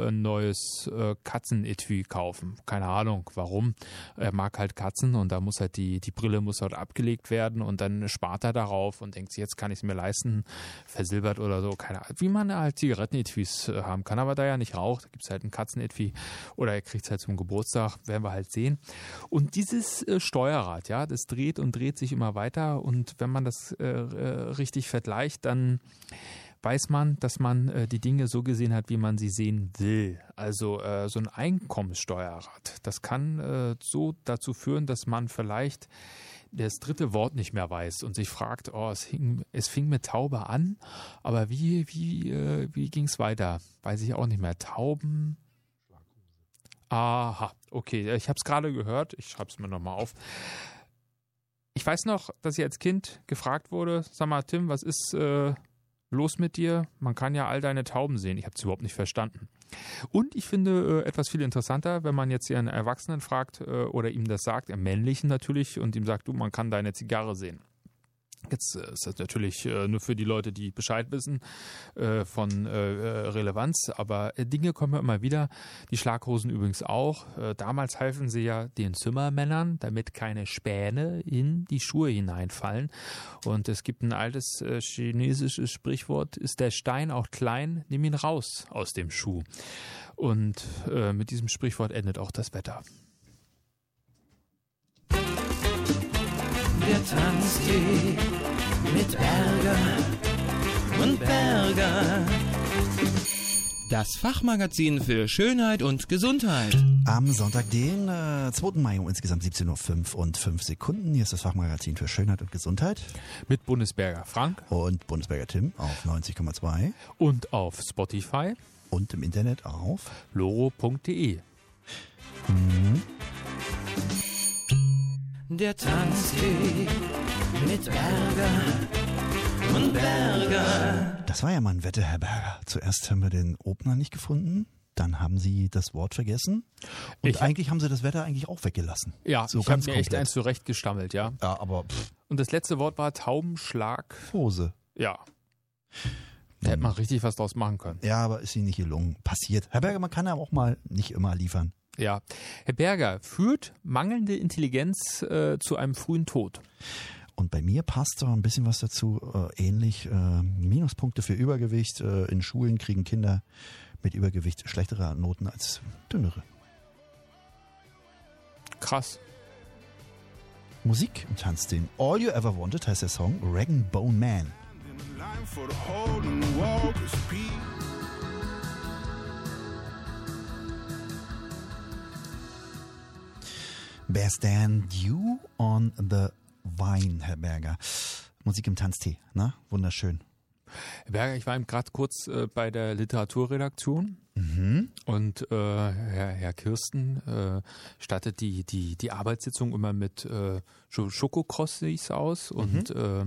ein neues äh, Katzenetui kaufen. Keine Ahnung, warum. Er mag halt Katzen und da muss halt die, die Brille muss halt abgelegt werden und dann spart er darauf und denkt, sich, jetzt kann ich es mir leisten, versilbert oder so. Keine Ahnung, wie man halt Zigarettenetuis äh, haben kann, aber da ja nicht raucht, gibt es halt ein Katzenetui oder er kriegt es halt zum Geburtstag, werden wir halt sehen. Und dieses äh, Steuerrad, ja, das dreht und dreht sich immer weiter und wenn man das äh, äh, richtig vergleicht, dann weiß man, dass man äh, die Dinge so gesehen hat, wie man sie sehen will. Also äh, so ein Einkommenssteuerrad, das kann äh, so dazu führen, dass man vielleicht das dritte Wort nicht mehr weiß und sich fragt, oh, es, hing, es fing mit Taube an, aber wie, wie, äh, wie ging es weiter? Weiß ich auch nicht mehr. Tauben. Aha, okay, ich habe es gerade gehört, ich schreibe es mir nochmal auf. Ich weiß noch, dass ich als Kind gefragt wurde, sag mal, Tim, was ist äh, los mit dir, man kann ja all deine Tauben sehen. Ich habe es überhaupt nicht verstanden. Und ich finde äh, etwas viel interessanter, wenn man jetzt hier einen Erwachsenen fragt äh, oder ihm das sagt, im männlichen natürlich, und ihm sagt, du, man kann deine Zigarre sehen. Jetzt äh, ist das natürlich äh, nur für die Leute, die Bescheid wissen, äh, von äh, äh, Relevanz. Aber äh, Dinge kommen ja immer wieder. Die Schlaghosen übrigens auch. Äh, damals halfen sie ja den Zimmermännern, damit keine Späne in die Schuhe hineinfallen. Und es gibt ein altes äh, chinesisches Sprichwort, ist der Stein auch klein, nimm ihn raus aus dem Schuh. Und äh, mit diesem Sprichwort endet auch das Wetter. Der tanzt die mit Ärger und Berger. Das Fachmagazin für Schönheit und Gesundheit. Am Sonntag, den äh, 2. Mai um insgesamt 17.05 Uhr und 5 Sekunden. Hier ist das Fachmagazin für Schönheit und Gesundheit. Mit Bundesberger Frank Und Bundesberger Tim auf 90,2 und auf Spotify und im Internet auf loro.de. Der tanzt die mit Ärger und Berger. Das war ja mal ein Wette, Herr Berger. Zuerst haben wir den Opener nicht gefunden, dann haben Sie das Wort vergessen und Ich- eigentlich haben Sie das Wetter eigentlich auch weggelassen. Ja, So ich habe mir ganz echt komplett. eins zurecht gestammelt, ja. Ja, aber pff, Und das letzte Wort war Taubenschlag. Hose. Ja. Da hätte man richtig was draus machen können. Ja, aber ist Ihnen nicht gelungen. Passiert. Herr Berger, man kann ja auch mal nicht immer liefern. Ja. Herr Berger, führt mangelnde Intelligenz äh, zu einem frühen Tod? Und bei mir passt so ein bisschen was dazu. Äh, ähnlich äh, Minuspunkte für Übergewicht. Äh, in Schulen kriegen Kinder mit Übergewicht schlechtere Noten als dünnere. Krass. Musik im Tanz, den All You Ever Wanted heißt der Song Rag and Bone Man. line for the whole and walk is peace. Bear Stand You on the Vine, Herr Berger. Musik im Tanztee, na? Wunderschön. Herr Berger, ich war eben gerade kurz äh, bei der Literaturredaktion. Und äh, Herr, Herr Kirsten äh, stattet die, die, die Arbeitssitzung immer mit äh, Sch- Schokokrossis aus und äh,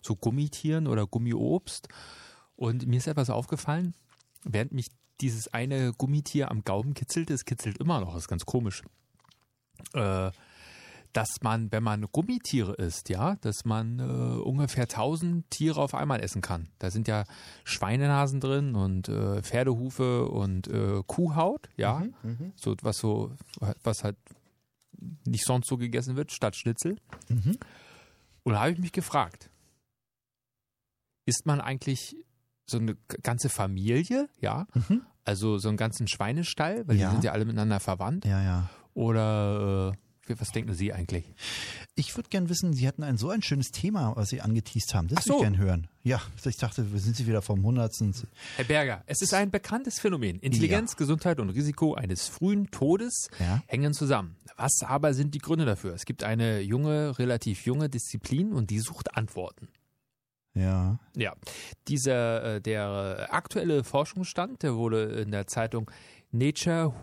so Gummitieren oder Gummiobst. Und mir ist etwas aufgefallen, während mich dieses eine Gummitier am Gaumen kitzelte, es kitzelt immer noch, das ist ganz komisch. Äh, dass man, wenn man Gummitiere isst, ja, dass man äh, ungefähr 1000 Tiere auf einmal essen kann. Da sind ja Schweinenasen drin und äh, Pferdehufe und äh, Kuhhaut, ja, Mhm. so was so was halt nicht sonst so gegessen wird statt Schnitzel. Mhm. Und da habe ich mich gefragt, isst man eigentlich so eine g- ganze Familie, ja, Mhm. also so einen ganzen Schweinestall, weil Ja. die sind ja alle miteinander verwandt, Ja, ja. oder äh, was denken Sie eigentlich? Ich würde gern wissen, Sie hatten ein so ein schönes Thema, was Sie angeteased haben. Das Ach würde ich so. gern hören. Ja, ich dachte, wir sind Sie wieder vom Hundertsten. Herr Berger, es ist ein bekanntes Phänomen. Intelligenz, Gesundheit und Risiko eines frühen Todes Ja. hängen zusammen. Was aber sind die Gründe dafür? Es gibt eine junge, relativ junge Disziplin und die sucht Antworten. Ja. Ja, dieser äh, der aktuelle Forschungsstand, der wurde in der Zeitung Nature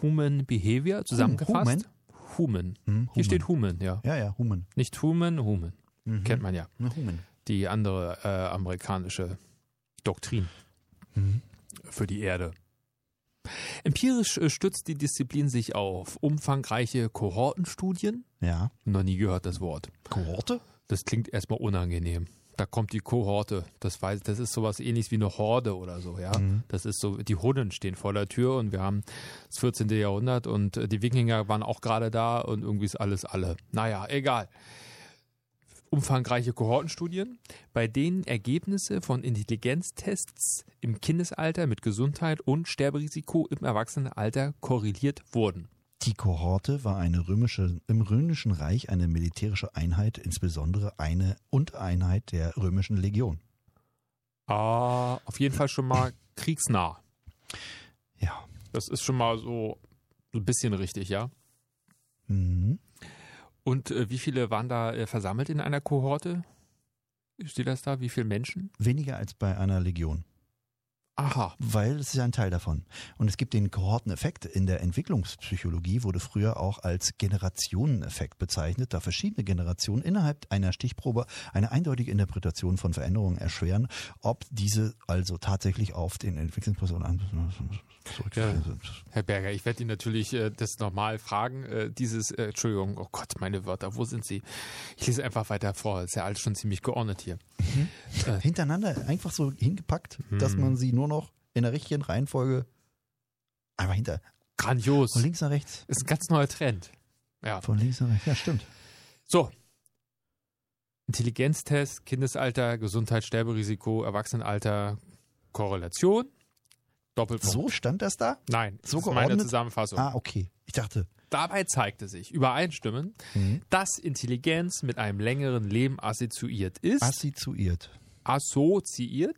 Human Behavior zusammengefasst. Human. Hm, Hier Human. steht Human, ja. Ja, ja, Human. Nicht Human, Human. Mhm. Kennt man ja. Na, Human. Die andere äh, amerikanische Doktrin. Mhm. für die Erde. Empirisch äh, stützt die Disziplin sich auf umfangreiche Kohortenstudien. Ja. Noch nie gehört das Wort. Kohorte? Das klingt erstmal unangenehm. Da kommt die Kohorte. Das, weiß, das ist sowas ähnliches wie eine Horde oder so, ja. Das ist so, die Hunden stehen vor der Tür und wir haben das 14. Jahrhundert und äh, die Wikinger waren auch gerade da und irgendwie ist alles alle. Naja, egal. Umfangreiche Kohortenstudien, bei denen Ergebnisse von Intelligenztests im Kindesalter mit Gesundheit und Sterberisiko im Erwachsenenalter korreliert wurden. Die Kohorte war eine römische, im römischen Reich eine militärische Einheit, insbesondere eine Untereinheit der römischen Legion. Ah, auf jeden Fall schon mal kriegsnah. Ja. Das ist schon mal so ein bisschen richtig, ja. Mhm. Und äh, wie viele waren da äh, versammelt in einer Kohorte? Steht das da? Wie viele Menschen? Weniger als bei einer Legion. Aha. weil es ist ja ein Teil davon. Und es gibt den Kohorteneffekt. In der Entwicklungspsychologie wurde früher auch als Generationeneffekt bezeichnet, da verschiedene Generationen innerhalb einer Stichprobe eine eindeutige Interpretation von Veränderungen erschweren, ob diese also tatsächlich auf den Entwicklungsprozess an- zurückzuführen sind. Herr Berger, ich werde Ihnen natürlich äh, das normal fragen. Äh, dieses, äh, Entschuldigung, oh Gott, meine Wörter, wo sind sie? Ich lese einfach weiter vor. Ist ja alles schon ziemlich geordnet hier. Hintereinander einfach so hingepackt, dass man sie nur noch in der richtigen Reihenfolge einfach hinter. Grandios. Von links nach rechts. Ist ein ganz neuer Trend. Ja. Von links nach rechts. Ja, stimmt. So. Intelligenztest, Kindesalter, Gesundheit, Sterberisiko, Erwachsenenalter, Korrelation, Doppelpunkt. So stand das da? Nein, das so ist meine geordnet? Zusammenfassung. Ah, okay. Ich dachte. Dabei zeigte sich übereinstimmend, Mhm. dass Intelligenz mit einem längeren Leben assoziiert ist, assoziiert. assoziiert,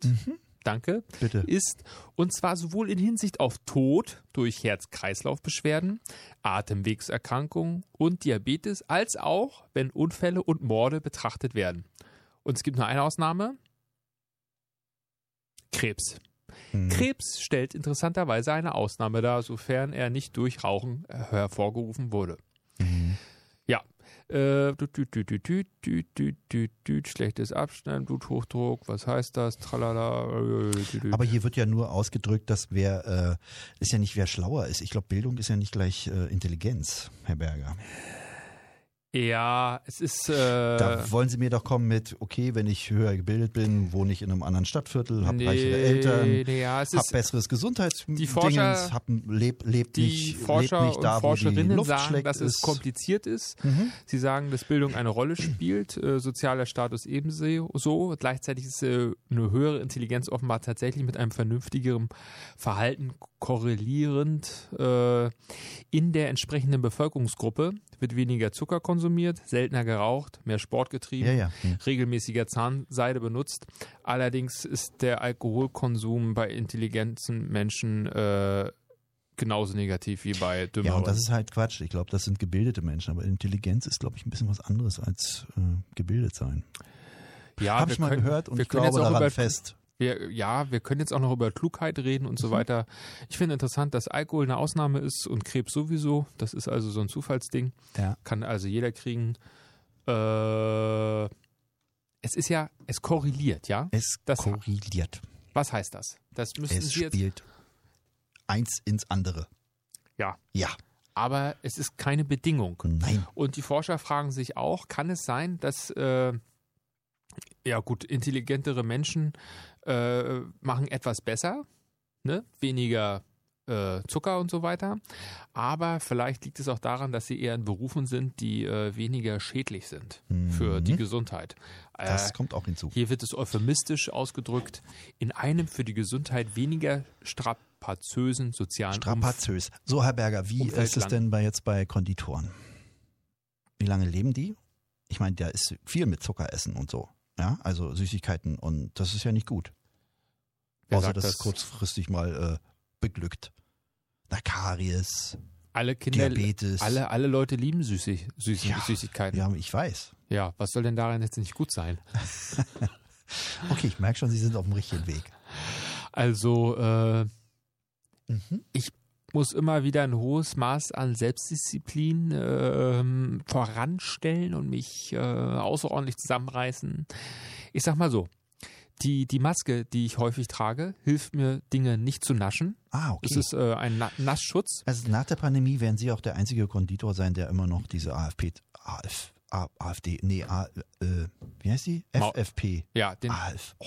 danke, Bitte. ist, und zwar sowohl in Hinsicht auf Tod durch Herz-Kreislauf-Beschwerden, Atemwegserkrankungen und Diabetes, als auch, wenn Unfälle und Morde betrachtet werden. Und es gibt nur eine Ausnahme. Krebs. Mhm. Krebs stellt interessanterweise eine Ausnahme dar, sofern er nicht durch Rauchen äh, hervorgerufen wurde. Mhm. Ja. Äh, dü- dü- dü- dü- dü- dü- dü- dü- dü- schlechtes Abschneiden, Bluthochdruck, was heißt das? Tralala. äh, dü- dü- Aber hier wird ja nur ausgedrückt, dass wer äh, ist ja nicht wer schlauer ist. Ich glaube, Bildung ist ja nicht gleich äh, Intelligenz, Herr Berger. Ja, es ist. Äh, Da wollen Sie mir doch kommen mit, okay, wenn ich höher gebildet bin, wohne ich in einem anderen Stadtviertel, habe nee, reichere Eltern, nee, ja, es habe ist, besseres Gesundheitsdingens, Die Forscher- hab, leb, lebt die nicht, Forscher lebt nicht da, und wo die Forscherinnen Luft sagen, schlecht dass es ist. kompliziert ist. Mhm. Sie sagen, dass Bildung eine Rolle spielt, äh, sozialer Status ebenso. So. Gleichzeitig ist äh, eine höhere Intelligenz offenbar tatsächlich mit einem vernünftigeren Verhalten korrelierend. Äh, in der entsprechenden Bevölkerungsgruppe wird weniger Zucker konsumiert, seltener geraucht, mehr Sport getrieben, Ja, ja. Mhm. regelmäßiger Zahnseide benutzt. Allerdings ist der Alkoholkonsum bei intelligenten Menschen äh, genauso negativ wie bei dümmeren. Ja, und das ist halt Quatsch. Ich glaube, das sind gebildete Menschen, aber Intelligenz ist, glaube ich, ein bisschen was anderes als äh, gebildet sein. Ja, Habe Ah, wir ich mal können- gehört und wir ich können jetzt glaube auch daran über- fest. Wir, ja, wir können jetzt auch noch über Klugheit reden und so Mhm. weiter. Ich finde interessant, dass Alkohol eine Ausnahme ist und Krebs sowieso. Das ist also so ein Zufallsding. Ja. Kann also jeder kriegen. Äh, es ist ja, es korreliert, ja? Es Das- korreliert. Was heißt das? Das müssen Es Sie jetzt. spielt eins ins andere. Ja. Ja. Aber es ist keine Bedingung. Nein. Und die Forscher fragen sich auch, kann es sein, dass äh, ja gut, intelligentere Menschen äh, machen etwas besser, ne? weniger äh, Zucker und so weiter. Aber vielleicht liegt es auch daran, dass sie eher in Berufen sind, die äh, weniger schädlich sind für Mhm. die Gesundheit. Äh, Das kommt auch hinzu. hier wird es euphemistisch ausgedrückt, in einem für die Gesundheit weniger strapaziösen sozialen Umfeld. Strapaziös. So, Herr Berger, wie Umfeld ist es lang. denn bei jetzt bei Konditoren? Wie lange leben die? Ich meine, da ist viel mit Zuckeressen und so. Ja, also Süßigkeiten und das ist ja nicht gut. Wer Außer, sagt dass es das? kurzfristig mal äh, beglückt. Na, Karies, Alle Kinder, Diabetes. alle, alle Leute lieben Süßig, Süß, Ja. Süßigkeiten. Ja, ich weiß. Ja, was soll denn daran jetzt nicht gut sein? Okay, ich merke schon, Sie sind auf dem richtigen Weg. Also, äh, Mhm. muss immer wieder ein hohes Maß an Selbstdisziplin ähm, voranstellen und mich äh, außerordentlich zusammenreißen. Ich sag mal so, die, die Maske, die ich häufig trage, hilft mir, Dinge nicht zu naschen. Ah, okay. Es ist äh, ein Na Nassschutz. Also nach der Pandemie werden Sie auch der einzige Konditor sein, der immer noch diese AFP, AF, A- AfD, nee, A, äh, wie heißt die? Mau- FFP. Ja, den, AF. Oh,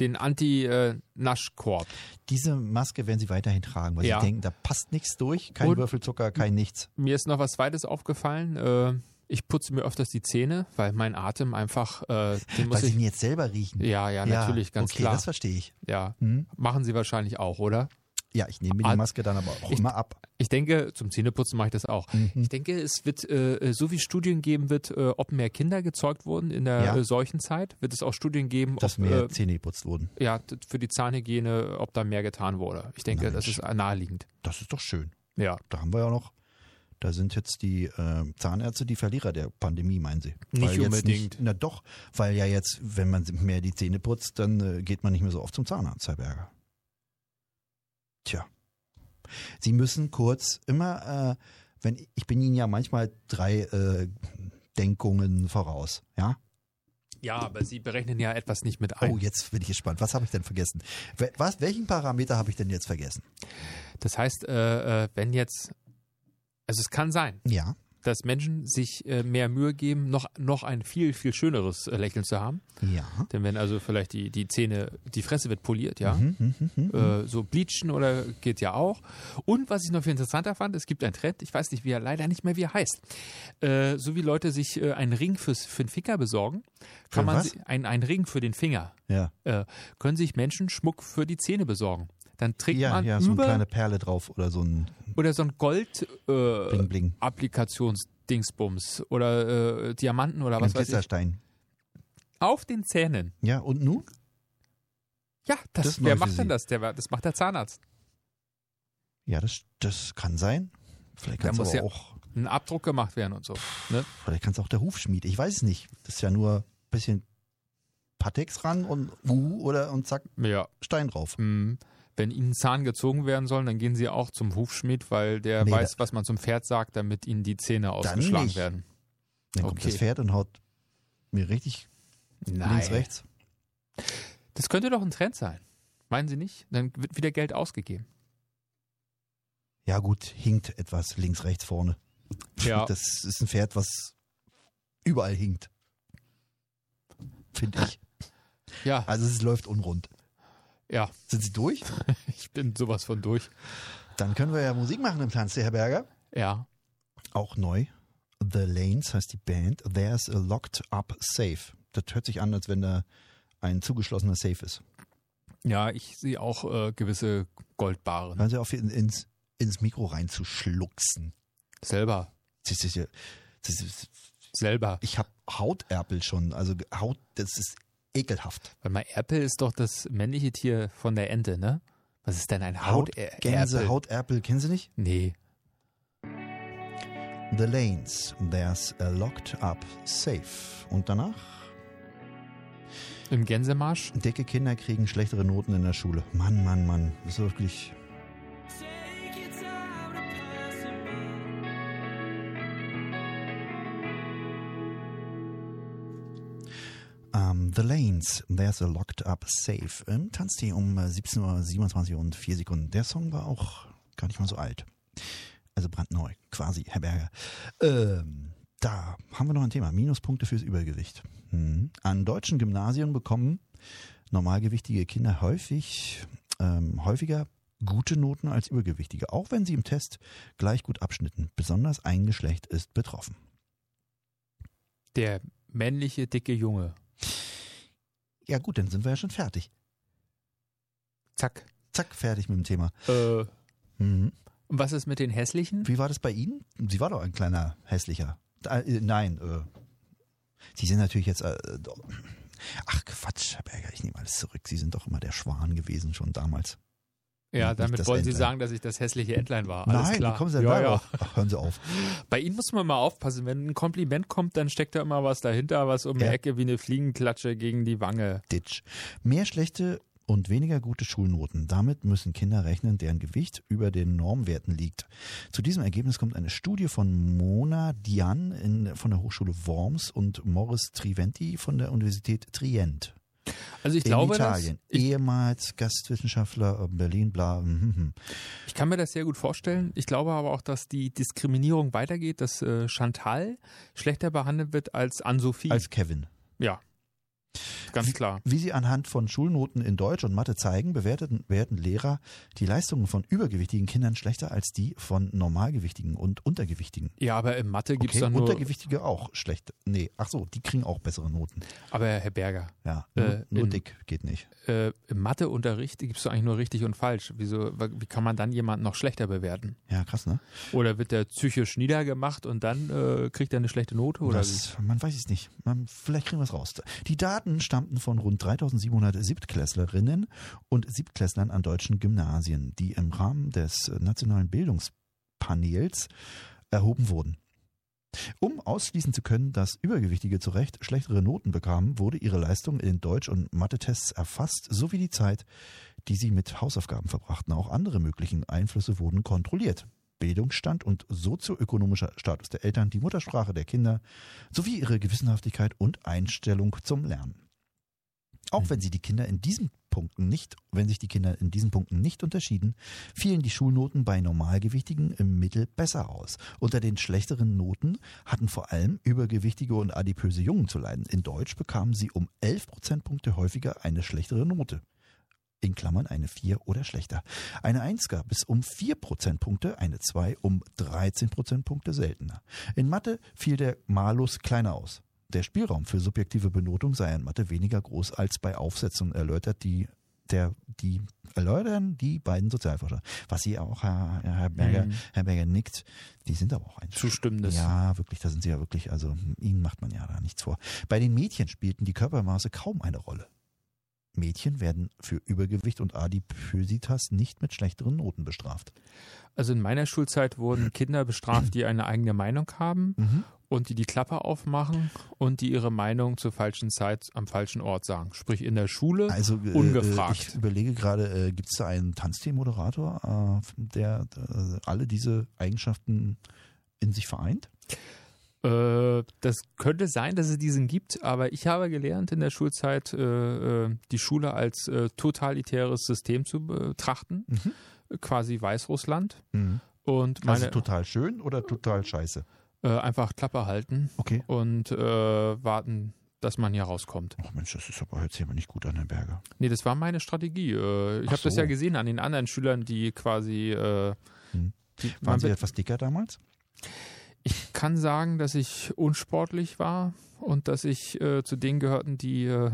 den äh, Anti-Naschkorb. diese Maske werden Sie weiterhin tragen, weil Ja. Sie denken, da passt nichts durch, kein Und- Würfelzucker, kein nichts. Mir ist noch was Zweites aufgefallen. Äh, ich putze mir öfters die Zähne, weil mein Atem einfach, äh, den Weil muss Sie ich. ihn jetzt selber riechen. Ja, ja, natürlich, ganz okay, klar. das verstehe ich. Ja, Hm? machen sie wahrscheinlich auch, oder? Ja, ich nehme mir Ah, die Maske dann aber auch ich- immer ab. Ich denke, zum Zähneputzen mache ich das auch. Mhm. Ich denke, es wird, äh, so wie Studien geben wird, äh, ob mehr Kinder gezeugt wurden in der Ja. äh, Seuchenzeit, wird es auch Studien geben, Dass ob mir äh, Zähne geputzt wurden. ja, t- für die Zahnhygiene, ob da mehr getan wurde. Ich denke, Na das Mensch. ist naheliegend. Das ist doch schön. Ja. Da haben wir ja noch. Da sind jetzt die äh, Zahnärzte die Verlierer der Pandemie, meinen Sie? Nicht jetzt unbedingt. na doch, weil ja jetzt, wenn man mehr die Zähne putzt, dann äh, geht man nicht mehr so oft zum Zahnarzt, Herr Berger. Tja. Sie müssen kurz immer, äh, wenn ich bin Ihnen ja manchmal drei äh, Denkungen voraus, ja? Ja, aber Sie berechnen ja etwas nicht mit ein. Oh, jetzt bin ich gespannt. Was habe ich denn vergessen? Wel- Was, welchen Parameter habe ich denn jetzt vergessen? Das heißt, äh, äh, wenn jetzt, also es kann sein, Ja. dass Menschen sich äh, mehr Mühe geben, noch, noch ein viel, viel schöneres äh, Lächeln zu haben. Ja. Denn wenn also vielleicht die, die Zähne, die Fresse wird poliert, ja. Mhm, mhm, mhm. Äh, so bleachen oder geht ja auch. Und was ich noch viel interessanter fand, es gibt einen Trend, ich weiß nicht, wie er leider nicht mehr wie er heißt. Äh, so wie Leute sich äh, einen Ring fürs, für den Finger besorgen, Für kann man was? si- ein- einen Ring für den Finger, Ja, äh, können sich Menschen Schmuck für die Zähne besorgen. Dann trägt ja, man ja so eine über kleine Perle drauf oder so ein oder so ein Gold äh, Bling Bling. Applikationsdingsbums oder äh, Diamanten oder was ein weiß ich. Glitzerstein. Auf den Zähnen. Ja, und nun? Ja, das, Das ist neu wer für macht denn Sie. das? Der, das macht der Zahnarzt. Ja, das, das kann sein. Vielleicht kann es Da muss aber ja- auch, Ein Abdruck gemacht werden und so. Ne? vielleicht kann's auch der Hufschmied. Ich weiß es nicht. Das ist ja nur ein bisschen Patex ran und uh, oder und zack, Ja. Stein drauf. Hm. Wenn ihnen Zahn gezogen werden soll, dann gehen sie auch zum Hufschmied, weil der Nee, weiß, was man zum Pferd sagt, damit ihnen die Zähne ausgeschlagen nicht. werden. Dann kommt Okay. das Pferd und haut mir richtig links, rechts. Das könnte doch ein Trend sein. Meinen Sie nicht? Dann wird wieder Geld ausgegeben. Ja gut, hinkt etwas links, rechts, vorne. Ja. Das ist ein Pferd, was überall hinkt. Finde ich. Ja, Also es läuft unrund. ja. Sind Sie durch? Ich bin sowas von durch. Dann können wir ja Musik machen im Tanz, der Herr Berger. Ja. Auch neu. The Lanes heißt die Band. There's a locked up safe. Das hört sich an, als wenn da ein zugeschlossener Safe ist. Ja, ich sehe auch äh, gewisse Goldbaren. Hören Sie auf, in- ins, ins Mikro reinzuschlucksen. Selber. Das ist ja- das ist- Selber. Ich habe Hauterpel schon. Also Haut, das ist ekelhaft. Weil mal Erpel ist doch das männliche Tier von der Ente, ne? Was ist denn ein Haut- Hauterpel? Gänse, Hauterpel, kennen Sie nicht? Nee. The Lanes, There's a Locked Up Safe. Und danach? Im Gänsemarsch? Dicke Kinder kriegen schlechtere Noten in der Schule. Mann, Mann, Mann. Das ist wirklich. Ähm, The Lanes, There's a Locked Up Safe. Im Tanztee um äh, 17.27 Uhr und 4 Sekunden. Der Song war auch gar nicht mal so alt. Also brandneu, quasi, Herr Berger. Ähm, da haben wir noch ein Thema. Minuspunkte fürs Übergewicht. Mhm. An deutschen Gymnasien bekommen normalgewichtige Kinder häufig, ähm, häufiger gute Noten als übergewichtige, auch wenn sie im Test gleich gut abschnitten. Besonders ein Geschlecht ist betroffen. Der männliche, dicke Junge. Ja gut, dann sind wir ja schon fertig. Zack. Zack, fertig mit dem Thema. Äh, und Mhm. was ist mit den hässlichen? Wie war das bei Ihnen? Sie war doch ein kleiner hässlicher. Da, äh, nein, äh, Sie sind natürlich jetzt. Äh, doch- Ach Quatsch, Herr Berger, ich nehme alles zurück. Sie sind doch immer der Schwan gewesen schon damals. Ja, Nicht damit das wollen Sie Entlein. sagen, dass ich das hässliche Entlein war. Ah, Alles nein, klar. wie kommen Sie denn ja, ja. darauf? Ach, hören Sie auf. Bei Ihnen muss man mal aufpassen. Wenn ein Kompliment kommt, dann steckt da immer was dahinter, was um Ja. die Ecke wie eine Fliegenklatsche gegen die Wange. Ditch. Mehr schlechte und weniger gute Schulnoten. Damit müssen Kinder rechnen, deren Gewicht über den Normwerten liegt. Zu diesem Ergebnis kommt eine Studie von Mona Dian in, von der Hochschule Worms und Morris Triventi von der Universität Trient. Also ich in glaube, Italien. Dass, ich, Ehemals Gastwissenschaftler äh, Berlin, bla. hm, hm, hm. ich kann mir das sehr gut vorstellen. Ich glaube aber auch, dass die Diskriminierung weitergeht, dass äh, Chantal schlechter behandelt wird als Ann-Sophie. Als Kevin. ja. Ganz klar. Wie sie anhand von Schulnoten in Deutsch und Mathe zeigen, bewerteten, bewerten Lehrer die Leistungen von übergewichtigen Kindern schlechter als die von normalgewichtigen und untergewichtigen. Ja, aber in Mathe gibt es okay, doch nur. Untergewichtige auch schlecht. Nee, ach so, die kriegen auch bessere Noten. Aber Herr Berger, Ja, nur, Äh, nur in- dick geht nicht. äh, im Matheunterricht gibt es doch eigentlich nur richtig und falsch. Wieso, wie kann man dann jemanden noch schlechter bewerten? Ja, krass, ne? Oder wird der psychisch niedergemacht und dann äh, kriegt er eine schlechte Note? Oder wie? das, man weiß es nicht. Man, vielleicht kriegen wir es raus. Die Daten stammten von rund 3700 Siebtklässlerinnen und Siebtklässlern an deutschen Gymnasien, die im Rahmen des äh, Nationalen Bildungspanels erhoben wurden. Um ausschließen zu können, dass Übergewichtige zu Recht schlechtere Noten bekamen, wurde ihre Leistung in den Deutsch- und Mathe-Tests erfasst, sowie die Zeit, die sie mit Hausaufgaben verbrachten. Auch andere möglichen Einflüsse wurden kontrolliert. Bildungsstand und sozioökonomischer Status der Eltern, die Muttersprache der Kinder sowie ihre Gewissenhaftigkeit und Einstellung zum Lernen. Auch wenn sie die Kinder in diesen Punkten nicht, wenn sich die Kinder in diesen Punkten nicht unterschieden, fielen die Schulnoten bei Normalgewichtigen im Mittel besser aus. Unter den schlechteren Noten hatten vor allem übergewichtige und adipöse Jungen zu leiden. In Deutsch bekamen sie um 11 Prozentpunkte häufiger eine schlechtere Note. In Klammern eine 4 oder schlechter. Eine 1 gab es um 4 Prozentpunkte, eine 2 um 13 Prozentpunkte seltener. In Mathe fiel der Malus kleiner aus. Der Spielraum für subjektive Benotung sei in Mathe weniger groß als bei Aufsätzen, erläutert die, der, die, erläutern die beiden Sozialforscher. Was Sie auch, Herr, Herr, Berger, Mhm. Herr Berger nickt, die sind aber auch ein Zustimmendes. Ja, wirklich, da sind sie ja wirklich, also ihnen macht man ja da nichts vor. Bei den Mädchen spielten die Körpermaße kaum eine Rolle. Mädchen werden für Übergewicht und Adipösitas nicht mit schlechteren Noten bestraft. Also in meiner Schulzeit wurden Kinder bestraft, die eine eigene Meinung haben und die die Klappe aufmachen und die ihre Meinung zur falschen Zeit am falschen Ort sagen. Sprich in der Schule. Also äh, Ungefragt. äh, Ich überlege gerade, äh, gibt es da einen Tanzteam-Moderator, äh, der äh, alle diese Eigenschaften in sich vereint? Äh, das könnte sein, dass es diesen gibt, aber ich habe gelernt in der Schulzeit, äh, äh, die Schule als äh, totalitäres System zu betrachten. Quasi Weißrussland. Und Also Mhm. meine total schön oder total scheiße? äh, einfach Klappe halten Okay. und äh, warten, dass man hier rauskommt. Ach Oh Mensch, das ist aber, hört sich aber nicht gut an, Herr Berger. Nee, das war meine Strategie. Äh, Ich Ach habe das so. ja gesehen an den anderen Schülern, die quasi. Äh, Hm. die, Waren man Sie wird, etwas dicker damals? ich kann sagen, dass ich unsportlich war und dass ich äh, zu denen gehörten, die äh,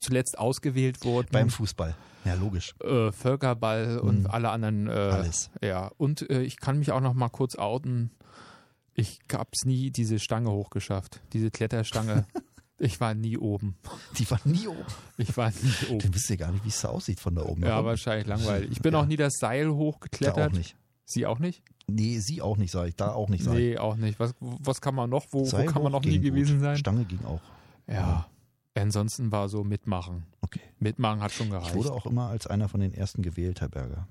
zuletzt ausgewählt wurden. Beim Fußball. Ja, logisch. äh, Völkerball und Hm. alle anderen. Äh, Alles. Ja, und äh, ich kann mich auch noch mal kurz outen. Ich hab's nie diese Stange hochgeschafft, diese Kletterstange. ich war nie oben. Die waren nie oben. Ich war nie oben. Dann wisst ihr gar nicht, wie es da aussieht von da oben. Oh. Ja, Warum? wahrscheinlich langweilig. Ich bin Ja. auch nie das Seil da hochgeklettert. auch nicht. Sie auch nicht? Nee, sie auch nicht, sage ich. Da auch nicht, sag ich. Nee, auch nicht. Was, was kann man noch? Wo, Sei wo kann man hoch noch nie ging gut. gewesen sein? Stange ging auch. Ja. Ansonsten war so mitmachen. Okay. Mitmachen hat schon gereicht. Ich wurde auch immer als einer von den ersten gewählt, Herr Berger.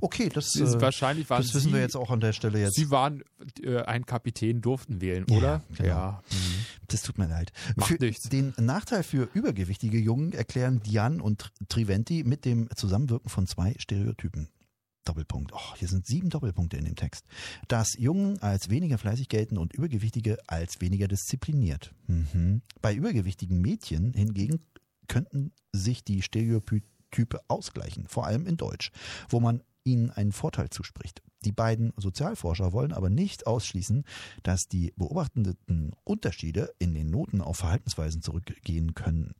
Okay, das, Sie- äh, wahrscheinlich waren das wissen Sie, wir jetzt auch an der Stelle jetzt. Sie waren äh, ein Kapitän, durften wählen, Ja, oder? genau. Ja. Mhm. Das tut mir leid. Macht für nichts. Den Nachteil für übergewichtige Jungen erklären Dian und Tr- Triventi mit dem Zusammenwirken von zwei Stereotypen. Doppelpunkt. Oh, hier sind sieben Doppelpunkte in dem Text. Dass Jungen als weniger fleißig gelten und Übergewichtige als weniger diszipliniert. Mhm. Bei übergewichtigen Mädchen hingegen könnten sich die Stereotype ausgleichen, vor allem in Deutsch, wo man ihnen einen Vorteil zuspricht. Die beiden Sozialforscher wollen aber nicht ausschließen, dass die beobachteten Unterschiede in den Noten auf Verhaltensweisen zurückgehen könnten,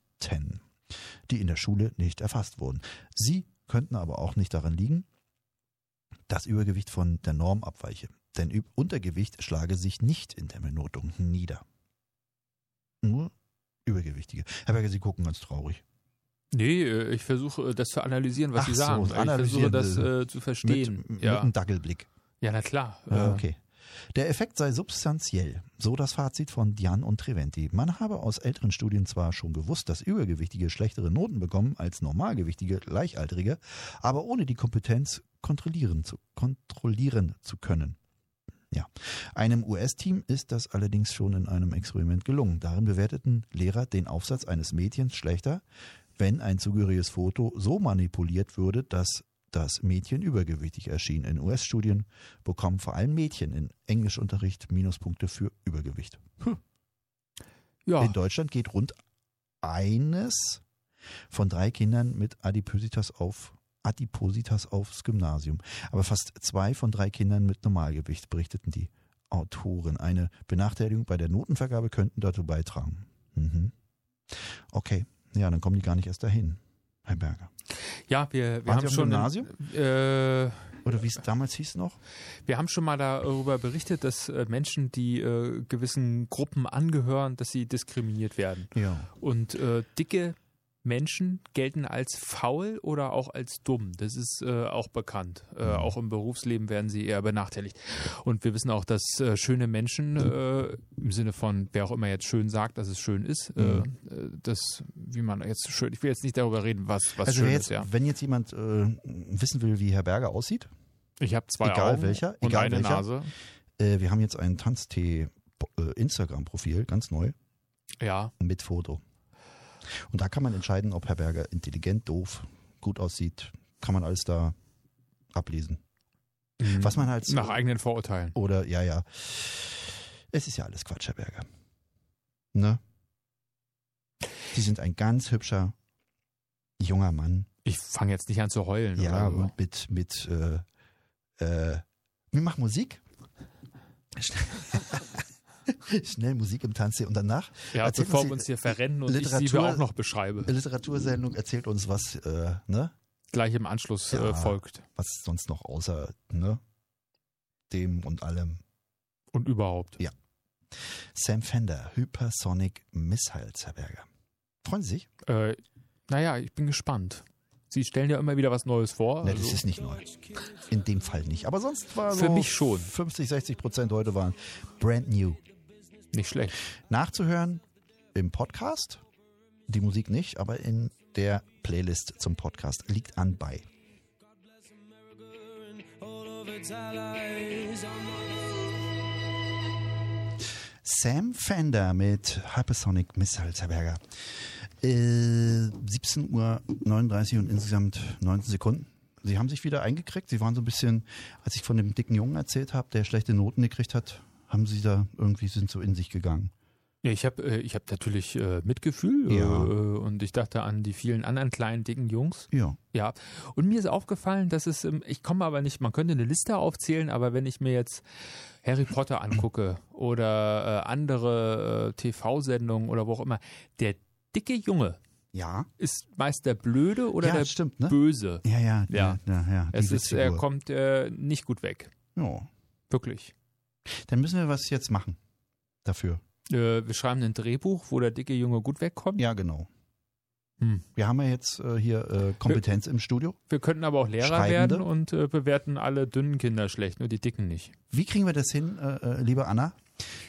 die in der Schule nicht erfasst wurden. Sie könnten aber auch nicht daran liegen, dass Übergewicht von der Norm abweiche. Denn Üb- Untergewicht schlage sich nicht in der Benotung nieder. Nur Übergewichtige. Herr Berger, Sie gucken ganz traurig. Nee, äh, ich versuche äh, das zu analysieren, was Ach Sie so, sagen. ich versuche analysieren, das äh, äh, zu verstehen. Mit, mit ja. einem Dackelblick. ja, na klar. Ja, Äh, okay. Der Effekt sei substanziell, so das Fazit von Dian und Treventi. Man habe aus älteren Studien zwar schon gewusst, dass Übergewichtige schlechtere Noten bekommen als normalgewichtige Gleichaltrige, aber ohne die Kompetenz kontrollieren zu, kontrollieren zu können. Ja. Einem US-Team ist das allerdings schon in einem Experiment gelungen. Darin bewerteten Lehrer den Aufsatz eines Mädchens schlechter, wenn ein zugehöriges Foto so manipuliert würde, dass das Mädchen übergewichtig erschien. In US-Studien bekommen vor allem Mädchen in Englischunterricht Minuspunkte für Übergewicht. Ja. In Deutschland geht rund eines von drei Kindern mit Adipositas auf Adipositas aufs Gymnasium. Aber fast zwei von drei Kindern mit Normalgewicht, berichteten die Autoren. Eine Benachteiligung bei der Notenvergabe könnten dazu beitragen. Mhm. Okay, ja, dann kommen die gar nicht erst dahin, Herr Berger. ja, wir, wir Waren haben Sie auf dem schon. Gymnasium? Äh, Oder wie es damals hieß noch? Wir haben schon mal darüber berichtet, dass äh, Menschen, die äh, gewissen Gruppen angehören, dass sie diskriminiert werden. Ja. Und äh, dicke Menschen gelten als faul oder auch als dumm. Das ist äh, auch bekannt. Äh, auch im Berufsleben werden sie eher benachteiligt. Und wir wissen auch, dass äh, schöne Menschen äh, im Sinne von, wer auch immer jetzt schön sagt, dass es schön ist, äh, äh, das, wie man jetzt schön, ich will jetzt nicht darüber reden, was, was also schön wer ist, jetzt, ja. wenn jetzt jemand äh, wissen will, wie Herr Berger aussieht, Ich habe zwei egal Augen welcher, und egal eine welcher. Nase. äh, wir haben jetzt ein Tanztee-Instagram-Profil, ganz neu, Ja, mit Foto. Und da kann man entscheiden, ob Herr Berger intelligent, doof, gut aussieht. Kann man alles da ablesen. Mhm. Was man halt so- nach eigenen Vorurteilen. Oder, ja, ja. Es ist ja alles Quatsch, Herr Berger. Ne? Sie sind ein ganz hübscher, junger Mann. Ich fange jetzt nicht an zu heulen. Ja, oder so. und mit, mit, äh, äh, wir machen Musik. Schnell, Schnell Musik im Tanz hier und danach ja erzählen bevor Sie wir uns hier verrennen und ich sie Literatur- auch noch beschreibe. Literatursendung erzählt uns was, äh, ne? Gleich im Anschluss Ja. äh, folgt. Was sonst noch außer, ne? Dem und allem. Und überhaupt. Sam Fender, Hypersonic Missiles, Herr Berger. Freuen Sie sich? Äh, naja, ich bin gespannt. Sie stellen ja immer wieder was Neues vor. Ne, also- das ist nicht neu. In dem Fall nicht. Aber sonst war Für so mich schon. 50, 60 Prozent heute waren brand new. Nicht schlecht. nachzuhören im Podcast. Die Musik nicht, aber in der Playlist zum Podcast liegt an bei. Sam Fender mit Hypersonic Miss Halzerberger. Äh, 17.39 Uhr und insgesamt 19 Sekunden. Sie haben sich wieder eingekriegt. Sie waren so ein bisschen, als ich von dem dicken Jungen erzählt habe, der schlechte Noten gekriegt hat, haben sie da irgendwie sind so in sich gegangen. Ja, ich habe äh, ich hab natürlich äh, Mitgefühl Ja. äh, und ich dachte an die vielen anderen kleinen, dicken Jungs. Ja. Ja, und mir ist aufgefallen, dass es, ähm, ich komme aber nicht, man könnte eine Liste aufzählen, aber wenn ich mir jetzt Harry Potter angucke oder äh, andere äh, TV-Sendungen oder wo auch immer, der dicke Junge Ja. ist meist der Blöde oder ja, der stimmt, ne? Böse. Ja, ja, Ja. ja, ja. ja Es die ist, er Witzfigur. kommt äh, nicht gut weg. Ja. Wirklich. Dann müssen wir was jetzt machen dafür. Äh, wir schreiben ein Drehbuch, wo der dicke Junge gut wegkommt. Ja, genau. Hm. Wir haben ja jetzt äh, hier äh, Kompetenz im Studio. Wir könnten aber auch Lehrer Schreibende. werden und äh, bewerten alle dünnen Kinder schlecht, nur die dicken nicht. Wie kriegen wir das hin, äh, äh, liebe Anna,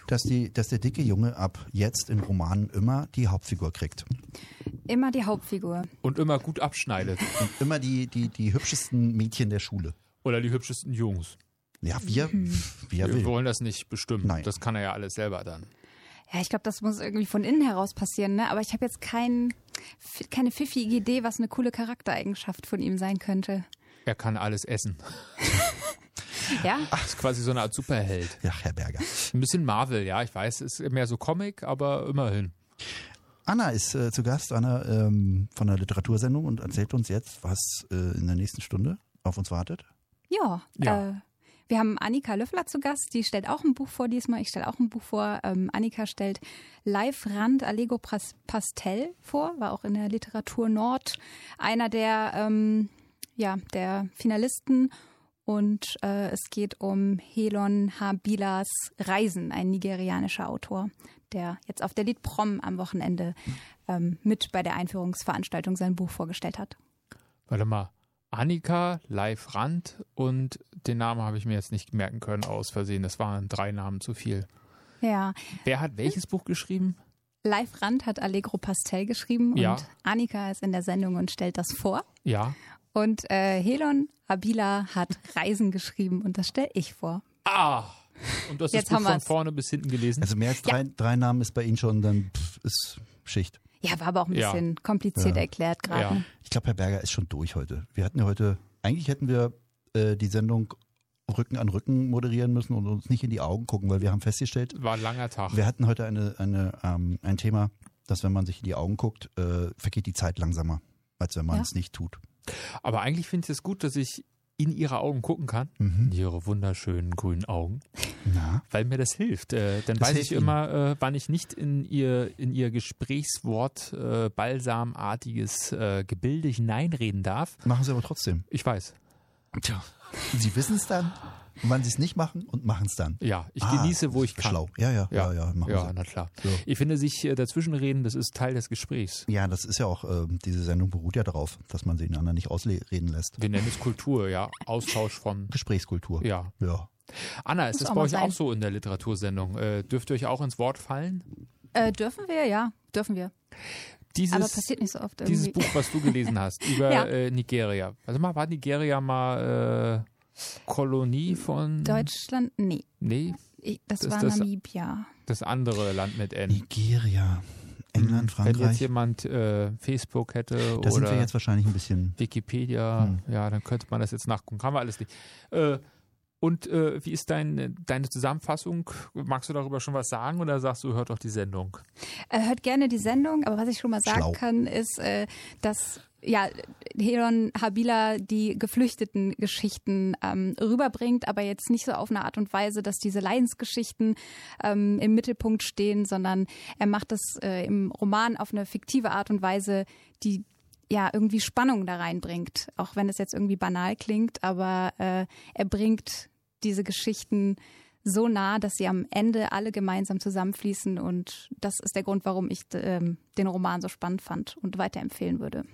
dass, die, dass der dicke Junge ab jetzt in Romanen immer die Hauptfigur kriegt? Immer die Hauptfigur. Und immer gut abschneidet. Und immer die, die, die hübschesten Mädchen der Schule. Oder die hübschesten Jungs. Ja, wir, wie er wir will. wollen das nicht bestimmen. Nein. Das kann er ja alles selber dann. Ja, ich glaube, das muss irgendwie von innen heraus passieren, ne? Aber ich habe jetzt kein, f- keine pfiffige Idee, was eine coole Charaktereigenschaft von ihm sein könnte. Er kann alles essen. Ja? Ist quasi so eine Art Superheld. Ja, Herr Berger. Ein bisschen Marvel, ja, ich weiß, ist mehr so Comic, aber immerhin. Anna ist äh, zu Gast, Anna ähm, von der Literatursendung und erzählt uns jetzt, was äh, in der nächsten Stunde auf uns wartet. Ja. Ja. Äh, wir haben Annika Löffler zu Gast, die stellt auch ein Buch vor diesmal. Ich stelle auch ein Buch vor. Ähm, Annika stellt Live Rand Allego Pas- Pastel vor, war auch in der Literatur Nord einer der, ähm, ja, der Finalisten. Und äh, es geht um Helon Habilas Reisen, ein nigerianischer Autor, der jetzt auf der Lied Prom am Wochenende ähm, mit bei der Einführungsveranstaltung sein Buch vorgestellt hat. Warte mal. Annika, Live Rand und den Namen habe ich mir jetzt nicht merken können aus Versehen. Das waren drei Namen zu viel. Ja, Wer hat welches Buch geschrieben? Live Rand hat Allegro Pastel geschrieben Ja. und Annika ist in der Sendung und stellt das vor. Ja. Und äh, Helon Abila hat Reisen geschrieben und das stelle ich vor. Ah! Und das ist Jetzt haben von wir's. vorne bis hinten gelesen. Also mehr als drei, drei Namen ist bei Ihnen schon, dann pff, ist Schicht. Ja, war aber auch ein Ja. bisschen kompliziert Ja. erklärt gerade. Ja. Ich glaube, Herr Berger ist schon durch heute. Wir hatten ja heute, eigentlich hätten wir äh, die Sendung Rücken an Rücken moderieren müssen und uns nicht in die Augen gucken, weil wir haben festgestellt, War ein langer Tag. wir hatten heute eine, eine, ähm, ein Thema, dass wenn man sich in die Augen guckt, äh, vergeht die Zeit langsamer, als wenn man Ja. es nicht tut. Aber eigentlich finde ich es gut, dass ich in ihre Augen gucken kann. In Mhm. ihre wunderschönen grünen Augen. Na, Weil mir das hilft. Äh, dann Das weiß hilft ich immer, äh, wann ich nicht in ihr, in ihr Gesprächswort äh, balsamartiges äh, Gebilde hineinreden darf. machen Sie aber trotzdem. Ich weiß. Sie wissen es dann? Und wann sie es nicht machen und machen es dann. Ja, ich Ah, genieße, wo ich kann. Schlau. Ja, ja, ja, ja, machen ja sie. na klar. Ja. Ich finde, sich äh, dazwischenreden, das ist Teil des Gesprächs. Ja, das ist ja auch, ähm, diese Sendung beruht ja darauf, dass man sie den anderen nicht ausreden lässt. Wir nennen es Kultur, ja. Austausch von, Gesprächskultur. ja. Ja. Anna, ist Muss das auch bei mal euch sein. auch so in der Literatursendung? Äh, dürft ihr euch auch ins Wort fallen? Äh, dürfen wir? Ja, dürfen wir. Aber Dieses, passiert nicht so oft dieses irgendwie. Buch, was du gelesen hast, über Ja. äh, Nigeria. Also mal, war Nigeria mal äh, Kolonie von... Deutschland? Nee. Nee, Ich, das, Das- war das- Namibia. das andere Land mit N. Nigeria, England, Wenn jetzt Frankreich. jemand äh, Facebook hätte Da sind oder wir jetzt Hm. wahrscheinlich ein bisschen. Wikipedia, ja, dann könnte man das jetzt nachgucken. Haben wir alles nicht. Äh, und äh, wie ist dein, deine Zusammenfassung? Magst du darüber schon was sagen oder sagst du, hört doch die Sendung? Äh, hört gerne die Sendung, aber was ich schon mal sagen Schlau. kann, ist, äh, dass ja, Heron Habila die geflüchteten Geschichten ähm, rüberbringt, aber jetzt nicht so auf eine Art und Weise, dass diese Leidensgeschichten ähm, im Mittelpunkt stehen, sondern er macht das äh, im Roman auf eine fiktive Art und Weise, die ja irgendwie Spannung da reinbringt, auch wenn es jetzt irgendwie banal klingt, aber äh, er bringt diese Geschichten so nah, dass sie am Ende alle gemeinsam zusammenfließen. Und das ist der Grund, warum ich ähm, den Roman so spannend fand und weiterempfehlen würde.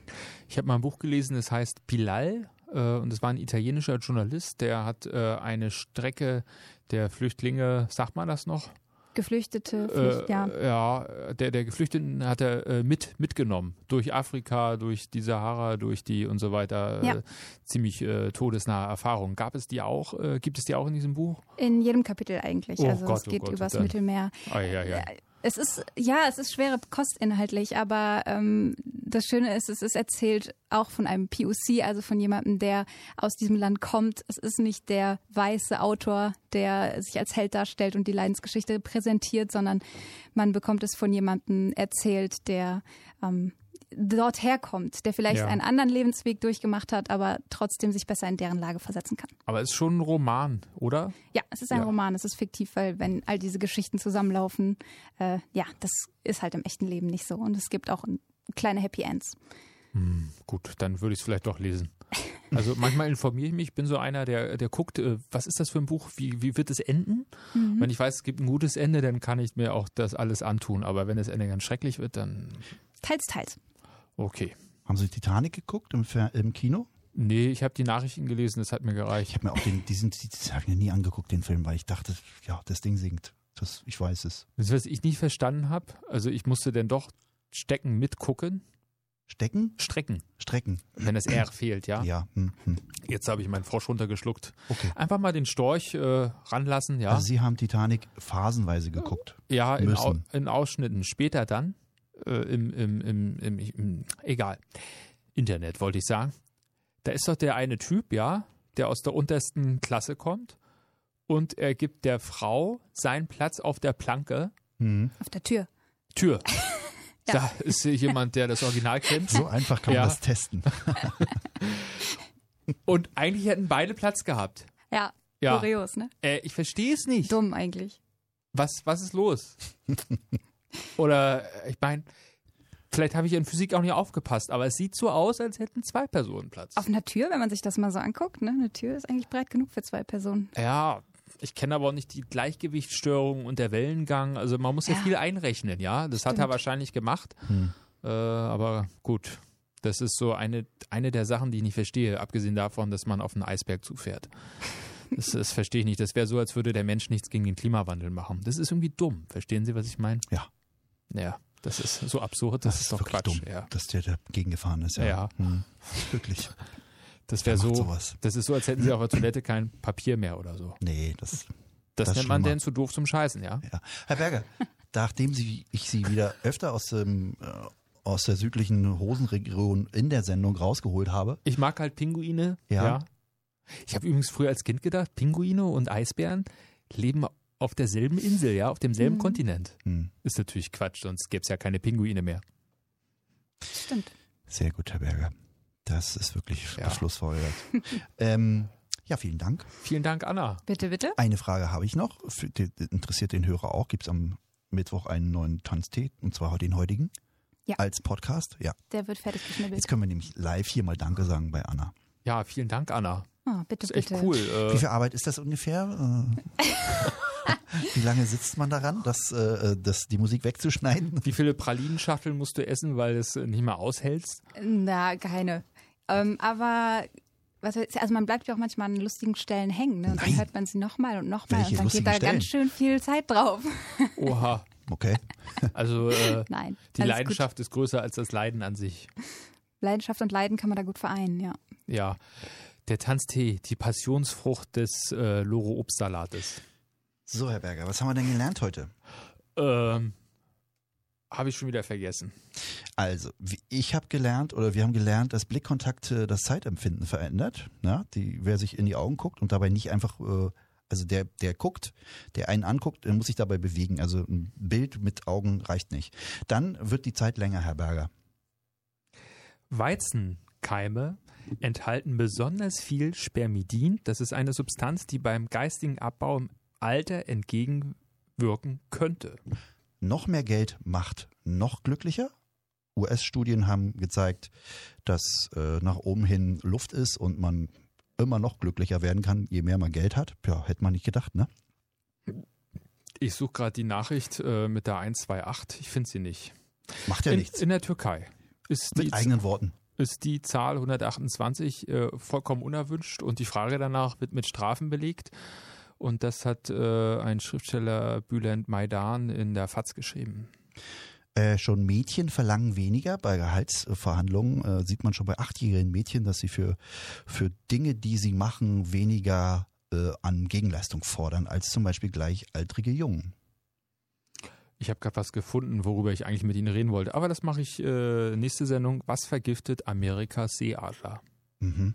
Ich habe mal ein Buch gelesen, das heißt Pilal. äh, Und es war ein italienischer Journalist, der hat äh, eine Strecke der Flüchtlinge, sagt man das noch? Geflüchtete, Pflicht, äh, ja. ja, der, der Geflüchteten hat er äh, mit, mitgenommen. Durch Afrika, durch die Sahara, durch die und so weiter. Ja. Äh, ziemlich äh, todesnahe Erfahrung. Gab es die auch? Äh, gibt es die auch in diesem Buch? In jedem Kapitel eigentlich. Oh also es Gott, oh geht Gott, übers dann- Mittelmeer. Ah, ja, ja. Es ist, ja, es ist schwere Kost inhaltlich, aber ähm, das Schöne ist, es ist erzählt auch von einem POC, also von jemandem, der aus diesem Land kommt. Es ist nicht der weiße Autor, der sich als Held darstellt und die Leidensgeschichte präsentiert, sondern man bekommt es von jemandem erzählt, der ähm, dort herkommt, der vielleicht Ja. einen anderen Lebensweg durchgemacht hat, aber trotzdem sich besser in deren Lage versetzen kann. Aber es ist schon ein Roman, oder? Ja, es ist ein Ja. Roman, es ist fiktiv, weil wenn all diese Geschichten zusammenlaufen, äh, ja, das ist halt im echten Leben nicht so. Und es gibt auch ein- kleine Happy Ends. Hm, gut, dann würde ich es vielleicht doch lesen. Also manchmal informiere ich mich, ich bin so einer, der, der guckt, äh, was ist das für ein Buch, wie, wie wird es enden? Mhm. Mhm. Wenn ich weiß, es gibt ein gutes Ende, dann kann ich mir auch das alles antun. Aber wenn das Ende ganz schrecklich wird, dann Teils, teils. okay. Haben Sie Titanic geguckt im, Fer- im Kino? Nee, ich habe die Nachrichten gelesen, das hat mir Ich gereicht. habe mir auch den, diesen, das habe ich mir nie angeguckt, den Film, weil ich dachte, ja, das Ding singt. Das, ich weiß es. Das, was ich nicht verstanden habe, also ich musste dann doch stecken, mitgucken, Stecken? strecken, Strecken. wenn das R fehlt, ja. Ja. Hm, hm. Jetzt habe ich meinen Frosch runtergeschluckt. Okay. Einfach mal den Storch äh, ranlassen, ja. Also Sie haben Titanic phasenweise geguckt. Ja, in, Au müssen. in Ausschnitten. Später dann, äh, im, im, im, im, im, egal, Internet wollte ich sagen. Da ist doch der eine Typ, ja, der aus der untersten Klasse kommt und er gibt der Frau seinen Platz auf der Planke. Hm. Auf der Tür. Tür. Da ist hier jemand, der das Original kennt. So einfach kann Ja. man das testen. Und eigentlich hätten beide Platz gehabt. Ja, Ja, kurios, ne? äh, ich verstehe es nicht. Dumm eigentlich. was, was ist los? Oder äh, ich meine, vielleicht habe ich in Physik auch nicht aufgepasst, aber es sieht so aus, als hätten zwei Personen Platz. Auf einer Tür, wenn man sich das mal so anguckt, ne? Eine Tür ist eigentlich breit genug für zwei Personen. Ja, ich kenne aber auch nicht die Gleichgewichtsstörung und der Wellengang. Also man muss ja, Ja. viel einrechnen, ja. Das hat er Stimmt. wahrscheinlich gemacht. Hm. Äh, aber gut. Das ist so eine, eine der Sachen, die ich nicht verstehe, abgesehen davon, dass man auf einen Eisberg zufährt. Das, das verstehe ich nicht. Das wäre so, als würde der Mensch nichts gegen den Klimawandel machen. Das ist irgendwie dumm. Verstehen Sie, was ich meine? Ja. Ja, das ist so absurd. Das, ist doch wirklich Quatsch. dumm, Ja. dass der dagegen gefahren ist. Ja. Ja. Hm. Wirklich. Das Wer wäre so. macht sowas? Das ist so, als hätten sie auf der Toilette kein Papier mehr oder so. Nee, das Das, Das ist nennt man schlimmer. denn zu doof zum Scheißen, ja? Ja. Herr Berger, nachdem Sie, ich Sie wieder öfter aus, dem, äh, aus der südlichen Hosenregion in der Sendung rausgeholt habe, Ich mag halt Pinguine. Ja. Ja. Ich habe übrigens früher als Kind gedacht, Pinguine und Eisbären leben auf derselben Insel, ja, auf Mhm. demselben Kontinent. hm, Ist natürlich Quatsch, sonst gäbe es ja keine Pinguine mehr. Stimmt. sehr gut, Herr Berger. Das ist wirklich Ja. schlussfolgert. ähm, ja, vielen Dank. Vielen Dank, Anna. Bitte, bitte. Eine Frage habe ich noch. Für, die, die interessiert den Hörer auch. Gibt es am Mittwoch einen neuen Tanztee? Und zwar den heutigen? Ja. Als Podcast? Ja. Der wird fertig geschnibbelt. Jetzt können wir nämlich live hier mal Danke sagen bei Anna. Ja, vielen Dank, Anna. Oh, bitte, Das ist echt bitte. cool. Wie Äh, viel Arbeit ist das ungefähr? Äh, Wie lange sitzt man daran, dass, äh, dass die Musik wegzuschneiden? wie viele Pralinenschachteln musst du essen, weil du es äh, nicht mehr aushältst? Na, keine. Ähm, aber was weiß ich, also man bleibt ja auch manchmal an lustigen Stellen hängen, ne? Und dann Nein. hört man sie nochmal und nochmal Welche und dann lustigen geht da Stellen? ganz schön viel Zeit drauf. Oha. Okay. Also äh, Nein. die alles Leidenschaft ist größer als das Leiden an sich. Gut. Leidenschaft und Leiden kann man da gut vereinen, ja. Ja. Der Tanztee, die Passionsfrucht des äh, Loro-Obstsalates. So, Herr Berger, was haben wir denn gelernt heute? Ähm, Habe ich schon wieder vergessen. Also, wie- ich habe gelernt oder wir haben gelernt, dass Blickkontakt äh, das Zeitempfinden verändert. Na, die, wer sich in die Augen guckt und dabei nicht einfach, äh, also der, der guckt, der einen anguckt, der muss sich dabei bewegen. Also ein Bild mit Augen reicht nicht. Dann wird die Zeit länger, Herr Berger. Weizenkeime enthalten besonders viel Spermidin. Das ist eine Substanz, die beim geistigen Abbau im Alter entgegenwirken könnte. Noch mehr Geld macht noch glücklicher. US-Studien haben gezeigt, dass äh, nach oben hin Luft ist und man immer noch glücklicher werden kann, je mehr man Geld hat. Ja, hätte man nicht gedacht, ne? Ich suche gerade die Nachricht äh, mit der 128. Ich finde sie nicht. Macht ja in, nichts. in der Türkei ist die, Mit eigenen Worten. ist die Zahl 128 äh, vollkommen unerwünscht und die Frage danach wird mit Strafen belegt. Und das hat äh, ein Schriftsteller Bülent Maidan in der FAZ geschrieben. Äh, schon Mädchen verlangen weniger. Bei Gehaltsverhandlungen äh, sieht man schon bei achtjährigen Mädchen, dass sie für, für Dinge, die sie machen, weniger äh, an Gegenleistung fordern als zum Beispiel gleichaltrige Jungen. Ich habe gerade was gefunden, worüber ich eigentlich mit Ihnen reden wollte. Aber das mache ich äh, nächste Sendung. Was vergiftet Amerikas Seeadler? Mhm.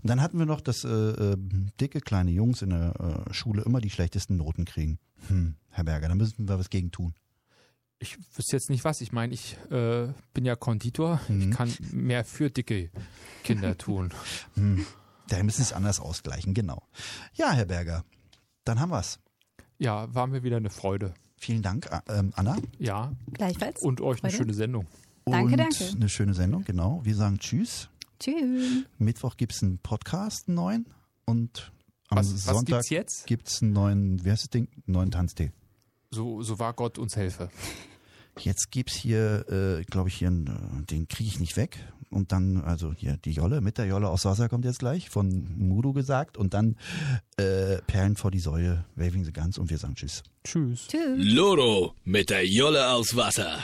Und dann hatten wir noch, dass äh, äh, dicke kleine Jungs in der äh, Schule immer die schlechtesten Noten kriegen. Hm, Herr Berger, da müssen wir was gegen tun. Ich wüsste jetzt nicht was. Ich meine, ich äh, bin ja Konditor. Mhm. Ich kann mehr für dicke Kinder tun. Hm, da müssen sie es anders ausgleichen, genau. Ja, Herr Berger, dann haben wir's. Ja, war mir wieder eine Freude. Vielen Dank, A- ähm, Anna. Ja, Gleichfalls. und euch eine Freude. schöne Sendung. Danke, und danke. Eine schöne Sendung, genau. Wir sagen Tschüss. Tschüss. Mittwoch gibt es einen Podcast, einen neuen. Und am Was, was Sonntag gibt's jetzt? gibt es einen neuen, wie heißt das Ding? Einen neuen Tanztee. So, so war Gott uns helfe. Jetzt gibt es hier, äh, glaube ich, hier einen, äh, den kriege ich nicht weg. Und dann, also hier die Jolle, mit der Jolle aus Wasser kommt jetzt gleich, von Mudo gesagt. Und dann äh, Perlen vor die Säue, waving sie ganz und wir sagen Tschüss. Tschüss. Tschüss. Loro mit der Jolle aus Wasser.